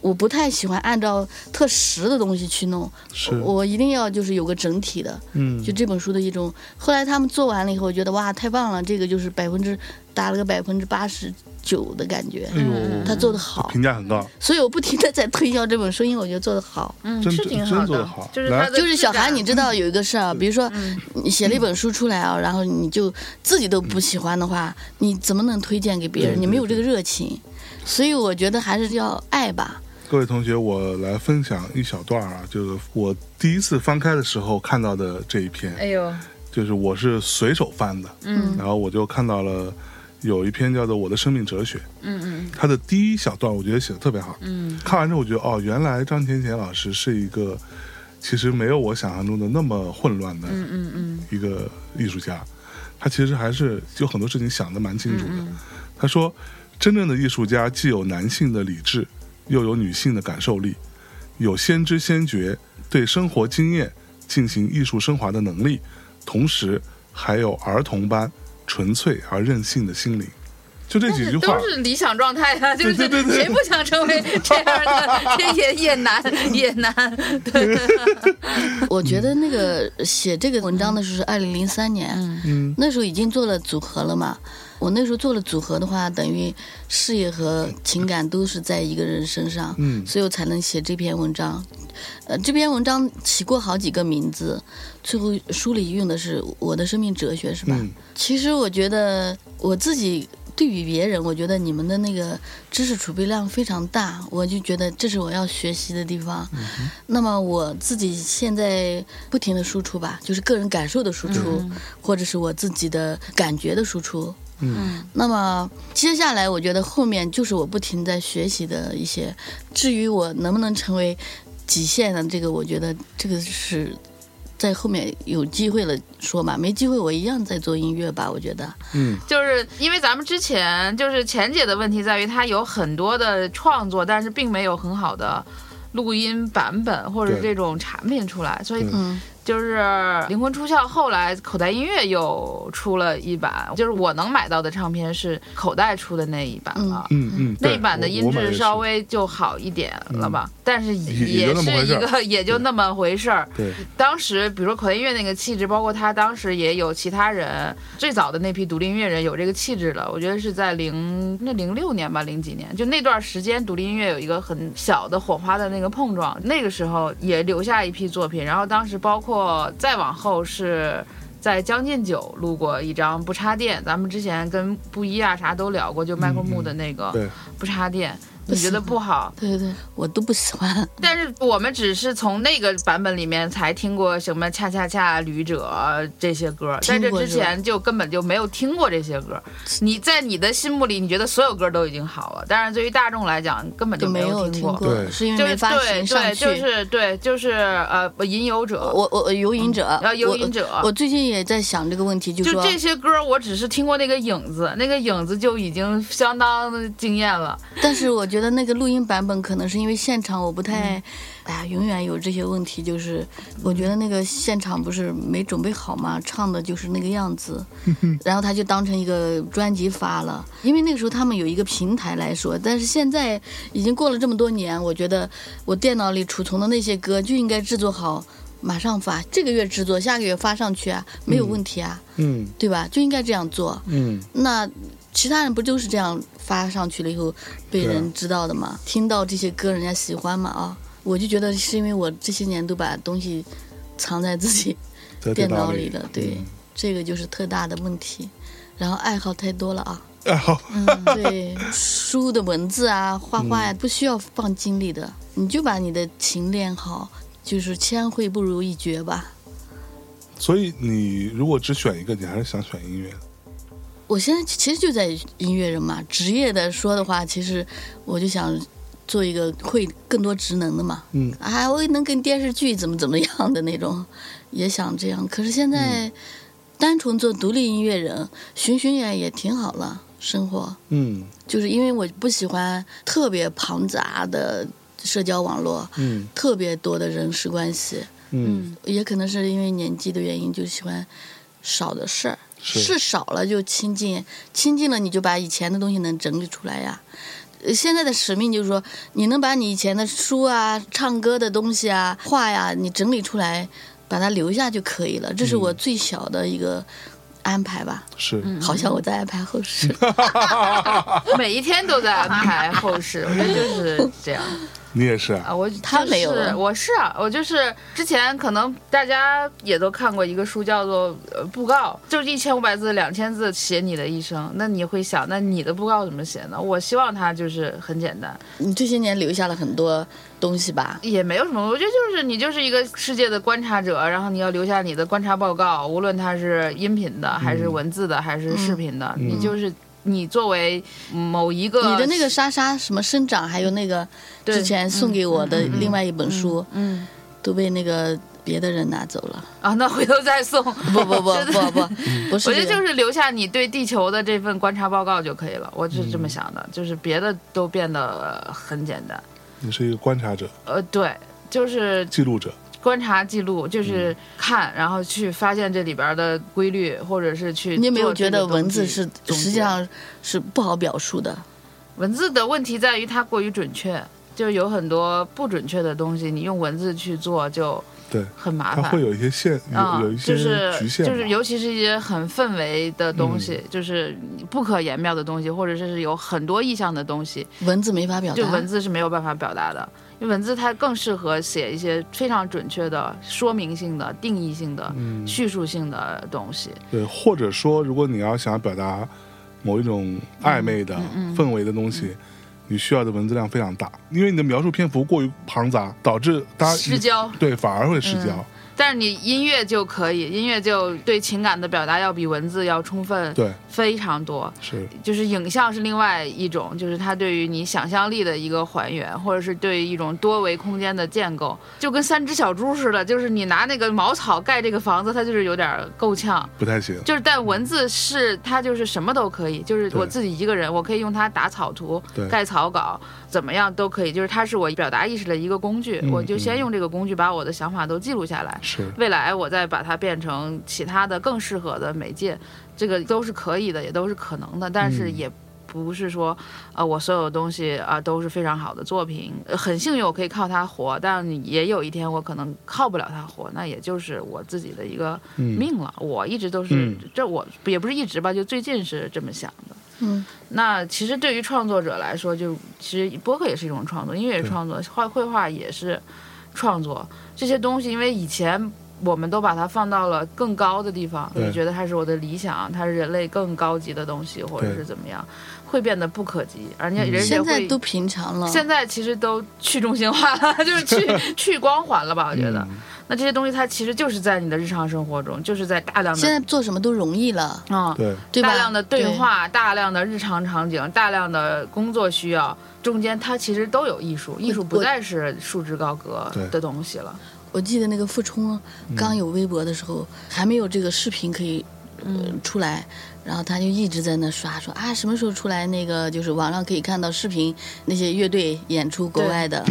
S3: 我不太喜欢按照特实的东西去弄，
S2: 是
S3: 我一定要就是有个整体的，
S2: 嗯
S3: 就这本书的一种。后来他们做完了以后，我觉得哇太棒了，这个就是百分之打了个百分之八十九的感觉，
S2: 哎呦，
S3: 他做的好，
S2: 评价很高，
S3: 所以我不停的在推销这本书，因为我觉得做的好。
S1: 嗯，
S2: 真
S1: 是
S2: 真
S1: 挺好
S2: 做
S1: 的
S2: 得好，
S1: 就是
S2: 来
S1: 他的
S3: 就
S1: 质
S3: 是小
S1: 感嗯
S3: 韩，你知道有一个事
S2: 嗯
S3: 儿，比如说你写了一本书出来啊，然后你就自己都不喜欢的话，你怎么能推荐给别
S2: 对
S3: 人？你
S2: 对
S3: 没有这个热情，所以我觉得还是要爱吧。
S2: 各位同学，我来分享一小段啊，就是我第一次翻开的时候看到的这一篇，
S1: 哎呦，
S2: 就是我是随手翻的，
S1: 嗯
S2: 然后我就看到了有一篇叫做《我的生命哲学》，
S1: 嗯
S2: 它的第一小段我觉得写的特别好，
S1: 嗯
S2: 看完之后我觉得哦，原来张甜甜老师是一个其实没有我想象中的那么混乱的
S1: 嗯嗯嗯
S2: 一个艺术家，他其实还是有很多事情想得蛮清楚的。
S1: 嗯
S2: 他说，真正的艺术家既有男性的理智，又有女性的感受力，有先知先觉，对生活经验进行艺术升华的能力，同时还有儿童般纯粹而任性的心灵。就这几句
S1: 嗯，
S2: 话
S1: 都，是理想状态啊，就是
S2: 对对对对
S1: 谁不想成为这样的？ 这也也难也难，对，
S3: 我觉得那个写这个文章的时候是二零零三年，
S2: 嗯
S3: 那时候已经做了组合了嘛。我那时候做了组合的话，等于事业和情感都是在一个人身上，
S2: 嗯
S3: 所以我才能写这篇文章。呃，这篇文章起过好几个名字，最后书里用的是我的生命哲学，是吧？
S2: 嗯
S3: 其实我觉得我自己对比别人，我觉得你们的那个知识储备量非常大，我就觉得这是我要学习的地方。那么我自己现在不停的输出吧，就是个人感受的输出，或者是我自己的感觉的输出。
S2: 嗯
S3: 那么接下来，我觉得后面就是我不停在学习的一些。至于我能不能成为极限呢？这个我觉得这个是在后面有机会了说吧，没机会我一样在做音乐吧。我觉得，
S2: 嗯
S1: 就是因为咱们之前就是钱姐的问题在于她有很多的创作，但是并没有很好的录音版本或者
S2: 对
S1: 这种产品出来，所以
S2: 对
S3: 嗯，
S1: 就是《灵魂出窍》，后来口袋音乐又出了一版，就是我能买到的唱片是口袋出的那一版了。
S2: 嗯嗯，
S1: 那
S2: 对
S1: 一版的
S2: 我
S1: 音
S2: 我买
S1: 质
S2: 是
S1: 稍微就好一点了吧，但是
S2: 也也就那
S1: 是
S2: 么回事
S1: 一
S2: 儿
S1: 个也就那么回事儿。
S2: 对，
S1: 当时比如说口袋音乐那个气质，包括他当时也有其他人，最早的那批独立音乐人有这个气质了。我觉得是在零那零六年吧，零几年，就那段时间独立音乐有一个很小的火花的那个碰撞，那个时候也留下一批作品。然后当时包括再往后是。在《将进酒》录过一张不插电，咱们之前跟布衣啊啥都聊过，就麦克木的那个
S2: 对
S1: 不插电，你觉得不好？
S3: 对对对，我都不喜 欢。
S1: 但是我们只是从那个版本里面才听过什么恰恰恰、旅者这些歌，在
S3: 听
S1: 这
S3: 过
S1: 之
S3: 是吧
S1: 前就根本就没有听过这些歌。你在你的心目里，你觉得所有歌都已经好了，但是对于大众来讲，根本就
S3: 就没
S1: 有
S3: 有
S1: 听
S3: 听
S1: 过。
S2: 对
S3: 是因
S1: 就
S3: 为
S1: 是
S3: 没发
S1: 对
S3: 行上
S1: 对，
S3: 去。
S1: 就是对，就是呃，吟游者，
S3: 我我我游吟者，
S1: 呃，游
S3: 我
S1: 吟者，
S3: 我最近也在想这个问题，就
S1: 就
S3: 说
S1: 这些歌，我只是听过那个影子，那个影子就已经相当的惊艳了。
S3: 但是我觉得那个录音版本可能是因为现场我不太，
S1: 嗯
S3: 哎呀，永远有这些问题。就是我觉得那个现场不是没准备好嘛，唱的就是那个样子，
S1: 嗯
S3: 然后他就当成一个专辑发了。因为那个时候他们有一个平台来说，但是现在已经过了这么多年，我觉得我电脑里储存的那些歌就应该制作好。马上发，这个月制作，下个月发上去啊，没有问题啊，
S2: 嗯
S3: 对吧？就应该这样做。
S2: 嗯，
S3: 那其他人不就是这样发上去了以后被
S2: 对啊
S3: 人知道的吗？听到这些歌，人家喜欢嘛啊！我就觉得是因为我这些年都把东西藏在自己
S2: 在
S3: 电
S2: 脑
S3: 脑里了，对，
S2: 嗯
S3: 这个就是特大的问题。然后爱好太多了啊，
S2: 哎好，
S3: 对，书的文字啊、画画呀、
S2: 嗯
S3: 不需要放精力的，你就把你的琴练好，就是千惠不如一绝吧。
S2: 所以你如果只选一个，你还是想选音乐的。
S3: 我现在其实就在音乐人嘛，职业的说的话，其实我就想做一个会更多职能的嘛。
S2: 嗯，
S3: 啊，我也能跟电视剧怎么怎么样的那种，也想这样。可是现在
S2: 嗯
S3: 单纯做独立音乐人，巡巡演也挺好了，生活
S2: 嗯
S3: 就是因为我不喜欢特别庞杂的社交网络，
S2: 嗯
S3: 特别多的人事关系，
S2: 嗯，
S3: 也可能是因为年纪的原因，就喜欢少的事儿。
S2: 是
S3: 事少了就亲近，亲近了你就把以前的东西能整理出来呀。呃现在的使命就是说，你能把你以前的书啊、唱歌的东西啊、画呀，你整理出来，把它留下就可以了。这是我最小的一个安排吧。
S2: 是，
S1: 嗯
S3: 好像我在安排后事。
S1: 每一天都在安排后事，我觉得就是这样。
S2: 你也是啊，
S1: 啊，我
S3: 他
S1: 就是
S3: 没有啊
S1: 我是啊，我就是之前可能大家也都看过一个书，叫做《呃布告》，就是一千五百字、两千字写你的一生。那你会想，那你的布告怎么写呢？我希望它就是很简单，
S3: 你这些年留下了很多东西吧？
S1: 也没有什么。我觉得就是你就是一个世界的观察者，然后你要留下你的观察报告，无论它是音频的，还是文字的，还是视频的，你就是。你作为某一个
S3: 你的那个莎莎什么生长，还有那个
S1: 对
S3: 之前送给我的另外一本书，
S1: 嗯
S3: 都被那个别的人拿走 了。
S1: 啊，那回头再送。
S3: 不不不
S1: 真的
S3: 不不，不是
S1: 我觉
S3: 这
S1: 得
S3: 个。
S1: 就是留下你对地球的这份观察报告就可以了，我是这么想的，
S3: 嗯
S1: 就是别的都变得很简单。
S2: 你是一个观察者、
S1: 呃，对，就是
S2: 记录者。
S1: 观察记录，
S3: 嗯
S1: 就是看，然后去发现这里边的规律，或者是去
S3: 你有没有
S1: 做这
S3: 觉
S1: 个
S3: 得文
S1: 东
S3: 字
S1: 西
S3: 是
S1: 总
S3: 实际
S1: 结
S3: 上是不好表述的？
S1: 文字的问题在于它过于准确，就有很多不准确的东西，你用文字去做就
S2: 对，
S1: 很麻
S2: 它
S1: 烦。
S2: 会有一些限，
S1: 啊
S2: 有有一，些
S1: 就是
S2: 局限吧，嗯
S1: 就是，尤其是一些很氛围的东西，就是不可言表的东西，或者是有很多意象的东西，
S3: 文字没法表
S1: 就
S3: 达，
S1: 文字是没有办法表达的，因为文字它更适合写一些非常准确的、说明性的、定义性的、
S2: 嗯
S1: 叙述性的东西。
S2: 对，或者说，如果你要想表达某一种暧昧
S1: 嗯
S2: 的、氛围的东西。你需要的文字量非常大，因为你的描述篇幅过于庞杂，导致大家
S1: 失焦嗯
S2: 对，反而会失焦。
S1: 但是你音乐就可以，音乐就对情感的表达要比文字要充分
S2: 对，
S1: 非常多。
S2: 是，
S1: 就是影像是另外一种，就是它对于你想象力的一个还原，或者是对于一种多维空间的建构，就跟三只小猪似的，就是你拿那个茅草盖这个房子，它就是有点够呛。
S2: 不太行。
S1: 就是但文字是它就是什么都可以，就是
S2: 对
S1: 我自己一个人，我可以用它打草图
S2: 对、
S1: 盖草稿，怎么样都可以。就是它是我表达意识的一个工具，
S2: 嗯
S1: 我就先用这个工具把我的想法都记录下来，
S2: 是
S1: 未来我再把它变成其他的更适合的媒介，这个都是可以的，也都是可能的，但是
S2: 嗯
S1: 也。不是说，呃，我所有东西啊、都是非常好的作品，呃很幸运我可以靠它活，但也有一天我可能靠不了它活，那也就是我自己的一个命了。我一直都是、
S2: 嗯
S1: 这我也不是一直吧，就最近是这么想的。
S3: 嗯，
S1: 那其实对于创作者来说，就其实播客也是一种创作，音乐也是
S2: 对
S1: 创作，画绘画也是创作。这些东西，因为以前我们都把它放到了更高的地方，
S2: 对
S1: 就觉得它是我的理想，啊它是人类更高级的东西，或者
S2: 对嗯
S1: 是怎么样，会变得不可及，而且人也
S3: 现
S1: 会
S3: 在都平常了，
S1: 现在其实都去中心化了， 就是 去去光环了吧？我觉得，
S2: 嗯
S1: 那这些东西它其实就是在你的日常生活中，就是在大量的
S3: 现在做什么都容易了，
S1: 啊、
S2: 对，
S3: 对吧？
S1: 大量的对话、大量的日常场景、大量的工作需要，中间它其实都有艺术，艺术不
S3: 我
S1: 再是束之高阁
S2: 对
S1: 的东西了。
S3: 我记得那个傅冲啊
S2: 嗯
S3: 刚有微博的时候，还没有这个视频可以、呃、出来，然后他就一直在那刷说啊，什么时候出来那个就是网上可以看到视频那些乐队演出国
S1: 对
S3: 外的，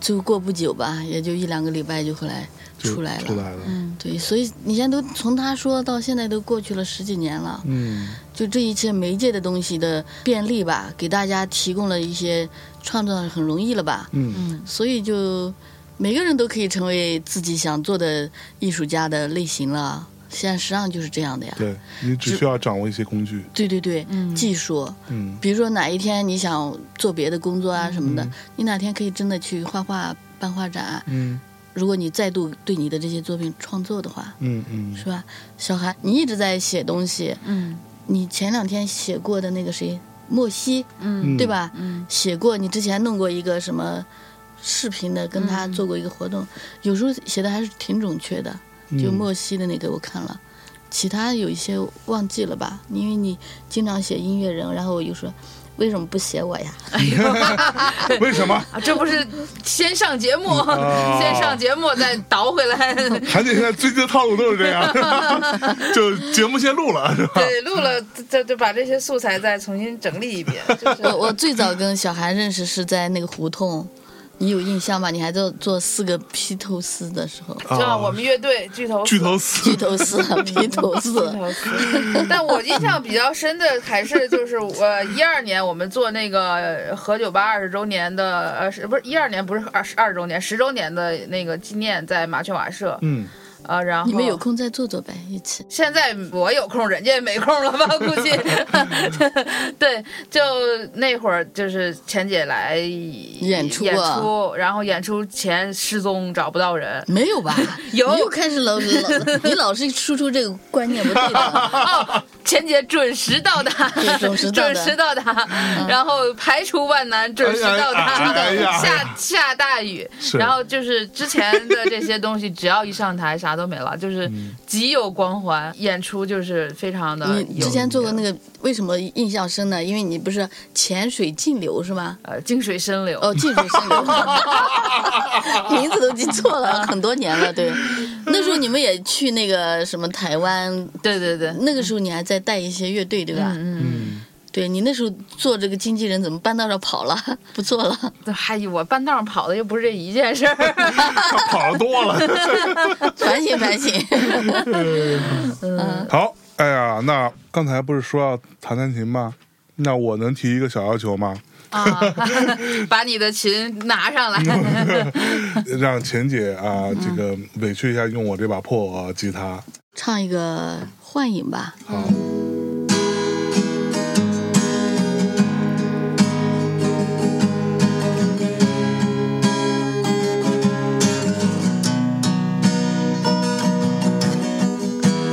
S3: 最后过不久吧，也就一两个礼拜就后来
S2: 就
S3: 出来了。
S2: 出来了，
S3: 对，所以你现在都从他说到现在都过去了十几年了，
S2: 嗯，
S3: 就这一切媒介的东西的便利吧，给大家提供了一些创造很容易了吧，
S2: 嗯，
S3: 所以就每个人都可以成为自己想做的艺术家的类型了。现在实际上就是这样的呀。
S2: 对你只
S3: 只
S2: 需要掌握一些工具，
S3: 对对对，
S1: 嗯
S3: 技术，
S2: 嗯，
S3: 比如说哪一天你想做别的工作啊什么的，
S2: 嗯
S3: 你哪天可以真的去画画、办画展啊。
S2: 嗯
S3: 如果你再度对你的这些作品创作的话，
S2: 嗯嗯
S3: 是吧？小韩，你一直在写东西，
S1: 嗯
S3: 你前两天写过的那个谁，莫西，
S1: 嗯
S2: 嗯
S3: 对吧？
S1: 嗯
S3: 写过，你之前弄过一个什么视频的，跟他
S1: 嗯
S3: 做过一个活动，有时候写的还是挺准确的。
S2: 嗯
S1: 嗯
S3: 就莫西的那个我看了，其他有一些忘记了吧？因为你经常写音乐人，然后我就说为什么不写我 呀？
S2: 为什么？
S1: 啊，这不是先上节目，
S2: 哦
S1: 先上节目再倒回 来。
S2: 韩姐现在最近的套路都是这样， 就节目先录了，是吧？
S1: 对，录了，再就把这些素材再重新整理一遍。就是
S2: 哦
S3: 我我最早跟小韩认识是在那个胡同，你有印象吧？你还在做四个披头士的时 候，
S1: 就像
S2: 啊
S1: 我们乐队巨头
S2: 巨头
S3: 披
S2: 四，
S3: 头士，啊披头 士，
S1: 巨头死。但我印象比较深的还是就是我一二年我们做那个和酒吧二十周年的呃是不是一二年不是二十二周年十周年的那个纪念在麻雀瓦舍
S2: 嗯，
S1: 呃然后
S3: 你们有空再做做呗，一起。
S1: 现在我有空，人家也没空了吧？ 估计。对，就那会儿就是钱姐来演
S3: 出
S1: 演
S3: 啊
S1: 出，然后演出前失踪，找不到 人。
S3: 没有吧？
S1: 有
S3: 你又开始老老，你老是输出这个观念不对的。
S1: 哦，钱姐准时到达，嗯
S3: 准时到达
S1: 准时到达然后排除万难，准时到达。
S2: 哎呀哎呀哎呀
S1: 下下大雨，
S2: 是
S1: 然后就是之前的这些东西，只要一上台，啥都没了，就是极有光环。演出就是非常的啊有。
S3: 你之前做过那个，为什么印象深呢？因为你不是潜水净流是吗？
S1: 呃静水深流，
S3: 哦，净水深流，名字都记错了，很多年了。对，那时候你们也去那个什么台湾，
S1: 对对对，
S3: 那个时候你还在带一些乐队对吧？
S2: 嗯，
S3: 对你那时候做这个经纪人，怎么半道上跑了，不做了？
S1: 嗨，哎我半道上跑的又不是这一件事儿。
S2: 他跑得多了。
S3: 反省反省。
S2: 好，哎呀，那刚才不是说要弹弹琴吗？那我能提一个小要求吗？
S1: 啊， 把你的琴拿上来。
S2: 让钱姐啊，这个委屈一下，用我这把破呃吉他。
S3: 唱一个《幻影》吧。
S2: 好，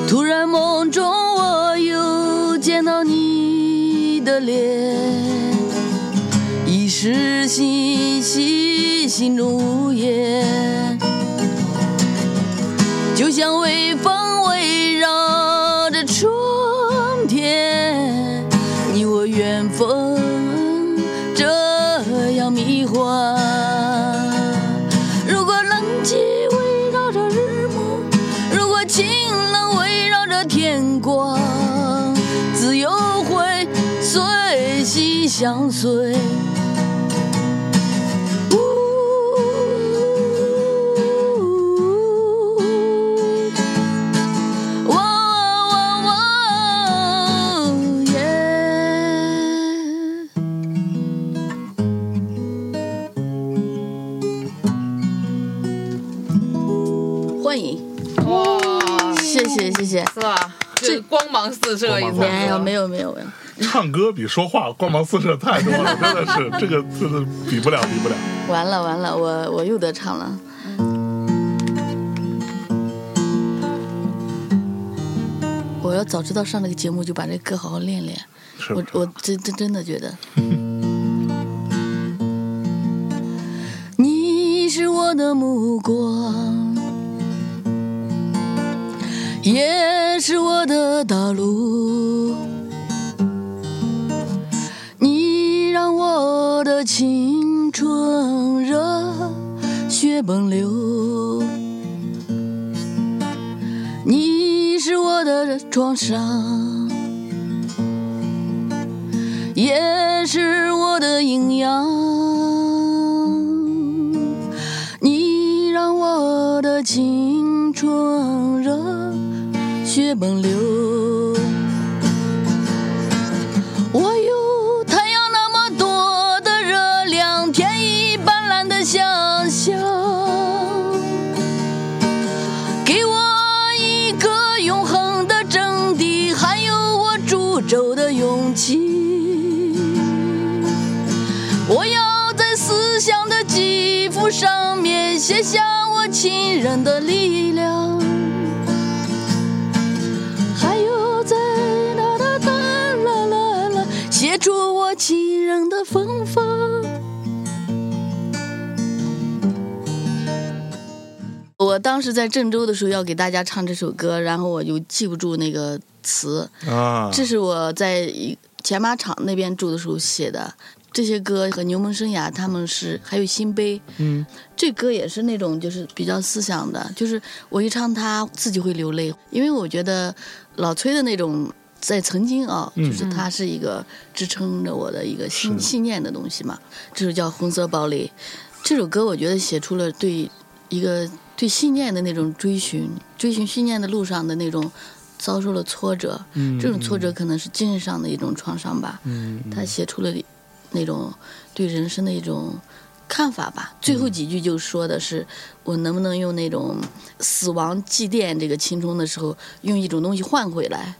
S3: 突然梦中我又见到你的脸，已是信息，心中无言，就像微风围绕着春天，你我缘分这样迷幻。如果冷气围绕着日暮，如果晴朗围绕着天光，自由会随心相随。呜冠颖，
S1: 哇，
S3: 谢谢谢谢。
S1: 是吧？这光芒四射，一
S2: 光芒
S1: 次
S2: 四
S3: 没有没有没有没有，
S2: 唱歌比说话光芒四射太多了，真的是这个真的比不了，比不了。
S3: 完了完了，我我又得唱了。我要早知道上这个节目，就把这歌好好练练。
S2: 是
S3: 我我真真真的觉得，你是我的目光，也是我的道路。你让我的青春热血奔流，你是我的创伤。也是我的营养。你让我的青春热血奔流，我有太阳那么多的热量，天一般蓝的想象。给我一个永恒的真谛，还有我助纣的勇气。我要在思想的肌肤上面写下我亲人的力量，还有在啦啦啦啦啦啦，写出我亲人的芬芳。我当时在郑州的时候要给大家唱这首歌，然后我就记不住那个词，
S2: 啊，
S3: 这是我在一前马场那边住的时候写的。这些歌和牛虻生涯他们是，还有新杯，
S2: 嗯，
S3: 这歌也是那种就是比较思想的，就是我一唱它自己会流泪，因为我觉得老崔的那种在曾经啊，
S2: 嗯
S3: 就是它是一个支撑着我的一个信
S2: 是
S3: 信念的东西嘛。这首叫《红色堡垒》，这首歌我觉得写出了对一个对信念的那种追寻，追寻信念的路上的那种遭受了挫折，
S2: 嗯
S3: 这种挫折可能是精神上的一种创伤吧。
S2: 嗯，嗯
S3: 他写出了那种对人生的一种看法吧。最
S2: 嗯
S3: 后几句就说的是，我能不能用那种死亡祭奠这个青春的时候，用一种东西换回来。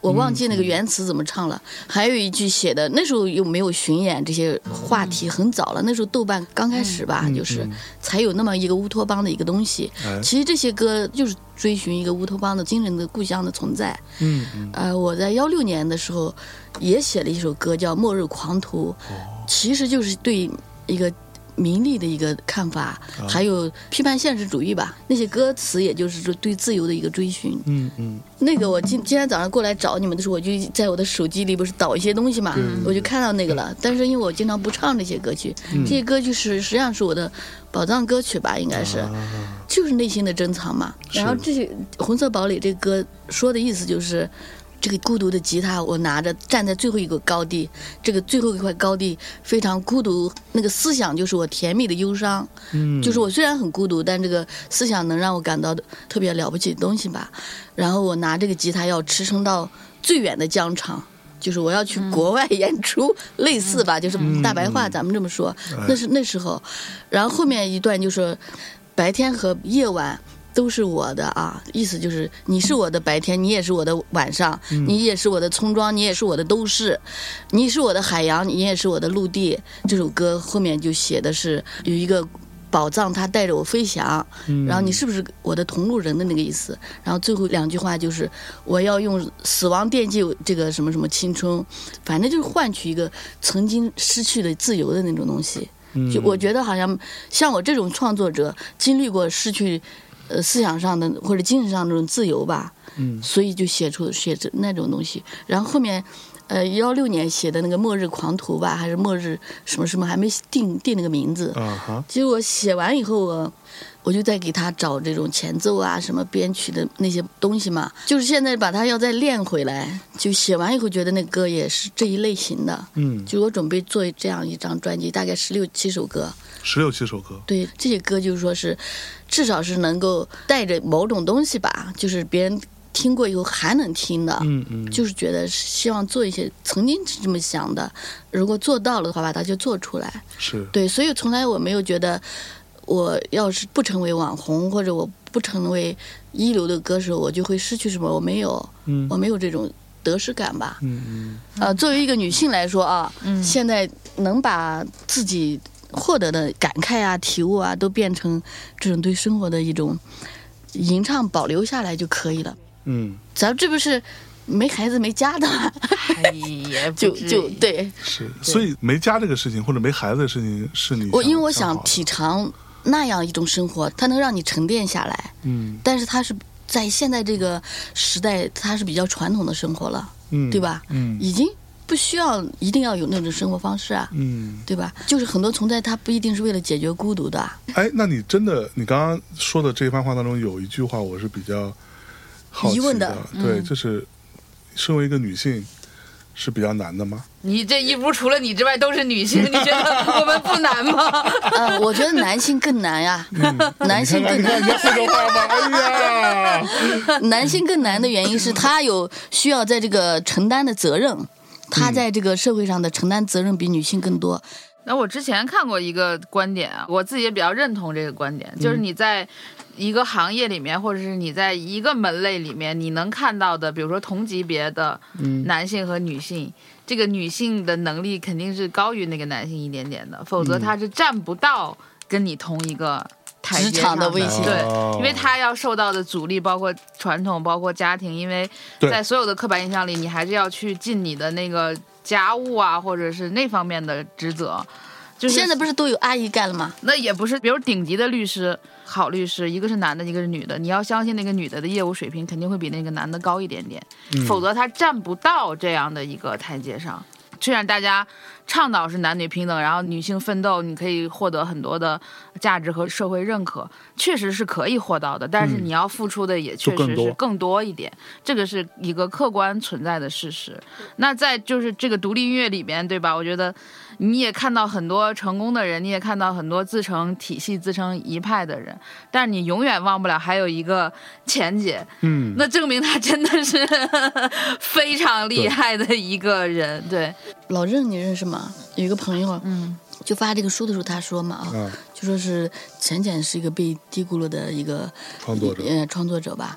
S3: 我
S2: 嗯
S3: 忘记那个原词怎么唱了，还有一句写的那时候又没有巡演，这些话
S2: 嗯
S3: 题很早了，那时候豆瓣刚开始吧，就是才有那么一个乌托邦的一个东西。
S2: 哎
S3: 其实这些歌就是追寻一个乌托邦的精神的故乡的存在。
S2: 嗯嗯
S3: 呃，我在幺六年的时候也写了一首歌叫《末日狂徒》，其实就是对一个名利的一个看法，还有批判现实主义吧。那些歌词也就是说对自由的一个追寻。
S2: 嗯嗯，
S3: 那个我今今天早上过来找你们的时候，我就在我的手机里不是导一些东西嘛，我就看到那个了。但是因为我经常不唱这些歌曲，这些歌曲是实际上是我的宝藏歌曲吧，应该是。
S2: 啊
S3: 就是内心的珍藏嘛。然后这些《红色堡垒》这歌说的意思就是，这个孤独的吉他，我拿着站在最后一个高地，这个最后一块高地非常孤独，那个思想就是我甜蜜的忧伤，
S2: 嗯，
S3: 就是我虽然很孤独，但这个思想能让我感到特别了不起的东西吧。然后我拿这个吉他要驰骋到最远的疆场。就是我要去国外演出，类似吧，就是大白话，咱们这么说，那是那时候。然后后面一段就是白天和夜晚都是我的啊，意思就是你是我的白天，你也是我的晚上，你也是我的村庄，你也是我的都市，你是我的海洋，你也是我的陆地。这首歌后面就写的是有一个。宝藏，它带着我飞翔，然后你是不是我的同路人的那个意思？然后最后两句话就是我要用死亡惦记这个什么什么青春，反正就是换取一个曾经失去的自由的那种东西。
S2: 嗯
S3: 就我觉得好像像我这种创作者，经历过失去，呃，思想上的或者精神上的那种自由吧，
S2: 嗯
S3: 所以就写出写这那种东西。然后后面，呃，幺六年写的那个《末日狂徒》吧，还是《末日什么什么》，还没定定那个名字。
S2: 啊哈，
S3: 其实我写完以后，我我就在给他找这种前奏啊、什么编曲的那些东西嘛，就是现在把它要再练回来。就写完以后，觉得那歌也是这一类型的。
S2: 嗯，
S3: 就我准备做这样一张专辑，大概十六七首歌。
S2: 十六七首歌，
S3: 对这些歌，就是说是，至少是能够带着某种东西吧，就是别人听过以后还能听的，
S2: 嗯嗯，
S3: 就是觉得是希望做一些曾经是这么想的，如果做到了的话，把它就做出来。
S2: 是
S3: 对，所以从来我没有觉得我要是不成为网红，或者我不不成为一流的歌手，我就会失去什么？我没有，
S5: 嗯
S3: 我没有这种得失感吧。
S5: 嗯嗯
S3: 呃，作为一个女性来说啊，
S1: 嗯
S3: 现在能把自己获得的感慨啊、体悟啊，都变成这种对生活的一种吟唱，保留下来就可以了。
S5: 嗯，
S3: 咱这不是没孩子没家的吗？
S1: 哎也不
S3: 就
S1: 至
S3: 就
S1: 于，
S3: 对
S2: 是，所以没家这个事情或者没孩子的事情是你
S3: 我，因为我
S2: 想
S3: 想
S2: 好的
S3: 体尝那样一种生活，它能让你沉淀下来。
S5: 嗯
S3: 但是它是在现在这个时代，它是比较传统的生活了，
S5: 嗯，
S3: 对？吧？
S5: 嗯
S3: 已经不需要一定要有那种生活方式啊，
S5: 嗯
S3: 对吧？就是很多存在，它不一定是为了解决孤独 的啊。
S2: 哎，那你真的，你刚刚说的这番话当中有一句话，我是比较好奇
S3: 疑问的嗯
S2: 对，就是身为一个女性是比较难的吗？
S1: 你这一屋除了你之外都是女性，你觉得我们不难吗？
S3: 呃，我觉得男性更难呀、 男性更
S2: 嗯 你看
S3: 难，
S2: 人家四川话吧， 哎呀，
S3: 男性更难的原因是他有需要在这个承担的责任，他在这个社会上的承担责任比女性更多。
S1: 那我之前看过一个观点啊，我自己也比较认同这个观点，就是
S3: 嗯
S1: 你在一个行业里面，或者是你在一个门类里面，你能看到的，比如说同级别的
S3: 嗯
S1: 男性和女性，这个女性的能力肯定是高于那个男性一点点的，否
S3: 嗯
S1: 则她是站不到跟你同一个。台阶
S3: 职场的
S1: 上
S3: 威胁
S1: 对
S2: 哦，
S1: 因为她要受到的阻力，包括传统，包括家庭，因为
S2: 对
S1: 在所有的刻板印象里，你还是要去尽你的那个家务啊，或者是那方面的职责。
S2: 嗯
S1: 就是
S3: 现在不是都有阿姨干了吗？
S1: 那也不是，比如顶级的律师，好律师，一个是男的，一个是女的，你要相信那个女的的业务水平肯定会比那个男的高一点点，
S5: 嗯
S1: 否则他站不到这样的一个台阶上。虽然大家倡导是男女平等，然后女性奋斗，你可以获得很多的价值和社会认可，确实是可以获到的，但是你要付出的也确
S5: 嗯就
S1: 实
S5: 更多
S1: 是更多一点，这个是一个客观存在的事实。那在就是这个独立音乐里边，对吧？我觉得你也看到很多成功的人，你也看到很多自成体系、自成一派的人，但是你永远忘不了还有一个钱姐，
S5: 嗯，
S1: 那证明她真的是 非常厉害的一个人。对，
S3: 老任你认识吗？有一个朋友，
S1: 嗯，
S3: 就发这个书的时候他说嘛啊，
S2: 啊，
S3: 就说是浅浅是一个被低估了的一个
S2: 创作者
S3: 呃，创作者吧。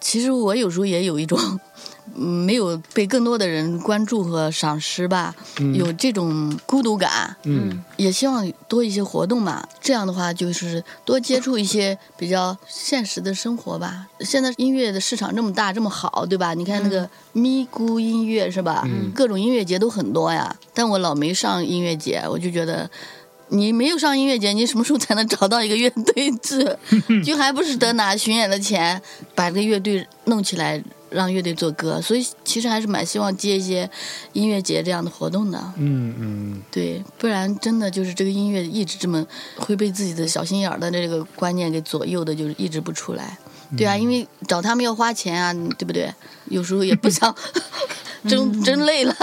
S3: 其实我有时候也有一种， 嗯，没有被更多的人关注和赏识吧，
S2: 嗯
S3: 有这种孤独感。
S5: 嗯
S3: 也希望多一些活动嘛，这样的话就是多接触一些比较现实的生活吧。现在音乐的市场这么大，这么好，对吧？你看那
S2: 嗯
S3: 个咪咕音乐是吧？各种音乐节都很多呀。但我老没上音乐节，我就觉得你没有上音乐节，你什么时候才能找到一个乐队制？就还不是得拿巡演的钱把这个乐队弄起来，让乐队做歌。所以其实还是蛮希望接一些音乐节这样的活动的。
S5: 嗯嗯
S3: 对，不然真的就是这个音乐一直这么会被自己的小心眼儿的这个观念给左右的，就是一直不出来。对啊，因为找他们要花钱啊，对不对？有时候也不想，真真累了，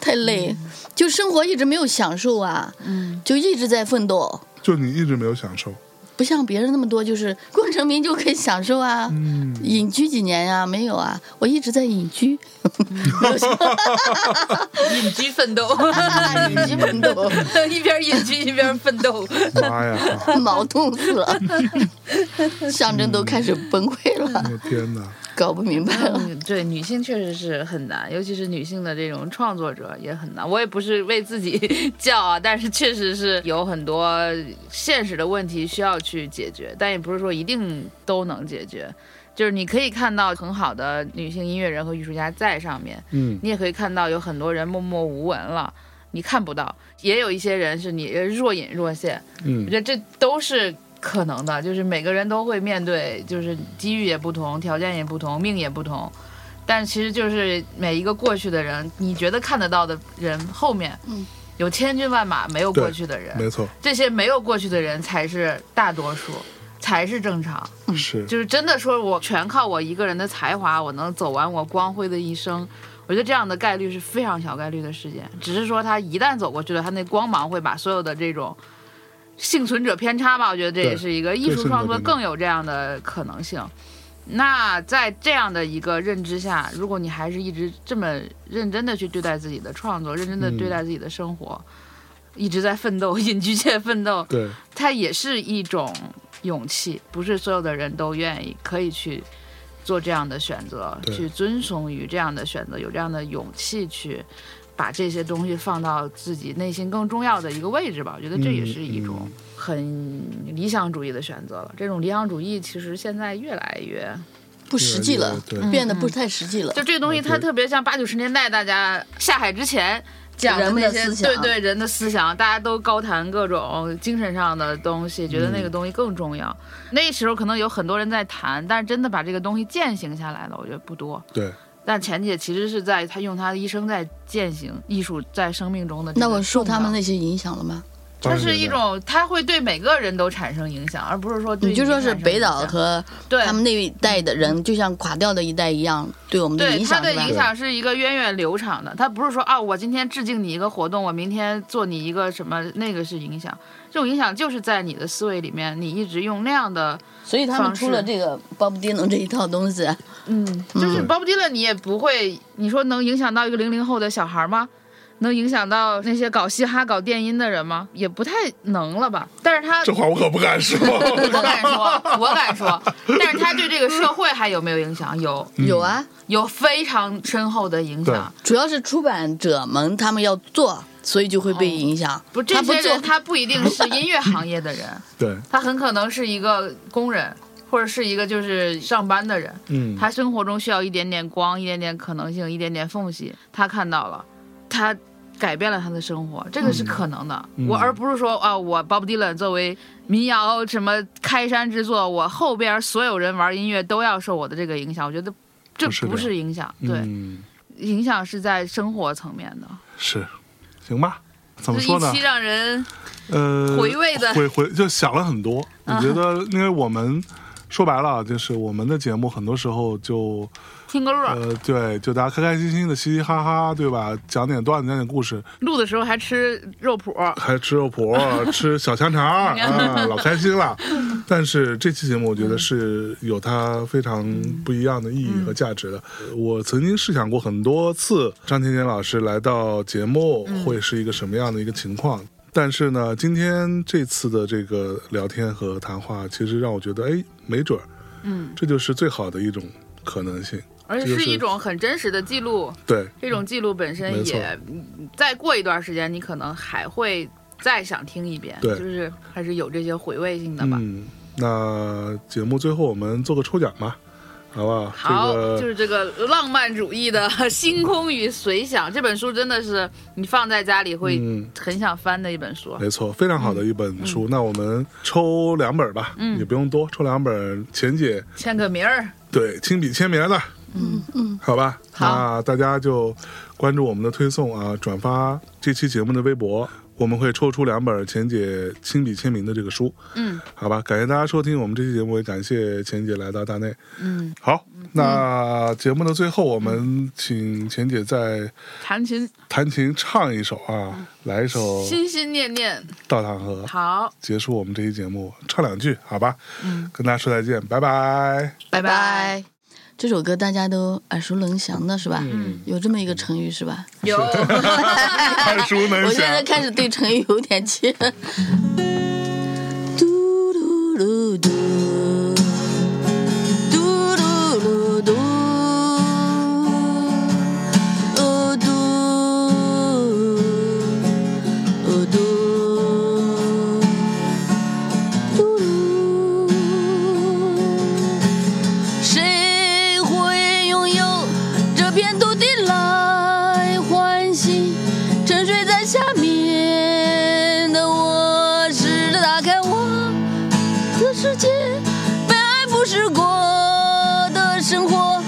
S3: 太累， 就生活一直没有享受啊，
S1: 嗯，
S3: 就一直在奋斗，
S2: 就你一直没有享 受，
S3: 不像别人那么多，就是 功成名就可以享受啊。
S5: 嗯，
S3: 隐居几年呀、没有啊，我一直在隐居，
S1: 隐居奋斗，
S3: 隐居奋斗，
S1: 一边隐居一边奋斗。
S2: 妈呀！
S3: 矛盾死了，象征都开始崩溃了。
S2: 我天哪！
S3: 搞不明白了。
S1: 嗯，对，女性确实是很难，尤其是女性的这种创作者也很难。我也不是为自己 叫啊，但是确实是有很多现实的问题需要去解决，但也不是说一定都能解决。就是你可以看到很好的女性音乐人和艺术家在上面，
S5: 嗯
S1: 你也可以看到有很多人默默无闻了，你看不到；也有一些人是你若隐若现，我
S5: 嗯
S1: 觉得这都是可能的，就是每个人都会面对，就是机遇也不同，条件也不同，命也不同。但其实就是每一个过去的人，你觉得看得到的人后面，
S3: 嗯
S1: 有千军万马没有过去的人，
S2: 没错，
S1: 这些没有过去的人才是大多数，才是正常。
S2: 是
S1: 嗯就是真的说，我全靠我一个人的才华，我能走完我光辉的一生。我觉得这样的概率是非常小概率的事件，只是说他一旦走过去了，他那光芒会把所有的这种幸存者偏差吧，我觉得这也
S2: 对
S1: 是一个艺术创作更有这样的可能性。那在这样的一个认知下，如果你还是一直这么认真的去对待自己的创作，认真的对待
S2: 嗯
S1: 自己的 生活，一直在奋斗，隐居界奋斗，
S5: 对，
S1: 它也是一种勇气，不是所有的人都愿意可以去做这样的选择，
S2: 对
S1: 去遵从于这样的选择，有这样的勇气去把这些东西放到自己内心更重要的一个位置吧。我觉得这也
S2: 嗯
S1: 是一种
S2: 嗯
S1: 很理想主义的选择了。这种理想主义其实现在越来越，
S3: 不实际了
S2: 对对，对
S3: 变得不太实际了
S1: 就。这个东西，它
S2: 对
S1: 特别像八九十年代大家下海之前。讲
S3: 人
S1: 那
S3: 的
S1: 些
S3: 思想
S1: 对对人的思想，大家都高谈各种精神上的东西，觉得那个东西更重要。那时候可能有很多人在谈，但是真的把这个东西践行下来的，我觉得不多。
S2: 对，
S1: 但钱姐其实是在她用她的一生在践行艺术在生命中的这个
S3: 那我受他们
S1: 重要，
S3: 那些影响了吗？
S1: 它
S2: 80
S1: 是
S2: 年
S1: 一
S2: 代
S1: 种，它会对每个人都产生影响，而不是说对
S3: 你就说是
S1: 产生
S3: 北
S1: 影
S3: 岛
S1: 响
S3: 和
S1: 对
S3: 他们那一代的人，就像垮掉的一代一样，对我们的
S1: 对
S3: 影
S1: 它
S3: 响
S1: 的
S3: 是吧
S1: 影？响是一个源远流长的，它不是说啊，我今天致敬你一个活动，我明天做你一个什么，那个是影响。这种影响就是在你的思维里面，你一直用那样的，
S3: 所以他们出了这个鲍勃迪伦这一套东西，
S1: 嗯，就是
S2: 嗯
S1: 鲍勃迪伦，你也不会，你说能影响到一个零零后的小孩吗？能影响到那些搞嘻哈、搞电音的人吗？也不太能了吧。但是他
S2: 这话我可不敢说。
S1: 我敢说，我敢说，但是他对这个社会还有没有影响？有，
S3: 有啊，
S1: 有非常深厚的影
S2: 对
S1: 响。
S3: 主要是出版者们他们要做，所以就会被影响。
S1: 哦不，这
S3: 他不
S1: 些
S3: 做
S1: 人，他不一定是音乐行业的人，
S2: 对，
S1: 他很可能是一个工人，或者是一个就是上班的人。
S2: 嗯，
S1: 他生活中需要一点点光，一点点可能性，一点点缝隙。他看到了，他改变了他的生活，这个是可能的。
S2: 嗯
S1: 我而不是说啊，我 Bob Dylan 作为民谣什么开山之作，我后边所有人玩音乐都要受我的这个影响。我觉得这
S2: 不是这样
S1: 不是影响，对，
S2: 嗯，
S1: 影响是在生活层面的。
S2: 是，行吧？怎么
S1: 这
S2: 说
S1: 一
S2: 呢
S1: 期？让人
S2: 呃，
S1: 回味的嗯
S2: 回回就想了很多。我觉得，因为我们说白了，啊就是我们的节目很多时候就
S1: 听个乐儿。
S2: 呃，对，就大家开开心心的，嘻嘻哈哈，对吧？讲点段子，讲点故事，
S1: 录的时候还吃肉脯儿，
S2: 还吃肉脯，吃小香肠儿啊，老开心了。但是这期节目，我觉得是有它非常不一样的意义和价值的。我曾经试想过很多次，张甜甜老师来到节目会是一个什么样的一个情况。但是呢，今天这次的这个聊天和谈话，其实让我觉得，哎，没准儿，
S1: 嗯，
S2: 这就是最好的一种可能性。
S1: 而且
S2: 这就是
S1: 一种很真实的记录。
S2: 对，
S1: 这种记录本
S2: 嗯没
S1: 身
S2: 错
S1: 也，嗯再过一段时间，你可能还会再想听一遍，
S2: 对
S1: 就是还是有这些回味性的吧。
S2: 嗯，那节目最后我们做个抽奖吧，好不好？
S1: 好，
S2: 这个、
S1: 就是这个浪漫主义的《星空与随想》这本书，真的是你放在家里会
S2: 嗯
S1: 很想翻的一本书。
S2: 没错，非常好的一本
S1: 嗯
S2: 书。那我们抽两本吧，嗯，也不用多，抽两本。钱姐
S1: 签个名儿，
S2: 对亲笔签名的，
S3: 嗯嗯，
S2: 好吧？
S1: 好
S2: 那大家就关注我们的推送啊，转发这期节目的微博。我们会抽出两本钱姐亲笔签名的这个书，
S1: 嗯
S2: 好吧？感谢大家收听我们这期节目，也感谢钱姐来到大内。
S1: 嗯，
S2: 好，那节目的最后，我们请钱姐在
S1: 弹琴
S2: 弹琴唱一首啊，来一首《
S1: 心心念念
S2: 倒淌河》，
S1: 好，
S2: 结束我们这期节目，唱两句，好吧？嗯，跟大家说再见，拜拜。
S1: 拜
S3: 拜。这首歌大家都耳熟能详的是吧？嗯，有这么一个成语是吧？
S1: 有。
S2: 耳熟能
S3: 我现
S2: 详。
S3: 在开始对成语有点气。嘟噜噜嘟，嘟噜噜嘟，哦嘟，哦嘟，嘟噜。谁会拥有这片土地来唤醒沉睡在下面的我？试着打开我的世界，被爱腐蚀过的生活，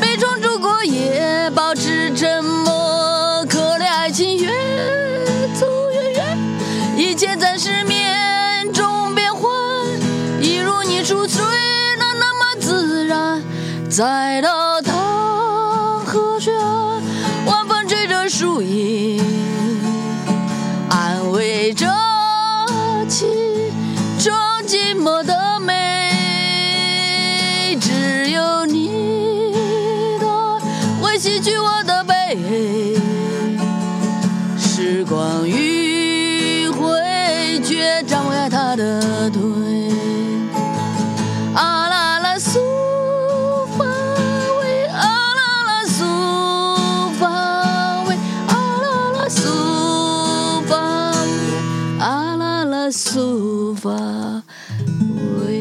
S3: 被冲逐过也保持沉默。可怜爱情越走越远，一切在失眠中变幻，一如你熟睡的那么自然，在倒淌河水岸，晚风吹着树影，安慰着其中寂寞的美。只有你的会洗去我的悲。时光迂回，却张不开他的腿。 a sofa. Will